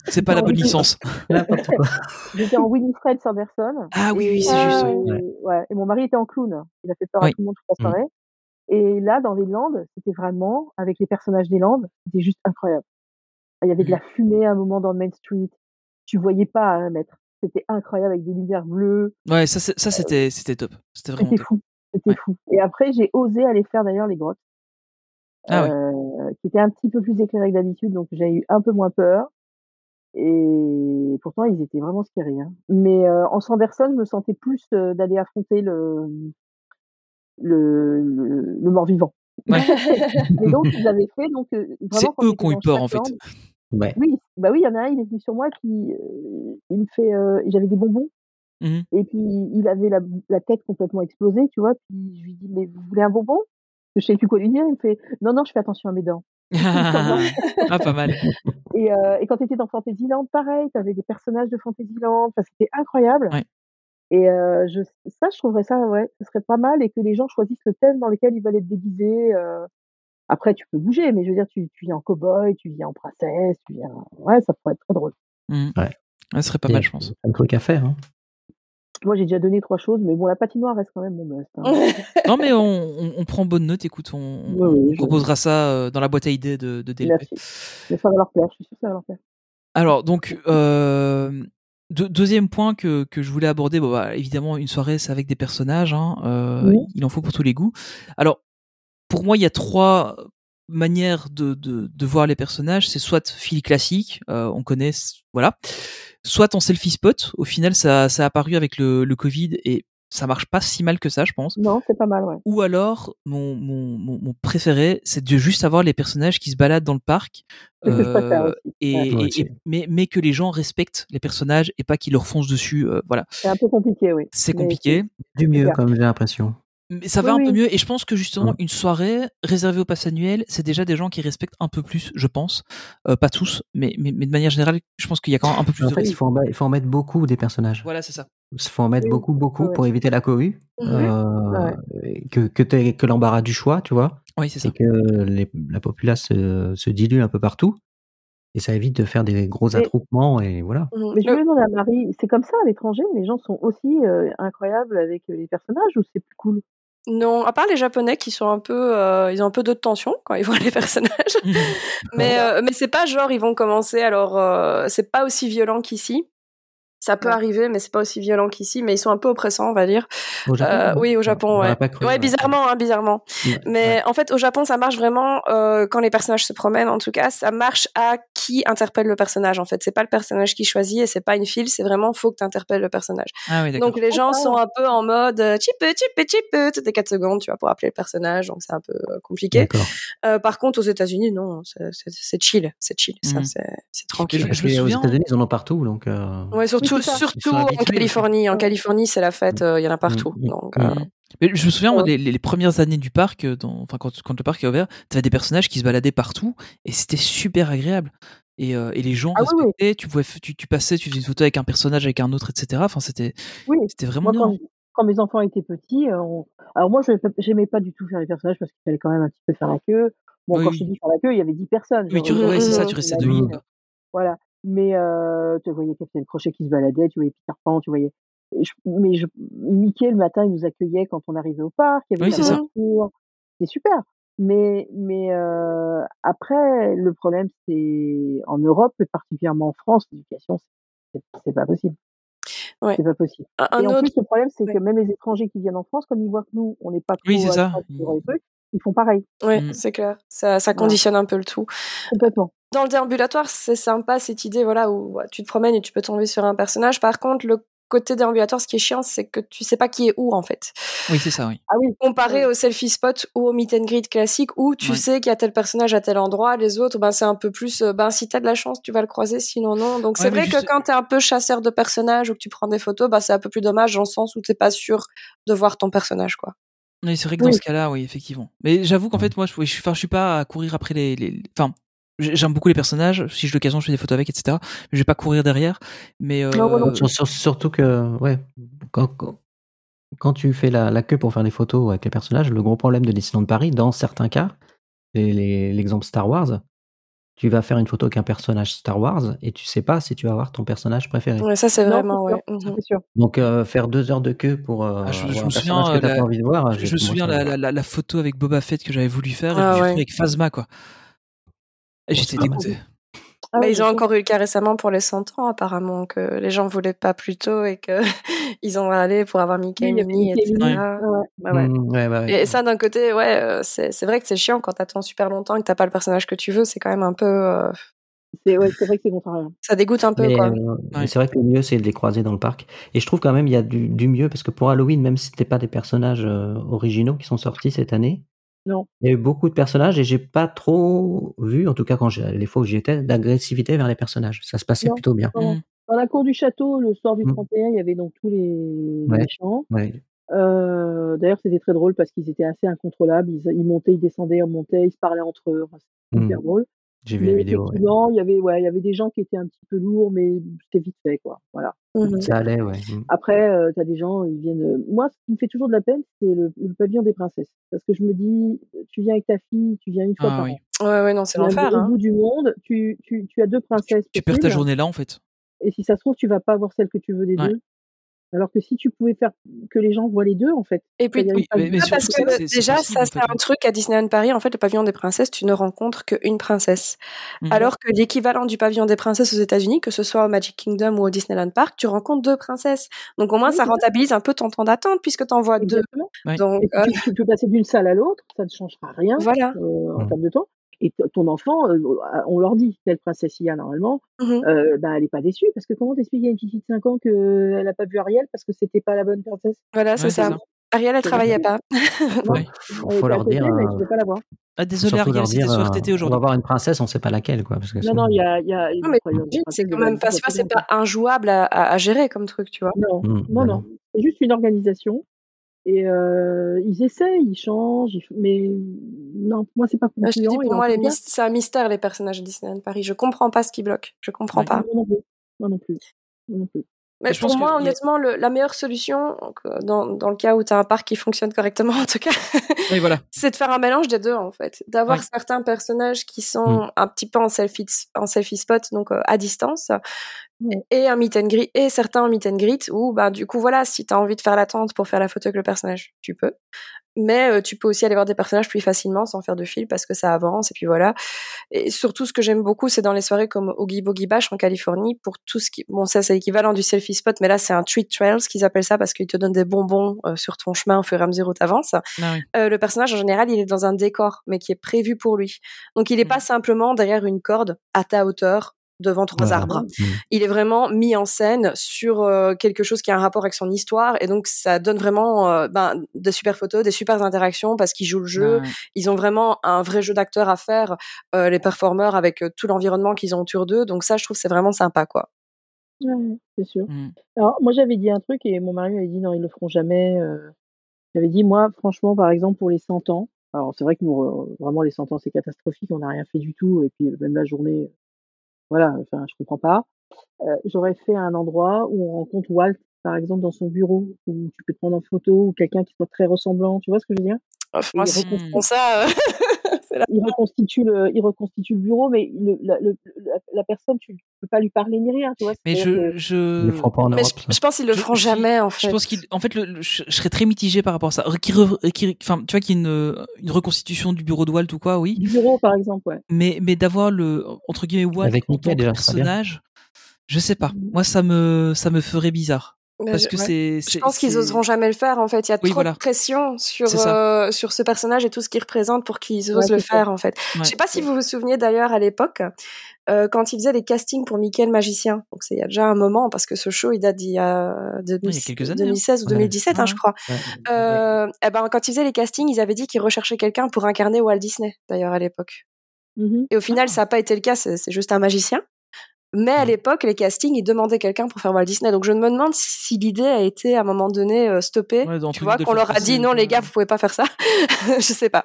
Speaker 1: C'est pas non, la bonne licence.
Speaker 7: <laughs> J'étais en Winifred Sanderson.
Speaker 1: Ah oui, oui, c'est euh, juste.
Speaker 7: Ouais. Ouais. Et mon mari était en clown. Il a fait peur oui. à tout le monde
Speaker 1: Mm.
Speaker 7: toute la soirée. Mmh. Et là, dans les Landes, c'était vraiment, avec les personnages des Landes, c'était juste incroyable. Il y avait mmh.
Speaker 1: Mm.
Speaker 7: de la fumée à un moment dans Main Street. Tu voyais pas à un mètre. C'était incroyable avec des lumières bleues.
Speaker 1: Ouais, ça, ça c'était, c'était top. C'était vraiment
Speaker 7: C'était fou. C'était ouais. fou. Et après, j'ai osé aller faire d'ailleurs les grottes.
Speaker 1: Ah,
Speaker 7: <laughs>
Speaker 1: euh,
Speaker 7: qui était un petit peu plus éclairé que d'habitude, donc j'ai eu un peu moins peur. Et pourtant, ils étaient vraiment scary. Hein. Mais euh, en Sanderson, je me sentais plus euh, d'aller affronter le, le, le, le mort-vivant. <laughs>
Speaker 1: Ouais.
Speaker 7: et donc,
Speaker 1: <laughs>
Speaker 7: ils avaient fait. Donc, euh,
Speaker 1: C'est eux qui ont eu peur, en fait. Land,
Speaker 9: ouais.
Speaker 7: Oui, bah oui, il y en a un, il est venu sur moi, et puis il me fait. euh, J'avais des bonbons.
Speaker 1: Mm -hmm.
Speaker 7: Et puis, il avait la, la, tête complètement explosée, tu vois. Puis, je lui dis, mais vous voulez un bonbon Je sais plus quoi lui dire. Il me fait, non, non, je fais attention à mes dents.
Speaker 1: <laughs> ah, pas mal.
Speaker 7: Et, euh, et quand tu étais dans Fantasyland, pareil, tu avais des personnages de Fantasyland, enfin, c'était incroyable.
Speaker 1: Ouais.
Speaker 7: Et euh, je, ça, je trouverais ça, ouais, ce serait pas mal et que les gens choisissent le thème dans lequel ils veulent être déguisés. Euh... Après, tu peux bouger, mais je veux dire, tu, tu viens en cow-boy, tu viens en princesse, tu viens. Ouais, ça pourrait être très drôle.
Speaker 1: Mmh. Ouais. ouais, ce serait pas et mal, je pense.
Speaker 9: Un truc à faire. Hein.
Speaker 7: Moi, j'ai déjà donné trois choses, mais bon, la patinoire reste quand même mon must.
Speaker 11: ah <laughs>
Speaker 7: Hein.
Speaker 1: non, mais on, on, on, prend bonne note, écoute, on,
Speaker 7: oui, oui,
Speaker 1: on proposera ça euh, dans la boîte à idées de, de DLP.
Speaker 7: Merci. Mais ça va leur plaire, je suis sûr que ça va leur plaire.
Speaker 1: Alors, donc, euh, deux, deuxième point que, que, je voulais aborder, bon, bah, évidemment, une soirée, c'est avec des personnages, hein, euh, oui. il en faut pour tous les goûts. Alors, pour moi, il y a trois manières de, de, de voir les personnages, c'est soit fil classique, euh, on connaît, voilà, soit en selfie spot. Au final, ça, ça a apparu avec le, le, Covid et ça marche pas si mal que ça, je pense.
Speaker 7: Non, c'est pas mal, ouais. <laughs>
Speaker 1: Ou alors, mon, mon, mon, mon préféré, c'est de juste avoir les personnages qui se baladent dans le <laughs> parc.
Speaker 7: Euh,
Speaker 1: et, ouais, et, et mais, mais, que les gens respectent les personnages et pas qu'ils leur foncent dessus. Euh, voilà.
Speaker 7: C'est un peu compliqué, oui.
Speaker 1: C'est compliqué.
Speaker 9: Du mieux, comme j'ai l'impression.
Speaker 1: Mais ça va oui, un peu oui. mieux et je pense que justement ouais. une soirée réservée au pass annuel, c'est déjà des gens qui respectent un peu plus, je pense. Euh, pas tous, mais, mais, mais, de manière générale, je pense qu'il y a quand même un peu plus
Speaker 9: en
Speaker 1: de
Speaker 9: fait, il faut, en, il faut, en, mettre beaucoup des personnages.
Speaker 1: Voilà, c'est ça.
Speaker 9: Il faut en mettre oui. beaucoup, beaucoup pour éviter la cohue, euh, que, que, que l'embarras du choix, tu vois.
Speaker 1: Oui, c'est ça.
Speaker 9: Et que les, la populace se, se, dilue un peu partout. Et ça évite de faire des gros attroupements et voilà.
Speaker 7: Mais je me demande à Marie, c'est comme ça à l'étranger, les gens sont aussi euh, incroyables avec les personnages ou c'est plus cool
Speaker 11: non, à part les Japonais qui sont un peu, euh, ils ont un peu d'autres tensions quand ils voient les personnages.
Speaker 1: Mmh
Speaker 11: mais euh, mais c'est pas genre ils vont commencer. Alors euh, c'est pas aussi violent qu'ici. Ça peut ouais. arriver, mais c'est pas aussi violent qu'ici. Mais ils sont un peu oppressants, on va dire.
Speaker 9: Au Japon,
Speaker 11: euh, oui, au Japon, ouais.
Speaker 9: Cru,
Speaker 11: ouais. bizarrement, hein, bizarrement. Ouais, mais en fait, au Japon, ça marche vraiment euh, quand les personnages se promènent. En tout cas, ça marche à qui interpelle le personnage. En fait, c'est pas le personnage qui choisit et c'est pas une file. C'est vraiment faut que t'interpelles le personnage.
Speaker 1: Ah, oui,
Speaker 11: donc les gens sont un peu en mode euh, chip, chip, chip, toutes les 4 secondes, tu vois, pour appeler le personnage. Donc c'est un peu compliqué. Euh, par contre, aux États-Unis, non, c'est chill, c'est chill, mmh. ça, c'est tranquille.
Speaker 9: Je, je, je me souviens, aux États-Unis, ils en ont partout, donc. euh,
Speaker 11: Ouais, surtout surtout en Californie. En Californie, c'est la fête, il euh, y en a partout. Donc,
Speaker 1: Mhm.
Speaker 11: euh...
Speaker 1: Mais je me souviens, moi, les, les, premières années du parc, euh, dans, enfin, quand, quand, le parc est ouvert, tu avais des personnages qui se baladaient partout et c'était super agréable. Et, euh, et les gens
Speaker 7: ah,
Speaker 1: respectaient,
Speaker 7: oui, oui.
Speaker 1: Tu, pouvais, tu, tu, passais, tu faisais une photo avec un personnage, avec un autre, etc. Enfin, c'était
Speaker 7: oui.
Speaker 1: c'était vraiment
Speaker 7: moi,
Speaker 1: bien.
Speaker 7: Quand, quand, mes enfants étaient petits, on... alors moi, je n'aimais pas du tout faire les personnages parce qu'il fallait quand même un petit peu faire la queue. Bon, quand je te dis faire la queue, il y avait 10 personnes. «Oh,
Speaker 1: Oui, tu ouais, c'est ça, tu restais demi.
Speaker 7: Voilà mais euh, tu voyais Captain Crochet qui se baladait, tu voyais Peter Pan, tu voyais. Je, mais je, Mickey le matin, il nous accueillait quand on arrivait au parc, il y avait
Speaker 1: oui, c'est
Speaker 7: c'est super. Mais mais euh, après, le problème c'est en Europe et particulièrement en France, l'éducation c'est pas possible.
Speaker 11: Ouais.
Speaker 7: C'est pas possible.
Speaker 11: Un
Speaker 7: et en
Speaker 11: autre...
Speaker 7: plus, le problème c'est ouais. que même les étrangers qui viennent en France, comme ils voient que nous, on n'est pas trop
Speaker 1: oui, c'est ça.
Speaker 7: Sur les trucs, ils font pareil.
Speaker 11: Oui, mmh. c'est clair. Ça, ça conditionne ouais. un peu le tout.
Speaker 7: Complètement
Speaker 11: bah, dans le déambulatoire, c'est sympa cette idée voilà où tu te promènes et tu peux tomber sur un personnage. Par contre, le côté déambulatoire, ce qui est chiant, c'est que tu sais pas qui est où en fait.
Speaker 1: Oui, c'est ça, oui.
Speaker 11: Ah, oui. Comparé oui. au selfie spot ou au meet and greet classique où tu oui. sais qu'il y a tel personnage à tel endroit, les autres, ben c'est un peu plus, ben si t'as de la chance, tu vas le croiser, sinon non. Donc ouais, c'est vrai juste... que quand t'es un peu chasseur de personnages ou que tu prends des photos, ben c'est un peu plus dommage dans le sens où t'es pas sûr de voir ton personnage, quoi.
Speaker 1: Oui, c'est vrai que dans ce cas-là, oui, effectivement. Mais j'avoue qu'en fait, moi, je, je, je suis pas à courir après les, les... enfin, j'aime beaucoup les personnages si j'ai l'occasion je fais des photos avec etc mais je vais pas courir derrière
Speaker 7: Ah
Speaker 1: mais euh...
Speaker 9: non, non, non. surtout que ouais quand, quand tu fais la, la, queue pour faire des photos avec les personnages le gros problème de Disneyland de Paris dans certains cas l'exemple Star Wars tu vas faire une photo avec un personnage Star Wars et tu sais pas si tu vas avoir ton personnage préféré.
Speaker 11: Ouais, ça c'est vraiment ouais. Mhm.
Speaker 7: sûr.
Speaker 9: Donc euh, faire deux heures de queue pour euh, ah,
Speaker 1: je, je me souviens, la, envie de voir, je, je me souviens la, la, photo avec Boba Fett que j'avais voulu faire ah, et ouais. avec Phasma quoi.
Speaker 11: Oh,
Speaker 1: J'étais dégoûté.
Speaker 11: Ah oui, ils ont encore eu le cas récemment pour les 100 ans, apparemment, que les gens voulaient pas plus tôt et <laughs> qu'ils ont allé pour avoir Mickey et Minnie, etc.
Speaker 7: Ouais. Bah
Speaker 9: Mm.
Speaker 11: ouais. Mmh, ouais, et, et ça, d'un côté, ouais, euh, c'est vrai que c'est chiant quand t'attends super longtemps et que t'as pas le personnage que tu veux, c'est quand même un peu. Euh...
Speaker 7: C'est vrai que c'est contrariant.
Speaker 11: Ça dégoûte un peu,
Speaker 9: mais,
Speaker 11: quoi.
Speaker 9: Euh, c'est vrai que le mieux, c'est de les croiser dans le parc. Et je trouve quand même, il y a du, du, mieux, parce que pour Halloween, même si c'était pas des personnages euh, originaux qui sont sortis cette année,
Speaker 7: non.
Speaker 9: Il y a eu beaucoup de personnages et j'ai pas trop vu, en tout cas quand les fois où j'y étais, d'agressivité vers les personnages. Ça se passait non, plutôt bien.
Speaker 7: Mmh. Dans la cour du château, le soir du 31, mmh. il y avait donc tous les
Speaker 9: ouais,
Speaker 7: méchants.
Speaker 9: Ouais.
Speaker 7: Euh, D'ailleurs, c'était très drôle parce qu'ils étaient assez incontrôlables. Ils, ils, montaient, ils descendaient, ils montaient, ils se parlaient entre eux.
Speaker 9: Mm.
Speaker 7: C'était super mmh. drôle.
Speaker 9: J'ai vu la vidéo.
Speaker 7: Ouais. Il, y avait, ouais, il y avait des gens qui étaient un petit peu lourds, mais c'était vite fait. Quoi. Voilà.
Speaker 11: Mmh
Speaker 9: Ça allait, ouais.
Speaker 7: Après, euh, tu as des gens, ils viennent. euh, Moi, ce qui me fait toujours de la peine, c'est le, le, pavillon des princesses. Parce que je me dis, tu viens avec ta fille, tu viens une fois
Speaker 11: ah,
Speaker 7: par
Speaker 11: oui. an. Ouais, ouais, non, c'est l'enfer.
Speaker 7: Au hein. bout du monde, tu, tu, tu, as deux princesses.
Speaker 1: Tu, tu perds ta journée là, en fait.
Speaker 7: Et si ça se trouve, tu vas pas avoir celle que tu veux des ouais. deux. Alors que si tu pouvais faire que les gens voient les deux, en fait.
Speaker 11: Et puis, oui, mais, mais Ah, parce que ça, déjà, ça, c'est un truc à Disneyland Paris. En fait, le pavillon des princesses, tu ne rencontres qu'une princesse.
Speaker 1: Mmh.
Speaker 11: Mm -hmm. Alors que l'équivalent du pavillon des princesses aux États-Unis, que ce soit au Magic Kingdom ou au Disneyland Park, tu rencontres deux princesses. Donc, au moins, oui, ça rentabilise ça. un peu ton temps d'attente puisque tu en vois Exactement. deux.
Speaker 7: Oui.
Speaker 11: Donc,
Speaker 7: euh... tu, tu, peux passer d'une salle à l'autre, ça ne changera rien
Speaker 11: voilà.
Speaker 7: euh,
Speaker 9: Mmh.
Speaker 7: en termes de temps et ton enfant, euh, on leur dit, telle princesse il y a normalement,
Speaker 9: Mmh
Speaker 7: mm -hmm. euh, bah, elle n'est pas déçue, parce que comment t'expliques à une petite fille de 5 ans qu'elle n'a pas vu Ariel parce que c'était pas la bonne princesse
Speaker 11: Voilà, c'est ouais, ça. ça. Ariel, elle travaillait pas.
Speaker 9: non, ouais. faut, faut leur côté, dire. hein,
Speaker 7: Euh... Pas la voir.
Speaker 1: Ah, désolé, Ariel, c'était sur RTT aujourd'hui.
Speaker 9: euh, On va voir une princesse, on ne sait pas laquelle. Quoi, parce que
Speaker 7: non, non, il y a. Y a...
Speaker 11: Non, mais c'est quand même pas, c'est pas injouable à, à, gérer comme truc, tu vois.
Speaker 7: Non, mmh, non, non. C'est juste une organisation. Et euh, ils essaient, ils changent, ils... mais non, pour moi, c'est pas concluant.
Speaker 11: pour moi, c'est un mystère, les personnages de Disneyland Paris. Je comprends pas ce qui bloque. Je comprends ouais, pas.
Speaker 7: Moi non, moi non plus. Moi non plus.
Speaker 11: Mais je pour moi, honnêtement, a... le, la meilleure solution, euh, dans, dans le cas où tu as un parc qui fonctionne correctement, en tout cas,
Speaker 1: voilà.
Speaker 11: c'est de faire un mélange des deux, en fait. D'avoir ouais. certains personnages qui sont mmh. un petit peu en selfie, en selfie spot, donc euh, à distance, mmh. et un meet and greet, et certains en meet and greet, où, bah, du coup, voilà, si tu as envie de faire l'attente pour faire la photo avec le personnage, tu peux. Mais euh, tu peux aussi aller voir des personnages plus facilement sans faire de fil parce que ça avance et puis voilà. Et surtout, ce que j'aime beaucoup, c'est dans les soirées comme Oogie Boogie Bash en Californie pour tout ce qui, bon, ça c'est l'équivalent du selfie spot, mais là c'est un treat trails qu'ils appellent ça parce qu'ils te donnent des bonbons euh, sur ton chemin au fur et à mesure où t'avances.
Speaker 1: Ah oui.
Speaker 11: euh, le personnage en général, il est dans un décor, mais qui est prévu pour lui. Donc il n'est mmh. pas simplement derrière une corde à ta hauteur devant trois ah, arbres. Mmh. Il est vraiment mis en scène sur euh, quelque chose qui a un rapport avec son histoire et donc ça donne vraiment euh, ben, des super photos, des super interactions parce qu'ils jouent le jeu.
Speaker 1: Ah
Speaker 11: Ouais. Ils ont vraiment un vrai jeu d'acteur à faire, euh, les performeurs avec tout l'environnement qu'ils ont autour d'eux. Donc ça, je trouve c'est vraiment sympa quoi.
Speaker 7: Ouais, c'est sûr. Mmh. Alors moi j'avais dit un truc et mon mari avait dit non ils le feront jamais. J'avais dit moi franchement par exemple pour les 100 ans. Alors c'est vrai que nous vraiment les 100 ans c'est catastrophique, on n'a rien fait du tout et puis même la journée euh, voilà, enfin, je comprends pas. Euh, J'aurais fait un endroit où on rencontre Walt, par exemple, dans son bureau, où tu peux te prendre en photo, ou quelqu'un qui soit très ressemblant, tu vois ce que je veux dire
Speaker 11: oh, Moi, si on
Speaker 1: Mmh.
Speaker 11: ça, euh...
Speaker 7: la... il, reconstitue le, il reconstitue le bureau, mais le, la, le, la, la, personne, tu ne peux pas lui parler ni rien, tu vois
Speaker 1: Mais je,
Speaker 7: que...
Speaker 1: je...
Speaker 9: Ils le pas en Europe,
Speaker 11: mais je, je, pense qu'ils le feront jamais, en fait.
Speaker 1: Je pense qu'en fait, le, je, je, serais très mitigé par rapport à ça. Qui re, qui, enfin, tu vois qu'il y a une, une, reconstitution du bureau de Walt ou quoi, oui.
Speaker 7: Du bureau, par exemple, ouais.
Speaker 1: Mais, mais d'avoir le, entre guillemets, Walt
Speaker 9: Avec
Speaker 11: Mmh.
Speaker 1: en tant que personnage, je sais pas. Moi, ça me, ça me ferait bizarre. Parce que ouais.
Speaker 11: c'est, Bah, Je pense qu'ils oseront jamais le faire en fait. Il y a oui, trop voilà. de pression sur euh, sur ce personnage et tout ce qu'il représente pour qu'ils osent ouais, le faire ça. en fait. Ouais. Je sais pas si vous vous souvenez d'ailleurs à l'époque euh, quand ils faisaient des castings pour Mickey le magicien. Donc c'est il y a déjà un moment parce que ce show il date d'il y a, de,
Speaker 1: oui, il y a années,
Speaker 11: 2016 hein. ou 2017 hein, je crois. Euh, et ben quand ils faisaient les castings ils avaient dit qu'ils recherchaient quelqu'un pour incarner Walt Disney d'ailleurs à l'époque. Mm
Speaker 7: Mmh
Speaker 11: -hmm. Et au final ah. ça n'a pas été le cas. C'est juste un magicien. Mais à l'époque, les castings, ils demandaient quelqu'un pour faire Walt Disney. Donc je me demande si l'idée a été à un moment donné euh, stoppée. Ouais, tu vois, qu'on leur a dit non, les gars, vous pouvez pas faire ça. <laughs> je sais pas.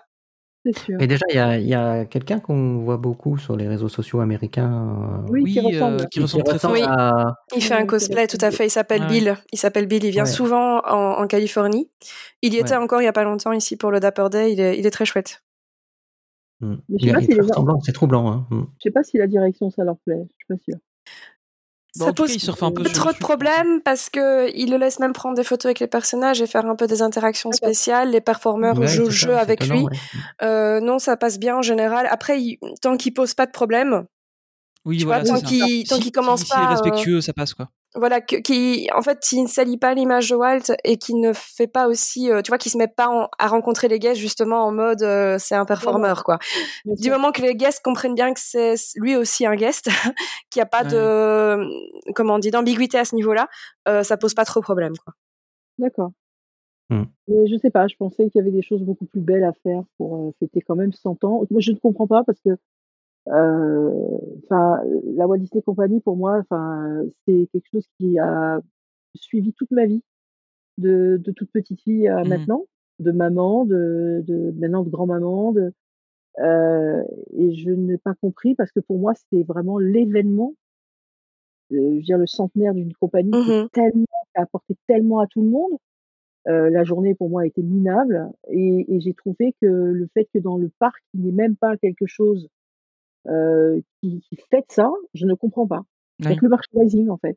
Speaker 9: Sûr. Mais déjà, il y a, a quelqu'un qu'on voit beaucoup sur les réseaux sociaux américains.
Speaker 7: Oui, oui qui ressemble, euh,
Speaker 9: qui ressemble, qui ressemble très à...
Speaker 11: oui. Il fait un cosplay, tout à fait. Il s'appelle ouais. Bill. Il s'appelle Bill. Il vient ouais. souvent en, en, Californie. Il y était encore il y a pas longtemps ici pour le Dapper Day. Il est, il est très chouette.
Speaker 9: Mmh. Il, il si a... c'est troublant. Hein. Mmh.
Speaker 7: Je sais pas si la direction ça leur plaît, je suis pas sûre.
Speaker 1: Bah,
Speaker 11: Bon, ça pose Bah, cas, un peu trop de problèmes parce que il le laisse même prendre des photos avec les personnages et faire un peu des interactions spéciales. Les performeurs Ah, ouais, jouent le jeu avec lui. Ouais. Euh, non, ça passe bien en général. Après, il... tant qu'il pose pas de problème,
Speaker 1: oui, voilà,
Speaker 11: vois, tant qu'il tant qu'il commence
Speaker 1: si,
Speaker 11: pas,
Speaker 1: si respectueux, euh... ça passe quoi.
Speaker 11: Voilà, qui en fait, qui ne salit pas l'image de Walt et qui ne fait pas aussi, euh, tu vois, qui se met pas en, à rencontrer les guests justement en mode euh, c'est un performeur quoi. Ouais. Du moment que les guests comprennent bien que c'est lui aussi un guest, <laughs> qu'il n'y a pas ouais. de comment on dit d'ambiguïté à ce niveau-là, euh, ça pose pas trop problème quoi.
Speaker 7: D'accord. Hum. Mais je sais pas, je pensais qu'il y avait des choses beaucoup plus belles à faire pour euh, fêter quand même 100 ans. Moi, je ne comprends pas parce que enfin euh, la Walt Disney Company pour moi enfin c'est quelque chose qui a suivi toute ma vie de, de toute petite fille à mmh. maintenant de maman de, de maintenant de grand maman de euh, et je n'ai pas compris parce que pour moi c'était vraiment l'événement euh, je veux dire le centenaire d'une compagnie mmh. qui, a tellement, qui a apporté tellement à tout le monde euh, la journée pour moi était minable et, et j'ai trouvé que le fait que dans le parc il n'y ait même pas quelque chose euh, qui, qui fête ça, je ne comprends pas. Oui. Avec le merchandising, en fait.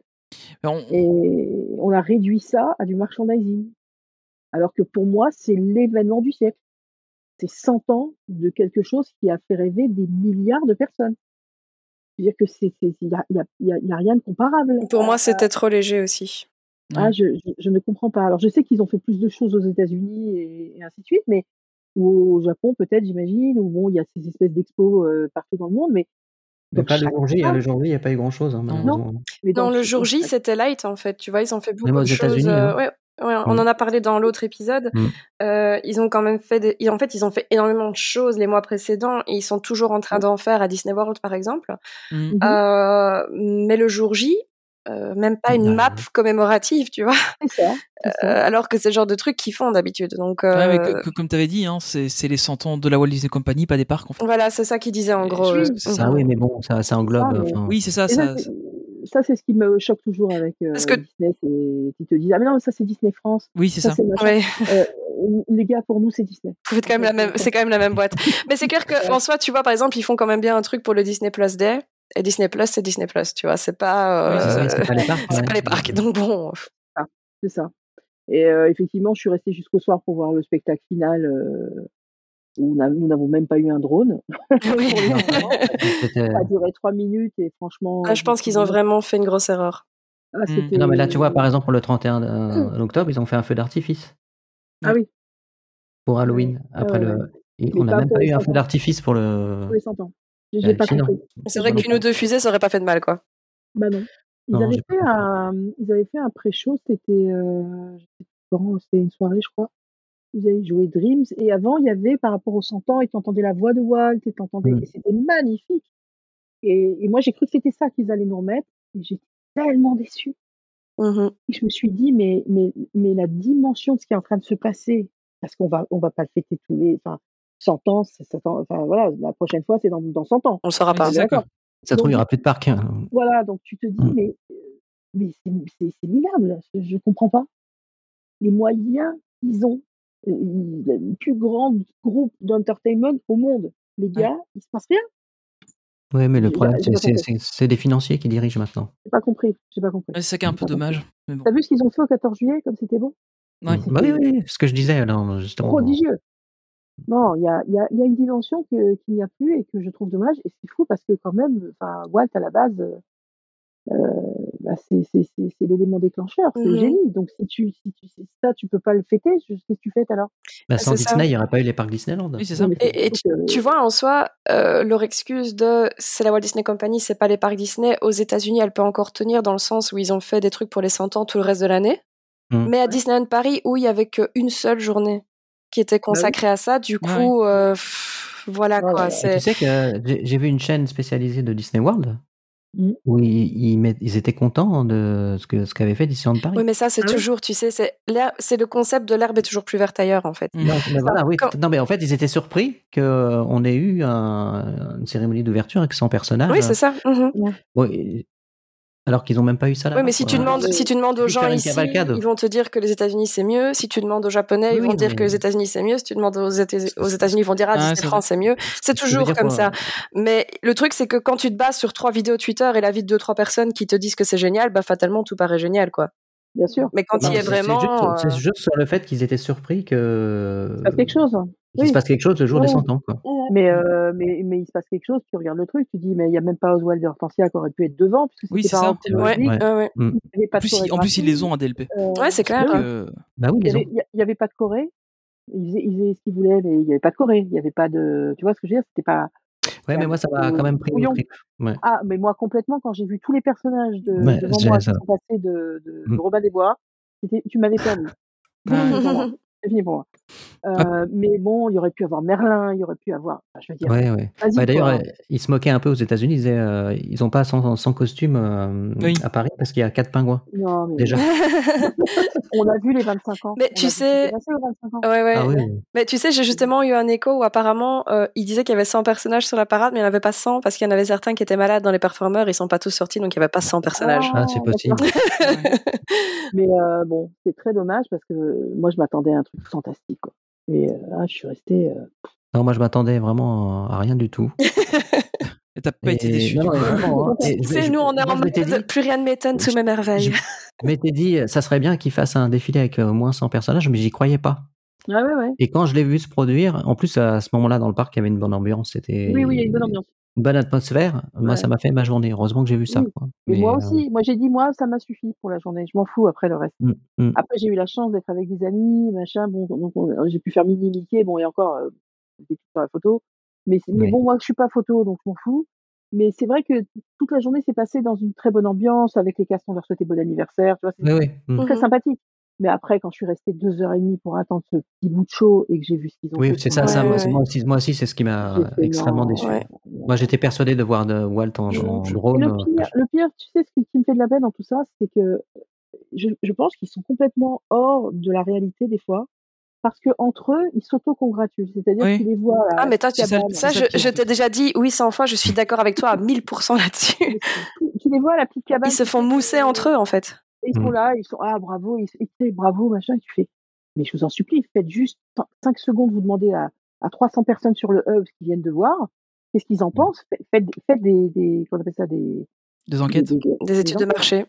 Speaker 1: Bah,
Speaker 7: On... Et on a réduit ça à du merchandising. Alors que pour moi, c'est l'événement du siècle. C'est 100 ans de quelque chose qui a fait rêver des milliards de personnes. C'est-à-dire que c'est, il n'y a, y a, y a, y a, rien de comparable.
Speaker 11: Pour moi, c'était trop léger aussi.
Speaker 7: Ah, oui. je, je, je, ne comprends pas. Alors, je sais qu'ils ont fait plus de choses aux États-Unis et, et ainsi de suite, mais ou au Japon peut-être, j'imagine, où bon, il y a ces espèces d'expos euh, partout dans le monde, mais.
Speaker 9: Mais pas le jour J, le jour J, il n'y a pas eu grand-chose. Hein,
Speaker 11: non, mais dans, dans le jour J, c'était light en fait, tu vois, ils ont fait beaucoup de choses. Euh, hein. ouais, ouais, on mmh. en a parlé dans l'autre épisode. Mmh. Euh, ils ont quand même fait, des... en fait, ils ont fait énormément de choses les mois précédents et ils sont toujours en train d'en faire à Disney World par exemple.
Speaker 7: Mhm.
Speaker 11: Mmh.
Speaker 7: Mm-hmm.
Speaker 11: mais le jour J, euh, même pas une map commémorative, tu vois.
Speaker 7: Ça,
Speaker 11: euh, alors que c'est le genre de truc qu'ils font d'habitude. Donc, euh...
Speaker 1: ouais, mais que, que, comme tu avais dit, hein, c'est les 100 ans de la Walt Disney Company, pas des parcs. En fait.
Speaker 11: Voilà, c'est ça qu'ils disaient en gros. euh,
Speaker 9: Oui, ça, Ah oui, mais bon, ça, ça englobe. Ah,
Speaker 1: mais... Oui, c'est ça. ça,
Speaker 7: ça ça c'est ce qui me choque toujours avec euh, Parce que... Disney et qui te disent ah mais non mais ça c'est Disney France
Speaker 1: oui c'est ça, ça.
Speaker 11: Ouais.
Speaker 7: Euh, les gars pour nous c'est Disney
Speaker 11: c'est quand même la même c'est quand même la même boîte mais c'est clair que en soi tu vois par exemple ils font quand même bien un truc pour le Disney Plus Day et Disney Plus c'est Disney Plus tu vois c'est pas
Speaker 9: euh, oui, c'est pas les parcs
Speaker 11: <laughs> c'est ouais. pas les parcs donc bon
Speaker 7: ah, c'est ça et euh, effectivement je suis restée jusqu'au soir pour voir le spectacle final euh, où nous n'avons même pas eu un drone.
Speaker 11: <laughs>
Speaker 7: <laughs>
Speaker 11: Oui. <laughs>
Speaker 7: ça a duré trois minutes et franchement.
Speaker 11: Ah, je pense qu'ils ont vraiment fait une grosse erreur.
Speaker 9: Ah, mmh. Non, mais là, tu vois, par exemple, pour le 31
Speaker 11: <laughs>
Speaker 9: euh, mmh. octobre, ils ont fait un feu d'artifice.
Speaker 7: Ah oui.
Speaker 9: Pour Halloween. Après euh, le... Et on n'a même pas eu un feu d'artifice pour le.
Speaker 7: Pour les 100 ans. J'ai pas compris.
Speaker 11: C'est vrai qu'une ou deux fusées, ça aurait pas fait de mal, quoi.
Speaker 7: Bah non. Ils, non, avaient, fait un... mmh, ils avaient fait un pré-show, c'était. Euh... C'était une soirée, je crois vous avez joué Dreams. Et avant, il y avait, par rapport aux 100 ans, et t'entendais la voix de Walt, et t'entendais, mmh. c'était magnifique. Et, et moi, j'ai cru que c'était ça qu'ils allaient nous remettre, et j'étais tellement déçue. Mmh.
Speaker 9: Mm-hmm.
Speaker 7: Et je me suis dit, mais, mais, mais la dimension de ce qui est en train de se passer, parce qu'on va, on va pas le fêter tous les, enfin, 100 ans, enfin, voilà, la prochaine fois, c'est dans, dans 100 ans.
Speaker 11: On le saura pas.
Speaker 9: D'accord. Ça trouve, il n'y aura plus de parc. Hein.
Speaker 7: Voilà, donc tu te dis, mmh. mais, mais c'est minable, je comprends pas. Les moyens qu'ils ont le plus grand groupe d'entertainment au monde. Les gars, ouais. il se passe rien.
Speaker 9: Oui, mais le problème, c'est des financiers qui dirigent maintenant.
Speaker 7: J'ai pas compris. J'ai pas compris.
Speaker 1: Ouais, c'est ça qui est un peu dommage. Bon.
Speaker 7: T'as vu ce qu'ils ont fait au 14 juillet, comme c'était bon
Speaker 9: ouais. bah oui, oui, ce que je disais. Non,
Speaker 1: Mmh.
Speaker 9: justement,
Speaker 7: prodigieux. Non, il y a, y, a, y a, une dimension qu'il qu n'y a plus et que je trouve dommage. Et c'est fou parce que quand même, Walt, à la base, euh, bah, c'est l'élément déclencheur, c'est mmh. le génie. Donc si tu, si tu ça, tu peux pas le fêter, qu'est-ce que tu fêtes alors
Speaker 9: bah, Sans Disney, il n'y aurait pas eu les parcs Disneyland.
Speaker 1: Oui, ça.
Speaker 11: Et, et tu, tu, vois, en soi, euh, leur excuse de c'est la Walt Disney Company, c'est pas les parcs Disney, aux États-Unis, elle peut encore tenir dans le sens où ils ont fait des trucs pour les 100 ans tout le reste de l'année. Mmh. Mais à Disneyland Paris, où il y avait qu'une seule journée qui était consacrée ah oui. à ça, du coup, ah oui. euh, pff, voilà ah quoi.
Speaker 9: Tu sais que j'ai vu une chaîne spécialisée de Disney World Mmh. où ils, ils, ils, étaient contents de ce que ce qu'avait fait Disneyland Paris.
Speaker 11: Oui, mais ça c'est mmh. toujours, tu sais, c'est c'est le concept de l'herbe est toujours plus verte ailleurs en fait.
Speaker 9: Mmh. Non, mais voilà, oui. Quand... non, mais en fait, ils étaient surpris que on ait eu un, une cérémonie d'ouverture avec 100 personnages.
Speaker 11: Oui, c'est ça. mmh
Speaker 9: Bon, alors qu'ils n'ont même pas eu ça là.
Speaker 11: Oui, mais si tu demandes, euh, si tu demandes aux gens ici, cavalcade. ils vont te dire que les États-Unis c'est mieux. Si tu demandes aux Japonais, oui, ils vont oui, dire oui. que les États-Unis c'est mieux. Si tu demandes aux États-Unis, ils vont dire ah, Disney France c'est mieux. C'est toujours ce comme quoi, ça. Ouais. Mais le truc, c'est que quand tu te bases sur trois vidéos Twitter et la vie de deux trois personnes qui te disent que c'est génial, bah fatalement tout paraît génial, quoi.
Speaker 7: Bien sûr.
Speaker 11: Mais quand non, il est, est vraiment,
Speaker 9: c'est juste, euh... juste, sur le fait qu'ils étaient surpris que.
Speaker 7: Ça quelque chose. hein.
Speaker 9: Il oui. se passe quelque chose le jour ouais. des 100 ans. Quoi.
Speaker 7: Mais, euh, mais, mais il se passe quelque chose, tu regardes le truc, tu dis, mais il n'y a même pas Oswald Hortensia qui aurait pu être devant, puisque
Speaker 1: oui, c'est ça.
Speaker 11: Ouais, euh, ouais.
Speaker 1: Mm. Pas en, plus, de en plus, ils les ont à DLP.
Speaker 11: Euh, ouais, c'est clair. Euh...
Speaker 9: Bah oui,
Speaker 7: il n'y avait, avait, pas de Corée. Ils faisaient, ils faisaient ce qu'ils voulaient, mais il n'y avait pas de Corée. Il y avait pas de. Tu vois ce que je veux dire C'était pas.
Speaker 9: Ouais, mais moi, ça m'a quand même pris.
Speaker 7: Ouais. Ah, mais moi, complètement, quand j'ai vu tous les personnages de, ouais, devant moi qui sont passés de, de,
Speaker 9: Mmh.
Speaker 7: mm. de Robin des Bois, tu m'avais perdu.
Speaker 9: <laughs>
Speaker 7: Fini pour moi. Euh, ah. Mais bon, il y aurait pu avoir Merlin, il y aurait pu avoir. Enfin, je veux dire. hein.
Speaker 9: Ouais, ouais. Bah, D'ailleurs, ils se moquaient un peu aux États-Unis. Ils disaient, euh, ils n'ont pas 100, 100 costumes euh, oui. à Paris parce qu'il y a 4 pingouins.
Speaker 7: Non, mais...
Speaker 9: Déjà.
Speaker 7: <laughs> on a vu les 25 ans.
Speaker 11: Mais on tu sais. <laughs> Ouais, ouais. Ah, oui. Mais tu sais, j'ai justement eu un écho où apparemment, euh, ils disaient qu'il y avait 100 personnages sur la parade, mais il n'y en avait pas 100 parce qu'il y en avait certains qui étaient malades dans les performeurs. Ils sont pas tous sortis, donc il n'y avait pas 100 personnages.
Speaker 9: Ah, ah c'est possible.
Speaker 11: <laughs>
Speaker 7: mais euh, bon, c'est très dommage parce que euh, moi, je m'attendais à un truc fantastique. Quoi. Et euh, là, je suis resté. Euh...
Speaker 9: Non, moi, je m'attendais vraiment à rien du tout.
Speaker 1: Et t'as pas été déçu.
Speaker 11: Hein. C'est nous, on est en mode dit... <laughs> plus rien ne m'étonne sous mes merveilles.
Speaker 9: Je m'étais dit, ça serait bien qu'ils fassent un défilé avec euh, au moins 100 personnages, mais j'y croyais pas.
Speaker 7: Ah ouais, ouais.
Speaker 9: Et quand je l'ai vu se produire, en plus à ce moment-là dans le parc, il y avait une bonne ambiance. C'était
Speaker 7: oui, oui, il y a une bonne ambiance.
Speaker 9: Une bonne atmosphère. Ouais. Moi, ça m'a fait ma journée. Heureusement que j'ai vu ça.
Speaker 7: Oui.
Speaker 9: Quoi.
Speaker 7: Mais, mais, moi aussi. Euh... Moi, j'ai dit moi, ça m'a suffi pour la journée. Je m'en fous après le reste. Mm, mm. Après, j'ai eu la chance d'être avec des amis, machin. Bon, donc j'ai pu faire mini Mickey. Bon, et encore, euh, j'étais sur la photo. Mais, mais oui. bon, moi, je suis pas photo, donc je m'en fous. Mais c'est vrai que toute la journée s'est passée dans une très bonne ambiance avec les cassons leur souhaiter bon anniversaire. Tu vois, c'est
Speaker 9: oui,
Speaker 11: Mmh
Speaker 7: très mm. sympathique. Mais après, quand je suis resté deux heures et demie pour attendre ce petit bout de chaud et que j'ai vu ce qu'ils ont
Speaker 9: oui, c'est ça, ça. Moi, ouais. moi, aussi, moi aussi c'est ce qui m'a extrêmement déçu. Ouais. Moi, euh, j'étais persuadé de voir de Walt en, en drone.
Speaker 7: Le pire, je... le pire, tu sais, ce qui, qui me fait de la peine dans tout ça, c'est que je, je pense qu'ils sont complètement hors de la réalité des fois. Parce que entre eux, ils s'autocongratulent. C'est-à-dire oui. que tu les vois.
Speaker 11: Là, ah, mais toi, tu ça, ça, je, je t'ai déjà dit 800 fois, je suis d'accord avec toi à 1000% là-dessus.
Speaker 7: tu les vois à la petite cabane.
Speaker 11: Ils se font mousser entre eux, en fait.
Speaker 7: Et ils sont mmh. là, ils sont ah bravo, ils, ils bravo machin, et tu fais mais je vous en supplie, faites juste 5 secondes, vous demandez à, à 300 personnes sur le hub ce qu'ils viennent de voir, qu'est-ce qu'ils
Speaker 11: Mmh.
Speaker 7: en pensent, faites, faites des, des comment on appelle ça des
Speaker 1: des enquêtes,
Speaker 11: des, des, des études de marché.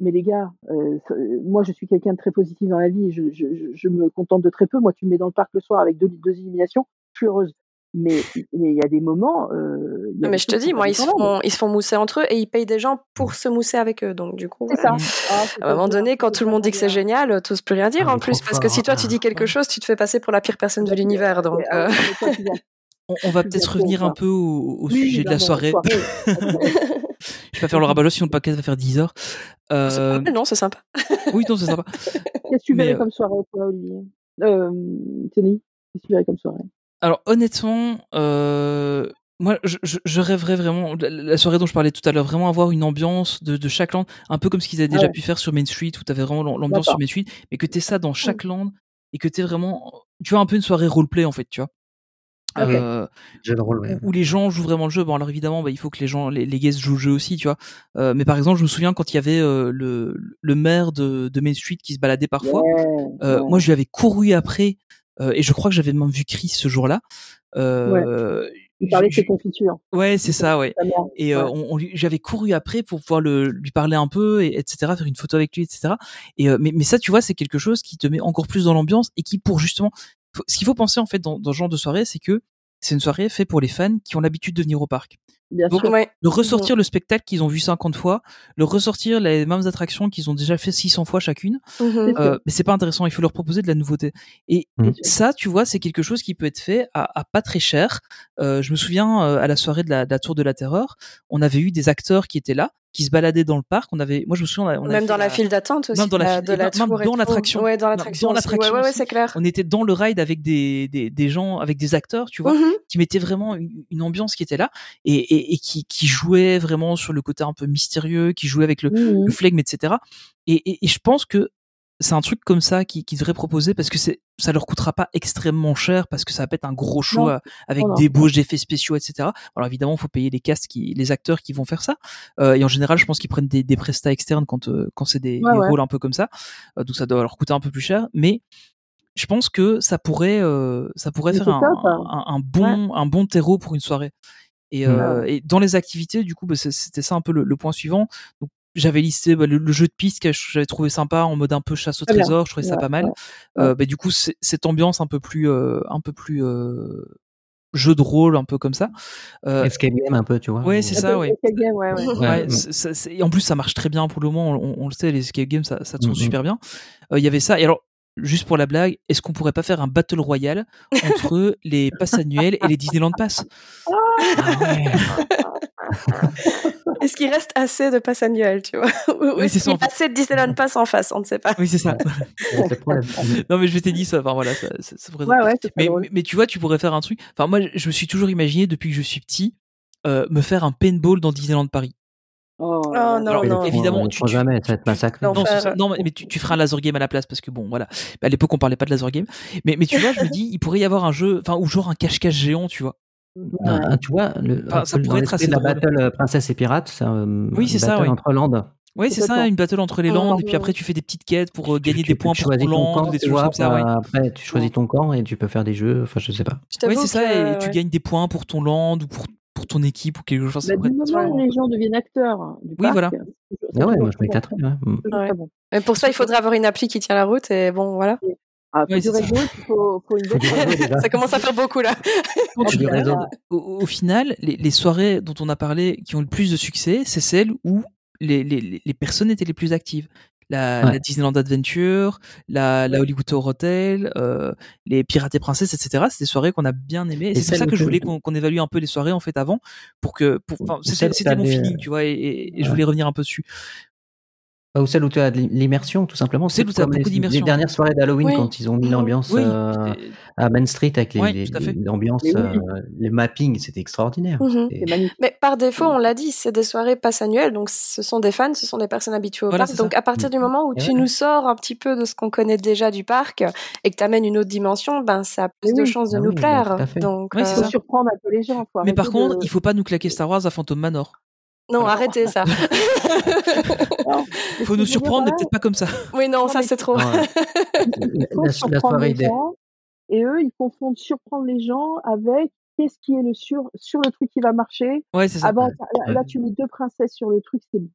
Speaker 7: Mais les gars, euh, moi je suis quelqu'un de très positif dans la vie, je, je, je, me contente de très peu. Moi, tu me mets dans le parc le soir avec deux, deux illuminations, je suis heureuse. Mais il mais y a des moments. Euh,
Speaker 1: Bah,
Speaker 11: mais je te dis, moi, ils se, font, ils se font mousser entre eux et ils payent des gens pour se mousser avec eux. Donc, du coup,
Speaker 7: voilà.
Speaker 11: ah, à un moment donné, quand tout le monde dit que c'est génial, tu plus rien dire ah, en plus. Parce fort, que si toi, tu dis quelque chose, tu te fais passer pour la pire personne de
Speaker 7: ah,
Speaker 11: l'univers. Donc, euh...
Speaker 1: on, on, va peut-être revenir un peu au, au sujet oui, de la soirée. soirée. <laughs> je vais pas faire le rabat sinon le paquet va faire 10 <laughs> heures.
Speaker 11: Euh... Non, <laughs> c'est sympa.
Speaker 1: oui, non, c'est sympa.
Speaker 7: Qu'est-ce que tu
Speaker 1: euh
Speaker 7: verrais comme soirée, toi, Olivier Euh, Tony, qu'est-ce que tu verrais comme soirée
Speaker 1: alors honnêtement, euh, moi je, je, rêverais vraiment la soirée dont je parlais tout à l'heure, vraiment avoir une ambiance de, de, chaque land, un peu comme ce qu'ils avaient déjà Ah ouais. pu faire sur Main Street, où t'avais vraiment l'ambiance sur Main Street, mais que t'es ça dans chaque land et que t'es vraiment, tu vois un peu une soirée roleplay en fait, tu vois.
Speaker 9: Okay. Euh, le rôle, ouais.
Speaker 1: où les gens jouent vraiment le jeu. Bon, alors évidemment, bah, il faut que les gens, les, les guests jouent le jeu aussi, tu vois. Euh, mais par exemple, je me souviens quand il y avait euh, le, le, maire de, de Main Street qui se baladait parfois. Yeah, ouais. Moi, je lui avais couru après euh, et je crois que j'avais même vu Chris ce jour-là.
Speaker 7: Euh, ouais. Il parlait de ses confitures.
Speaker 1: Ouais, c'est ça, ouais. Et euh, ouais. on, on j'avais couru après pour pouvoir le, lui parler un peu, et, etc., faire une photo avec lui, etc. Et mais, mais ça, tu vois, c'est quelque chose qui te met encore plus dans l'ambiance et qui, pour justement, faut, ce qu'il faut penser en fait dans, dans ce genre de soirée, c'est que c'est une soirée faite pour les fans qui ont l'habitude de venir au parc.
Speaker 7: Bien
Speaker 1: Donc,
Speaker 7: sûr, ouais.
Speaker 1: de ressortir le spectacle qu'ils ont vu 50 fois, le ressortir les mêmes attractions qu'ils ont déjà fait 600 fois chacune,
Speaker 11: Mhm.
Speaker 1: euh, mais c'est pas intéressant, il faut leur proposer de la nouveauté. Et
Speaker 9: Mhm.
Speaker 1: ça, tu vois, c'est quelque chose qui peut être fait à, à pas très cher. Euh, je me souviens, euh, à la soirée de la, de la Tour de la Terreur, on avait eu des acteurs qui étaient là, qui se baladaient dans le parc. On avait, moi, je me souviens, on a- on avait
Speaker 11: Même
Speaker 1: fait
Speaker 11: dans la, file d'attente aussi.
Speaker 1: Même dans la file-
Speaker 11: de de la
Speaker 1: même- même
Speaker 11: tour et
Speaker 1: dans
Speaker 11: tout.
Speaker 1: l'attraction.
Speaker 11: Ouais, dans
Speaker 1: Non,
Speaker 11: l'attraction.
Speaker 1: dans
Speaker 11: aussi.
Speaker 1: l'attraction
Speaker 11: Ouais, ouais, ouais,
Speaker 1: aussi.
Speaker 11: c'est clair.
Speaker 1: on était dans le ride avec des, des, des gens, avec des acteurs, tu vois,
Speaker 11: Mhm.
Speaker 1: qui mettaient vraiment une, une ambiance qui était là et, et, et qui, qui jouait vraiment sur le côté un peu mystérieux, qui jouait avec le,
Speaker 7: Mhm.
Speaker 1: le flegme, etc. Et, et, et je pense que c'est un truc comme ça qui, qui devrait proposer parce que c'est ça leur coûtera pas extrêmement cher parce que ça va pas être un gros show
Speaker 7: Non.
Speaker 1: euh, avec
Speaker 7: Non, non.
Speaker 1: débauche d'effets spéciaux etc alors évidemment faut payer les castes qui les acteurs qui vont faire ça Euh, et en général je pense qu'ils prennent des, des prestats externes quand euh, quand c'est des,
Speaker 7: Ouais,
Speaker 1: des
Speaker 7: ouais.
Speaker 1: rôles un peu comme ça Euh, donc ça doit leur coûter un peu plus cher mais je pense que ça pourrait euh, ça pourrait
Speaker 7: Mais
Speaker 1: faire
Speaker 7: c'est
Speaker 1: un,
Speaker 7: top, hein.
Speaker 1: un- un bon un bon terreau pour une soirée et,
Speaker 7: Bah
Speaker 9: Mm.
Speaker 1: euh, et dans les activités du coup bah, c'est- c'était ça un peu le, le point suivant donc j'avais listé bah, le, le jeu de piste que j'avais trouvé sympa en mode un peu chasse au
Speaker 7: Très bien.
Speaker 1: trésor je trouvais ça
Speaker 7: Ouais,
Speaker 1: pas mal
Speaker 7: ouais.
Speaker 1: Euh, bah, du coup c'est- cette ambiance un peu plus euh, un peu plus euh, jeu de rôle un peu comme ça Euh,
Speaker 9: Escape game un peu, tu vois.
Speaker 1: ouais c'est
Speaker 7: Un
Speaker 1: ça
Speaker 7: peu
Speaker 1: ouais
Speaker 7: escape game,
Speaker 1: <laughs>
Speaker 7: ouais, ouais. mmh.
Speaker 9: Ouais,
Speaker 1: Ouais,
Speaker 9: mm.
Speaker 1: c'est- ça- c'est- et en plus, ça marche très bien pour le moment. On, on le sait, les escape games, ça, ça tourne
Speaker 7: Mmh
Speaker 9: Mm, mm.
Speaker 1: super bien. Euh, Il y avait ça. Et alors, juste pour la blague, est-ce qu'on pourrait pas faire un battle
Speaker 7: <laughs>
Speaker 1: royal entre les passes annuelles et les Disneyland Pass
Speaker 9: Ah ouais.
Speaker 11: Est-ce qu'il reste assez de passes annuelles, tu vois <laughs> Ou
Speaker 1: Oui,
Speaker 11: est-ce
Speaker 1: c'est ça,
Speaker 11: qu'il
Speaker 1: en Mm-hmm.
Speaker 11: y a assez de Disneyland Pass en face On ne sait pas.
Speaker 1: Ah Oui, c'est ça.
Speaker 9: Ouais, c'est le problème.
Speaker 1: <laughs> non, mais je t'ai dit ça. Enfin, voilà, ça, ça- ça pourrait-
Speaker 7: Ouais, ouais, c'est très
Speaker 1: mais,
Speaker 7: drôle.
Speaker 1: mais, mais tu vois, tu pourrais faire un truc. Enfin, moi, je- je me suis toujours imaginé, depuis que je suis petit, euh, me faire un paintball dans Disneyland Paris.
Speaker 7: Oh,
Speaker 11: Oh non,
Speaker 1: Alors,
Speaker 9: Ils le
Speaker 11: non.
Speaker 9: font-
Speaker 1: évidemment,
Speaker 9: ils le
Speaker 1: tu-
Speaker 9: font
Speaker 1: tu-
Speaker 9: jamais, ça va être massacré.
Speaker 11: Non,
Speaker 1: Non, c'est
Speaker 11: faire-
Speaker 1: ça. Non, mais mais tu, tu feras un laser game à la place parce que bon, voilà. Mais À l'époque, on parlait pas de laser game. Mais, mais tu vois, je me dis, il pourrait y avoir un jeu, enfin, ou genre un cache-cache géant, tu vois.
Speaker 9: Ah,
Speaker 7: Bah,
Speaker 9: ah, tu vois, le,
Speaker 1: euh, Enfin,
Speaker 9: un
Speaker 1: ça
Speaker 9: peu
Speaker 1: pourrait
Speaker 9: dans
Speaker 1: être
Speaker 9: l'esprit de
Speaker 1: assez
Speaker 9: la
Speaker 1: drôle.
Speaker 9: battle euh, princesse et pirate, c'est un-
Speaker 1: Oui,
Speaker 9: une
Speaker 1: c'est ça,
Speaker 9: battle
Speaker 1: ouais.
Speaker 9: entre landes.
Speaker 1: Oui, c'est ça,
Speaker 7: Complètement.
Speaker 1: une battle entre les
Speaker 11: Mm.
Speaker 1: landes, et puis après, tu fais des petites quêtes pour euh,
Speaker 9: Tu-
Speaker 1: gagner
Speaker 9: tu-
Speaker 1: des points
Speaker 9: tu
Speaker 1: pour
Speaker 9: choisis
Speaker 1: ton
Speaker 9: ton
Speaker 1: land,
Speaker 9: camp,
Speaker 1: ou des
Speaker 9: tu
Speaker 1: choses
Speaker 9: vois,
Speaker 1: comme ça, ouais.
Speaker 9: bah, après tu choisis ton camp et tu peux faire des jeux, enfin je sais pas.
Speaker 11: Je
Speaker 1: Oui,
Speaker 11: t'avoue
Speaker 1: c'est
Speaker 11: que,
Speaker 1: ça,
Speaker 7: euh,
Speaker 1: et tu
Speaker 11: ouais.
Speaker 1: gagnes des points pour ton land, ou pour, pour ton équipe, ou quelque chose. Enfin, ça
Speaker 7: Bah,
Speaker 1: pourrait
Speaker 7: du
Speaker 1: être- ça
Speaker 7: moment où
Speaker 1: pourrait
Speaker 7: les
Speaker 1: être-
Speaker 7: gens deviennent acteurs hein, du
Speaker 1: Oui,
Speaker 7: parc,
Speaker 1: voilà.
Speaker 7: c'est toujours- c'est
Speaker 9: Ah ouais,
Speaker 7: toujours
Speaker 9: moi je
Speaker 7: très bon.
Speaker 9: m'éclate. ouais. Mm.
Speaker 7: Toujours
Speaker 11: Ouais.
Speaker 7: très bon.
Speaker 11: Mais pour ça, il faudrait avoir une appli qui tient la route et bon, voilà.
Speaker 7: Ah, faut
Speaker 1: Ouais,
Speaker 7: du
Speaker 1: c'est ça.
Speaker 7: réseau, il faut, faut
Speaker 9: <laughs>
Speaker 7: une
Speaker 9: Faut
Speaker 7: bonne
Speaker 9: du réseau déjà.
Speaker 11: <laughs> ça commence à faire beaucoup là.
Speaker 1: Quand
Speaker 9: Faut
Speaker 1: tu-
Speaker 9: du
Speaker 7: Ah,
Speaker 9: réseau.
Speaker 1: au, au final, les, les soirées dont on a parlé qui ont le plus de succès, c'est celles où les, les- les- les personnes étaient les plus actives. La,
Speaker 9: Ouais.
Speaker 1: la Disneyland Adventure, la, la Hollywood Tour Hotel, euh, les Pirates et Princesses, etc. C'est des soirées qu'on a bien aimées. Et,
Speaker 9: Et
Speaker 1: c'est pour ça
Speaker 9: celles
Speaker 1: que je
Speaker 9: que-
Speaker 1: voulais qu'on qu'on évalue un peu les soirées en fait avant, pour que, pour, enfin,
Speaker 9: Ou
Speaker 1: c'était
Speaker 9: celles où
Speaker 1: c'était
Speaker 9: t'as
Speaker 1: mon
Speaker 9: des-
Speaker 1: feeling, tu vois, et, et- et je
Speaker 9: Ouais.
Speaker 1: voulais revenir un peu dessus.
Speaker 9: Bah, Ou celle où tu as de l'immersion, tout simplement.
Speaker 1: Celle
Speaker 9: C'est
Speaker 1: où t'as
Speaker 9: comme les,
Speaker 1: beaucoup
Speaker 9: les
Speaker 1: d'immersion.
Speaker 9: dernières soirées d'Halloween
Speaker 11: Oui.
Speaker 9: quand ils ont mis
Speaker 11: Mhm.
Speaker 9: l'ambiance
Speaker 1: Oui,
Speaker 9: euh,
Speaker 1: c'était-
Speaker 9: à Main Street avec les,
Speaker 1: ouais,
Speaker 9: les,
Speaker 1: tout à fait.
Speaker 9: les
Speaker 7: Mais
Speaker 9: ambiances,
Speaker 7: oui,
Speaker 9: euh, les mappings, c'était extraordinaire.
Speaker 11: Mhm.
Speaker 9: C'était-
Speaker 7: c'est magnifique.
Speaker 11: Mais par défaut, on l'a dit, c'est des soirées passes annuelles, donc ce sont des fans, ce sont des personnes habituées au
Speaker 1: Voilà,
Speaker 11: parc.
Speaker 1: c'est
Speaker 11: Donc
Speaker 1: ça. Mm-hmm.
Speaker 11: à partir du moment où
Speaker 9: Et
Speaker 11: tu
Speaker 9: ouais.
Speaker 11: nous sors un petit peu de ce qu'on connaît déjà du parc et que tu amènes une autre dimension, ben ça a plus
Speaker 7: Mais
Speaker 11: de
Speaker 7: oui.
Speaker 11: chances de
Speaker 9: Ah
Speaker 11: nous
Speaker 9: oui, bah, tout
Speaker 11: plaire.
Speaker 9: à fait.
Speaker 11: Donc euh,
Speaker 1: Oui, c'est
Speaker 7: Il
Speaker 1: ça.
Speaker 7: faut surprendre un peu les gens. Faut
Speaker 1: Mais par
Speaker 7: arrêter
Speaker 1: contre,
Speaker 7: de...
Speaker 1: il faut pas nous claquer Star Wars à Phantom
Speaker 7: <laughs>
Speaker 1: Manor.
Speaker 11: non,
Speaker 1: Voilà. <laughs>
Speaker 11: arrêtez ça.
Speaker 7: Non,
Speaker 1: Faut
Speaker 7: mais ce
Speaker 1: nous
Speaker 7: que je veux dire par
Speaker 1: surprendre, mais
Speaker 7: là,
Speaker 1: peut-être pas comme ça. <laughs>
Speaker 11: oui, non,
Speaker 7: Non,
Speaker 11: ça
Speaker 7: mais-
Speaker 11: c'est trop. <laughs>
Speaker 9: Ah,
Speaker 7: il
Speaker 9: la,
Speaker 7: faut
Speaker 9: la
Speaker 7: surprendre
Speaker 9: soirée
Speaker 7: les
Speaker 9: des.
Speaker 7: gens et eux, ils confondent surprendre les gens avec qu'est-ce qui est le sur, sur le truc qui va marcher.
Speaker 1: Ouais, c'est
Speaker 7: Ah
Speaker 1: ça.
Speaker 7: ben, ça- là,
Speaker 9: Ouais.
Speaker 7: là, tu mets deux princesses sur le truc, c'est bon.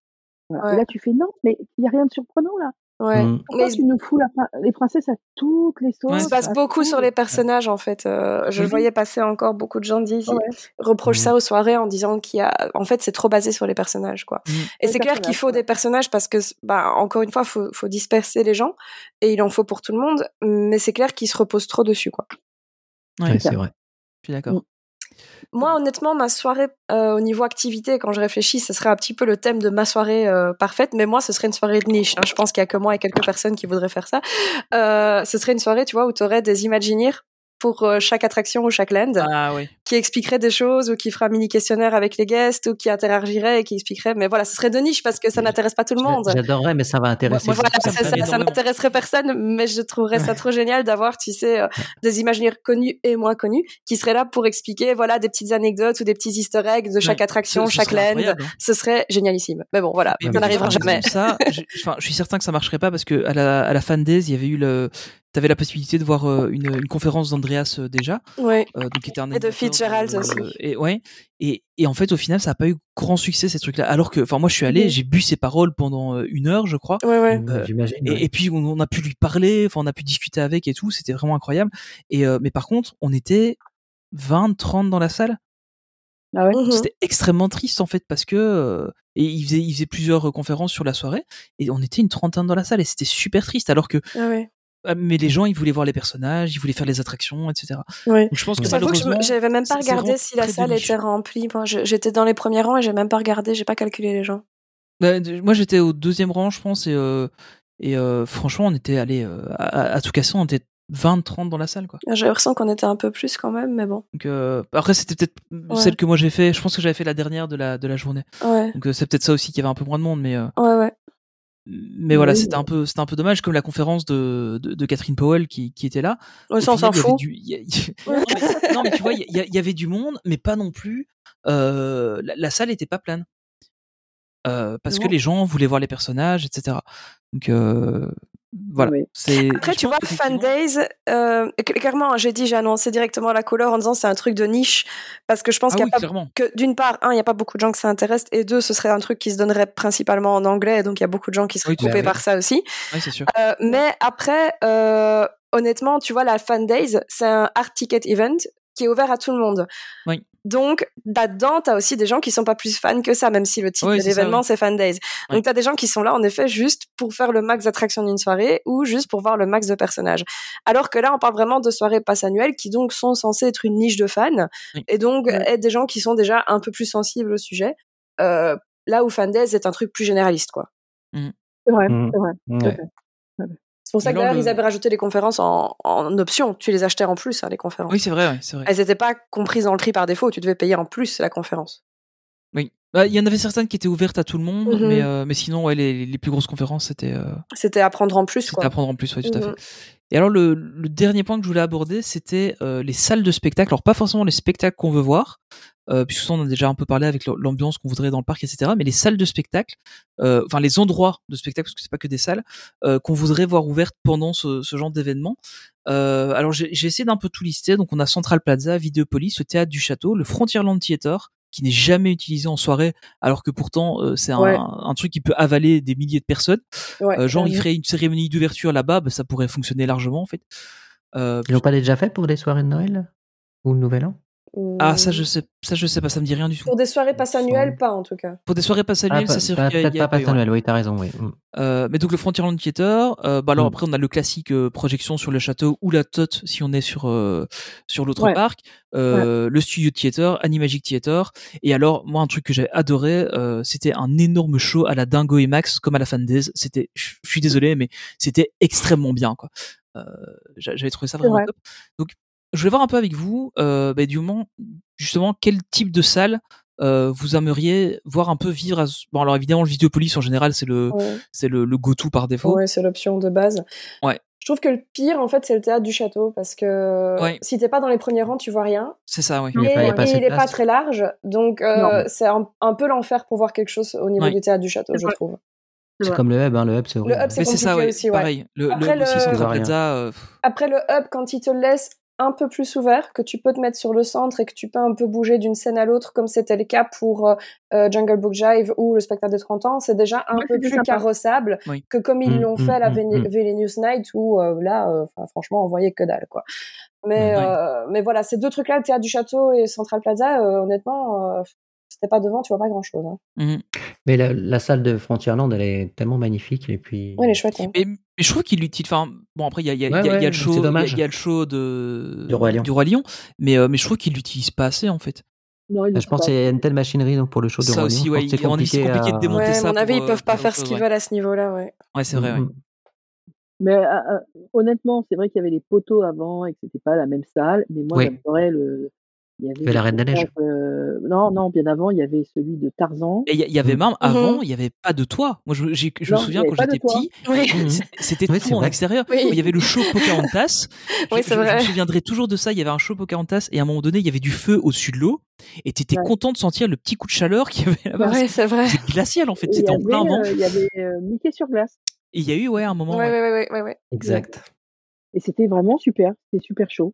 Speaker 7: Voilà. Et
Speaker 11: Ouais,
Speaker 7: là, tu fais non, mais il n'y a rien de surprenant là.
Speaker 11: ouais.
Speaker 9: Mm.
Speaker 11: Mais
Speaker 7: Pourquoi
Speaker 11: ils-
Speaker 7: tu nous fous la prin- les princesses à toutes les
Speaker 1: Ouais,
Speaker 11: Il se
Speaker 7: sauces
Speaker 1: c'est
Speaker 11: passe
Speaker 1: ça.
Speaker 7: à
Speaker 11: beaucoup sur
Speaker 7: tout
Speaker 11: les personnages en fait. Euh, je
Speaker 1: Oui.
Speaker 11: voyais passer encore beaucoup de gens disent,
Speaker 7: Mhm. Ouais.
Speaker 11: reprochent
Speaker 9: Mm.
Speaker 11: ça aux soirées en disant qu'il y a, en fait, c'est trop basé sur les personnages quoi.
Speaker 1: Mm.
Speaker 11: Et
Speaker 7: Mhm. Les
Speaker 11: c'est clair qu'il
Speaker 7: personnages,
Speaker 11: faut
Speaker 7: ouais.
Speaker 11: des personnages parce que, bah, encore une fois, faut, faut disperser les gens et il en faut pour tout le monde. Mais c'est clair qu'ils se reposent trop dessus quoi.
Speaker 1: Ouais,
Speaker 9: Ouais,
Speaker 1: je
Speaker 9: c'est vrai.
Speaker 1: suis d'accord.
Speaker 11: Moi, honnêtement, ma soirée euh, au niveau activité, quand je réfléchis, ce serait un petit peu le thème de ma soirée euh, parfaite. Mais moi, ce serait une soirée de niche. hein. Je pense qu'il y a que moi et quelques personnes qui voudraient faire ça. Euh, ce serait une soirée, tu vois, où tu aurais des Imagineers pour euh, chaque attraction ou chaque land.
Speaker 1: Ah oui.
Speaker 11: qui expliquerait des choses ou qui fera un mini questionnaire avec les guests ou qui interagirait et qui expliquerait. Mais voilà, ce serait de niche parce que ça
Speaker 9: Je-
Speaker 11: n'intéresse pas tout le
Speaker 9: J'a-
Speaker 11: monde.
Speaker 9: J'adorerais, mais ça va intéresser.
Speaker 1: Moi,
Speaker 11: Voilà,
Speaker 1: ça
Speaker 11: c'est
Speaker 1: me
Speaker 11: ça,
Speaker 1: plairait
Speaker 11: ça
Speaker 1: énormément.
Speaker 11: n'intéresserait personne, mais je trouverais ça
Speaker 1: Ouais.
Speaker 11: trop génial d'avoir, tu sais, euh, des imaginaires connus et moins connus qui seraient là pour expliquer, voilà, des petites anecdotes ou des petits easter eggs de chaque
Speaker 1: Ouais.
Speaker 11: attraction,
Speaker 1: Ce- ce
Speaker 11: chaque
Speaker 1: serait
Speaker 11: land.
Speaker 1: incroyable, hein.
Speaker 11: Ce serait génialissime. Ah, Mais bon, voilà,
Speaker 1: Mais,
Speaker 11: ça
Speaker 1: mais tu
Speaker 11: n'arrivera
Speaker 1: vois, par
Speaker 11: jamais.
Speaker 1: exemple, ça, je, enfin, je suis certain que ça marcherait pas parce que à la, à la Fan Days, il y avait eu le, t'avais la possibilité de voir euh, une, une conférence d'Andreas euh, déjà,
Speaker 11: Ouais.
Speaker 1: euh, donc qui était un
Speaker 11: Et de
Speaker 1: animateur
Speaker 11: Fitzgerald
Speaker 1: de-
Speaker 11: aussi.
Speaker 1: et ouais, et, et en fait au final ça n'a pas eu grand succès ces trucs-là. Alors que, enfin moi je suis allé,
Speaker 11: Mhm.
Speaker 1: j'ai bu ses paroles pendant euh, une heure je crois.
Speaker 11: Ouais, ouais.
Speaker 1: Euh,
Speaker 9: Mm, J'imagine. ouais.
Speaker 1: Et, et puis on, on a pu lui parler, enfin on a pu discuter avec et tout, c'était vraiment incroyable. Et euh, mais par contre on était 20, 30 dans la salle.
Speaker 7: Ah ouais.
Speaker 11: Mhm.
Speaker 1: C'était extrêmement triste en fait parce que euh, et il faisait, il faisait plusieurs euh, conférences sur la soirée et on était une trentaine dans la salle et c'était super triste alors que
Speaker 11: Ah ouais.
Speaker 1: ah, mais les gens ils voulaient voir les personnages, ils voulaient faire les attractions, etc.
Speaker 11: Ouais.
Speaker 1: Donc, je pense que
Speaker 11: J'avoue que je
Speaker 1: malheureusement
Speaker 11: me- j'avais même
Speaker 1: c'est-
Speaker 11: pas
Speaker 1: c'est
Speaker 11: regardé
Speaker 1: vraiment
Speaker 11: si la
Speaker 1: très
Speaker 11: salle
Speaker 1: dommage.
Speaker 11: était remplie. Moi, je- j'étais dans les premiers rangs et j'ai même pas regardé, j'ai pas calculé les gens.
Speaker 1: Bah, de- moi j'étais au deuxième rang je pense et euh, et euh, franchement on était allé à, à- à tout casser on était 20, 30 dans la salle quoi.
Speaker 11: J'ai l'impression qu'on était un peu plus quand même, mais bon.
Speaker 1: Donc euh, après c'était peut-être
Speaker 11: Ouais.
Speaker 1: celle que moi j'ai fait, je pense que j'avais fait la dernière de la de la journée.
Speaker 11: Ouais,
Speaker 1: Donc euh, c'est peut-être ça aussi qu'il y avait un peu moins de monde mais euh,
Speaker 11: ouais, ouais.
Speaker 1: mais voilà,
Speaker 7: Oui,
Speaker 1: c'était
Speaker 7: mais-
Speaker 1: un peu, c'était un peu dommage, comme la conférence de, de, de Catherine Powell qui, qui était là.
Speaker 11: Ouais,
Speaker 1: Au
Speaker 11: ça, on
Speaker 1: final, il
Speaker 11: s'en
Speaker 1: y avait
Speaker 11: fout.
Speaker 1: du- il y a- non,
Speaker 11: <laughs>
Speaker 1: mais, non, mais tu vois, il y, a- il y avait du monde, mais pas non plus. euh, la, la salle n'était pas pleine Euh, parce que
Speaker 7: Non.
Speaker 1: les gens voulaient voir les personnages, etc. Donc euh, voilà,
Speaker 7: Oui.
Speaker 1: c'est.
Speaker 11: Après,
Speaker 1: je
Speaker 11: tu
Speaker 1: pense
Speaker 11: vois, Fan
Speaker 1: qu'effectivement-
Speaker 11: Days, euh, cl- clairement, j'ai dit, j'ai annoncé directement la couleur en disant c'est un truc de niche, parce que je pense
Speaker 1: Ah
Speaker 11: qu'il
Speaker 1: oui,
Speaker 11: y a pas
Speaker 1: clairement.
Speaker 11: que d'une part, un, il n'y a pas beaucoup de gens que ça intéresse, et deux, ce serait un truc qui se donnerait principalement en anglais, donc il y a beaucoup de gens qui seraient
Speaker 1: Oui, tout à
Speaker 11: coupés
Speaker 1: fait.
Speaker 11: par ça aussi.
Speaker 1: Ouais, c'est sûr.
Speaker 11: Euh, mais après, euh, honnêtement, tu vois, la Fan Days, c'est un art ticket event qui est ouvert à tout le monde.
Speaker 1: Oui.
Speaker 11: Donc, là-dedans, t'as aussi des gens qui sont pas plus fans que ça, même si le titre
Speaker 1: Oui,
Speaker 11: de
Speaker 1: c'est ça,
Speaker 11: l'événement,
Speaker 1: oui.
Speaker 11: c'est Fan Days.
Speaker 1: Oui.
Speaker 11: Donc, t'as des gens qui sont là, en effet, juste pour faire le max d'attractions d'une soirée ou juste pour voir le max de personnages. Alors que là, on parle vraiment de soirées passe annuelles qui, donc, sont censées être une niche de fans
Speaker 1: Oui.
Speaker 11: et donc
Speaker 7: Ouais.
Speaker 11: être des gens qui sont déjà un peu plus sensibles au sujet. Euh, là où Fan Days est un truc plus généraliste, quoi.
Speaker 7: C'est vrai,
Speaker 9: Mm.
Speaker 7: c'est vrai. tout à
Speaker 9: Ouais.
Speaker 7: fait.
Speaker 11: C'est pour ça
Speaker 1: Mais
Speaker 11: que
Speaker 1: alors,
Speaker 11: d'ailleurs,
Speaker 1: le-
Speaker 11: ils avaient rajouté les conférences en, en option. Tu les achetais en plus, hein, les conférences.
Speaker 1: Oui, c'est vrai, ouais, c'est vrai.
Speaker 11: Elles n'étaient pas comprises dans le tri par défaut. Tu devais payer en plus la conférence.
Speaker 1: Oui. Bah, Il y en avait certaines qui étaient ouvertes à tout le monde,
Speaker 11: Mhm.
Speaker 1: mais, euh, mais sinon, ouais, les, les plus grosses conférences, c'était. euh,
Speaker 11: C'était à prendre en plus,
Speaker 1: C'était
Speaker 11: quoi.
Speaker 1: à prendre en plus, oui, tout à
Speaker 11: Mhm.
Speaker 1: fait. Et alors, le, le dernier point que je voulais aborder, c'était euh, les salles de spectacle. Alors, pas forcément les spectacles qu'on veut voir, euh, puisque ça, on a déjà un peu parlé avec l'am- l'ambiance qu'on voudrait dans le parc, etc. Mais les salles de spectacle, euh, enfin, les endroits de spectacle, parce que c'est pas que des salles, euh, qu'on voudrait voir ouvertes pendant ce, ce genre d'événement. Euh, alors, j'ai j'ai essayé d'un peu tout lister. Donc, on a Central Plaza, Vidéopolis, le Théâtre du Château, le Frontierland Theater, qui n'est jamais utilisé en soirée, alors que pourtant, euh, c'est un,
Speaker 11: Ouais.
Speaker 1: un truc qui peut avaler des milliers de personnes.
Speaker 11: Ouais,
Speaker 1: Euh, genre, il
Speaker 11: clairement.
Speaker 1: ferait une cérémonie d'ouverture là-bas, bah, ça pourrait fonctionner largement en fait. Euh,
Speaker 9: Ils l'ont pas déjà fait pour des soirées de Noël Ou le Nouvel An
Speaker 1: ah, ça je
Speaker 11: Hum.
Speaker 1: sais, ça je sais pas, ça me dit rien du tout.
Speaker 11: Pour des soirées passes annuelles,
Speaker 9: Semble.
Speaker 11: pas en tout cas.
Speaker 1: Pour des soirées pass
Speaker 9: Ah,
Speaker 1: annuelles,
Speaker 9: pas-
Speaker 1: c'est sûr
Speaker 9: pas-
Speaker 1: qu'il y a, il
Speaker 9: Peut-être
Speaker 1: y a
Speaker 9: pas
Speaker 1: pas eu,
Speaker 9: Passe
Speaker 1: ouais.
Speaker 9: Noël, oui, t'as raison, oui. Mm.
Speaker 1: Euh, mais donc le Frontierland Theater, euh, bah alors
Speaker 9: Mm.
Speaker 1: après on a le classique euh, projection sur le château ou la tote si on est sur euh, sur l'autre
Speaker 7: Ouais.
Speaker 1: parc, euh, le Studio Theater, Animagic Theater, et alors moi un truc que j'ai adoré, euh, c'était un énorme show à la Dingo et Max comme à la Fandaise, c'était, je je suis désolé mais c'était extrêmement bien quoi. Euh, j'a- j'avais trouvé ça vraiment
Speaker 7: vrai.
Speaker 1: top. Donc je voulais voir un peu avec vous, euh, bah, du moment justement quel type de salle euh, vous aimeriez voir un peu vivre. À... ce- Bon alors évidemment le Vidéopolis en général c'est le
Speaker 11: Ouais,
Speaker 1: c'est le, le go-to par défaut.
Speaker 11: Ouais, c'est l'option de base.
Speaker 1: Ouais.
Speaker 11: Je trouve que le pire, en fait, c'est le théâtre du château parce que
Speaker 1: Ouais.
Speaker 11: si t'es pas dans les premiers rangs, tu vois rien.
Speaker 1: C'est ça, oui.
Speaker 9: Il y a
Speaker 11: Et
Speaker 9: pas- il y a pas
Speaker 11: et
Speaker 9: assez
Speaker 11: il
Speaker 9: de
Speaker 11: n'est pas
Speaker 9: place.
Speaker 11: très large, donc euh,
Speaker 7: Non.
Speaker 11: c'est un, un peu l'enfer pour voir quelque chose au niveau
Speaker 1: Ouais.
Speaker 11: du théâtre du château,
Speaker 7: C'est
Speaker 11: je
Speaker 7: vrai.
Speaker 11: trouve.
Speaker 7: C'est
Speaker 9: C'est
Speaker 7: vrai.
Speaker 9: comme le hub, hein, le hub c'est horrible.
Speaker 11: hub, c'est
Speaker 1: Mais c'est ça,
Speaker 11: compliqué
Speaker 1: ouais.
Speaker 11: aussi, ouais.
Speaker 1: Pareil. Le, le,
Speaker 11: Après,
Speaker 1: le aussi
Speaker 11: le-
Speaker 1: Central
Speaker 9: Tu vois rien.
Speaker 1: Plaza. euh, pff,
Speaker 11: Après, le hub, quand il te le laisse un peu plus ouvert, que tu peux te mettre sur le centre et que tu peux un peu bouger d'une scène à l'autre, comme c'était le cas pour euh, euh, Jungle Book Jive ou le spectacle de 30 ans, c'est déjà un
Speaker 7: Ouais,
Speaker 11: peu
Speaker 7: c'était
Speaker 11: plus
Speaker 7: sympa.
Speaker 11: carrossable
Speaker 1: Oui.
Speaker 11: que comme ils
Speaker 9: Mm,
Speaker 11: l'ont
Speaker 9: mm,
Speaker 11: fait à la
Speaker 9: mm,
Speaker 11: VN-
Speaker 9: mm.
Speaker 11: VN News Night où euh, là, euh, enfin, franchement, on voyait que dalle, quoi. Mais,
Speaker 9: Ouais.
Speaker 1: Ouais.
Speaker 11: euh, mais voilà, ces deux trucs-là, le théâtre du château et Central Plaza, euh, honnêtement, euh, si t'es pas devant, tu vois pas grand-chose. hein.
Speaker 1: mhm.
Speaker 9: Mais la, la salle de Frontierland, elle est tellement magnifique. Et puis.
Speaker 11: Ouais, elle est chouette. hein.
Speaker 1: Mais, mais je trouve qu'il l'utilise. Enfin, bon, après, il y a, il y, a, il y a-
Speaker 9: Ouais,
Speaker 1: il y a
Speaker 9: ouais,
Speaker 1: le
Speaker 9: c'est
Speaker 1: show, il y a,
Speaker 9: dommage.
Speaker 1: il y a le show de,
Speaker 9: Du Roi Lion.
Speaker 1: mais, euh, mais je trouve qu'il l'utilise pas assez, en fait.
Speaker 7: Non, il
Speaker 9: Ah, Je pense qu'il y a une telle machinerie donc, pour le show du
Speaker 1: Ça
Speaker 9: Roi Lion.
Speaker 1: aussi,
Speaker 9: Je pense
Speaker 1: ouais.
Speaker 9: que c'est
Speaker 1: il- à mon avis, c'est
Speaker 9: compliqué
Speaker 1: compliqué de
Speaker 9: à-
Speaker 1: démonter
Speaker 11: Ouais, à
Speaker 1: ça.
Speaker 11: mon avis,
Speaker 1: pour,
Speaker 11: ils
Speaker 1: euh,
Speaker 11: peuvent pas
Speaker 1: pour
Speaker 11: faire
Speaker 1: autre
Speaker 11: ce
Speaker 1: chose,
Speaker 11: qu'ils
Speaker 1: ouais.
Speaker 11: veulent à ce niveau-là, ouais.
Speaker 1: Ouais, c'est vrai, ouais.
Speaker 9: Mm, mm.
Speaker 7: Mais euh, euh, honnêtement, c'est vrai qu'il y avait les poteaux avant et que c'était pas la même salle. Mais moi,
Speaker 9: Oui.
Speaker 7: j'adorais le. Il y avait
Speaker 9: Il y avait
Speaker 7: le
Speaker 9: la Reine des Neiges.
Speaker 7: spectacle, euh, Non, non, bien avant, il y avait celui de Tarzan.
Speaker 1: Et il y, il y avait
Speaker 9: Mm.
Speaker 1: même avant,
Speaker 11: Mhm.
Speaker 1: il n'y avait pas de toit. Moi, je, j'ai- je me
Speaker 7: Non, il n'y
Speaker 1: souviens
Speaker 7: avait
Speaker 1: quand
Speaker 7: pas de
Speaker 1: j'étais
Speaker 7: toit.
Speaker 1: petit,
Speaker 11: Oui,
Speaker 1: <laughs> c'est- c'était
Speaker 9: Oui,
Speaker 1: tout
Speaker 9: c'est
Speaker 1: en
Speaker 9: vrai.
Speaker 1: extérieur.
Speaker 11: Oui.
Speaker 1: Il y avait le show Pocahontas. Je,
Speaker 11: <laughs> Oui,
Speaker 1: je-
Speaker 11: c'est
Speaker 1: je me
Speaker 11: vrai.
Speaker 1: souviendrai toujours de ça. Il y avait un show Pocahontas et à un moment donné, il y avait du feu au-dessus de l'eau et t'étais
Speaker 7: Ouais.
Speaker 1: content de sentir le petit coup de chaleur qu'il y avait là-bas. parce
Speaker 11: Ouais,
Speaker 1: que
Speaker 11: c'est vrai.
Speaker 1: C'est glacial en fait,
Speaker 7: Et il y
Speaker 1: c'était en plein vent.
Speaker 7: avait, euh, il y avait euh, Mickey sur glace.
Speaker 1: Et il y a eu ouais un moment.
Speaker 11: Ouais,
Speaker 1: ouais.
Speaker 11: ouais, ouais, ouais, ouais, ouais.
Speaker 9: Exact.
Speaker 7: Et c'était vraiment super. C'était super chaud.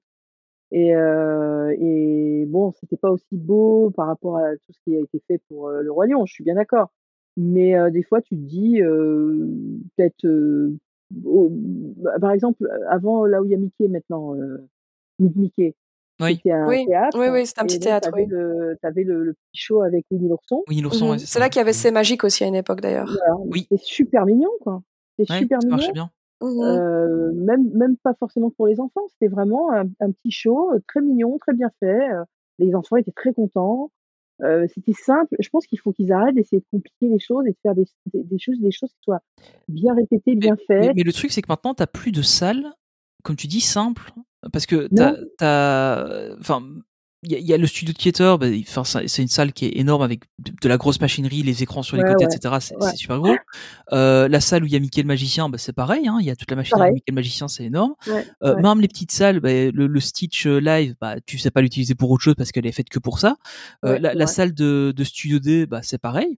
Speaker 7: Et, euh, et bon, c'était pas aussi beau par rapport à tout ce qui a été fait pour euh, le Roi Lion, je suis bien d'accord. Mais euh, des fois, tu te dis, euh, peut-être, euh, au- bah, par exemple, euh, avant là où il y a Mickey maintenant, euh, Meet Mickey,
Speaker 1: Oui.
Speaker 7: C'était un
Speaker 11: oui.
Speaker 7: théâtre.
Speaker 11: Oui, oui, c'était un petit théâtre.
Speaker 7: T'avais
Speaker 11: oui.
Speaker 7: le, t'avais le, le petit show avec Winnie l'ourson.
Speaker 1: Winnie l'ourson,
Speaker 11: Mhm.
Speaker 1: ouais, c'est
Speaker 11: C'est
Speaker 1: ça. Mmh.
Speaker 11: là qu'il y avait C'est magique aussi à une époque d'ailleurs.
Speaker 7: Voilà.
Speaker 1: Oui.
Speaker 7: C'était super mignon, quoi. C'était
Speaker 1: Ouais,
Speaker 7: super
Speaker 1: ça
Speaker 7: mignon.
Speaker 1: marchait bien.
Speaker 11: Mhm.
Speaker 7: Euh, même, même pas forcément pour les enfants. C'était vraiment un, un petit show euh, très mignon, très bien fait. Euh, Les enfants étaient très contents. Euh, c'était simple. Je pense qu'il faut qu'ils arrêtent d'essayer de compliquer les choses et de faire des, des, des choses, des choses qui soient bien répétées, bien faites.
Speaker 1: Mais, mais le truc, c'est que maintenant, t'as plus de salles, comme tu dis, simples. Parce que
Speaker 7: Non.
Speaker 1: t'as. t'as- Enfin. Il y, a- il y a le studio de Theater, bah, il- enfin, ça- c'est une salle qui est énorme avec de, de la grosse machinerie, les écrans sur les
Speaker 7: Ouais,
Speaker 1: côtés,
Speaker 7: ouais,
Speaker 1: etc. C'est
Speaker 7: ouais.
Speaker 1: c'est super gros. Euh, la salle où il y a Mickey le magicien, bah, c'est pareil. hein, il y a toute la machinerie
Speaker 7: Pareil.
Speaker 1: de Mickey le magicien, c'est énorme.
Speaker 7: Ouais,
Speaker 1: Euh,
Speaker 7: ouais.
Speaker 1: Même les petites salles, bah, le, le Stitch euh, live, bah, tu sais pas l'utiliser pour autre chose parce qu'elle est faite que pour ça. Euh,
Speaker 7: Ouais,
Speaker 1: la,
Speaker 7: c'est
Speaker 1: la
Speaker 7: vrai.
Speaker 1: salle de, de Studio D, bah, c'est pareil.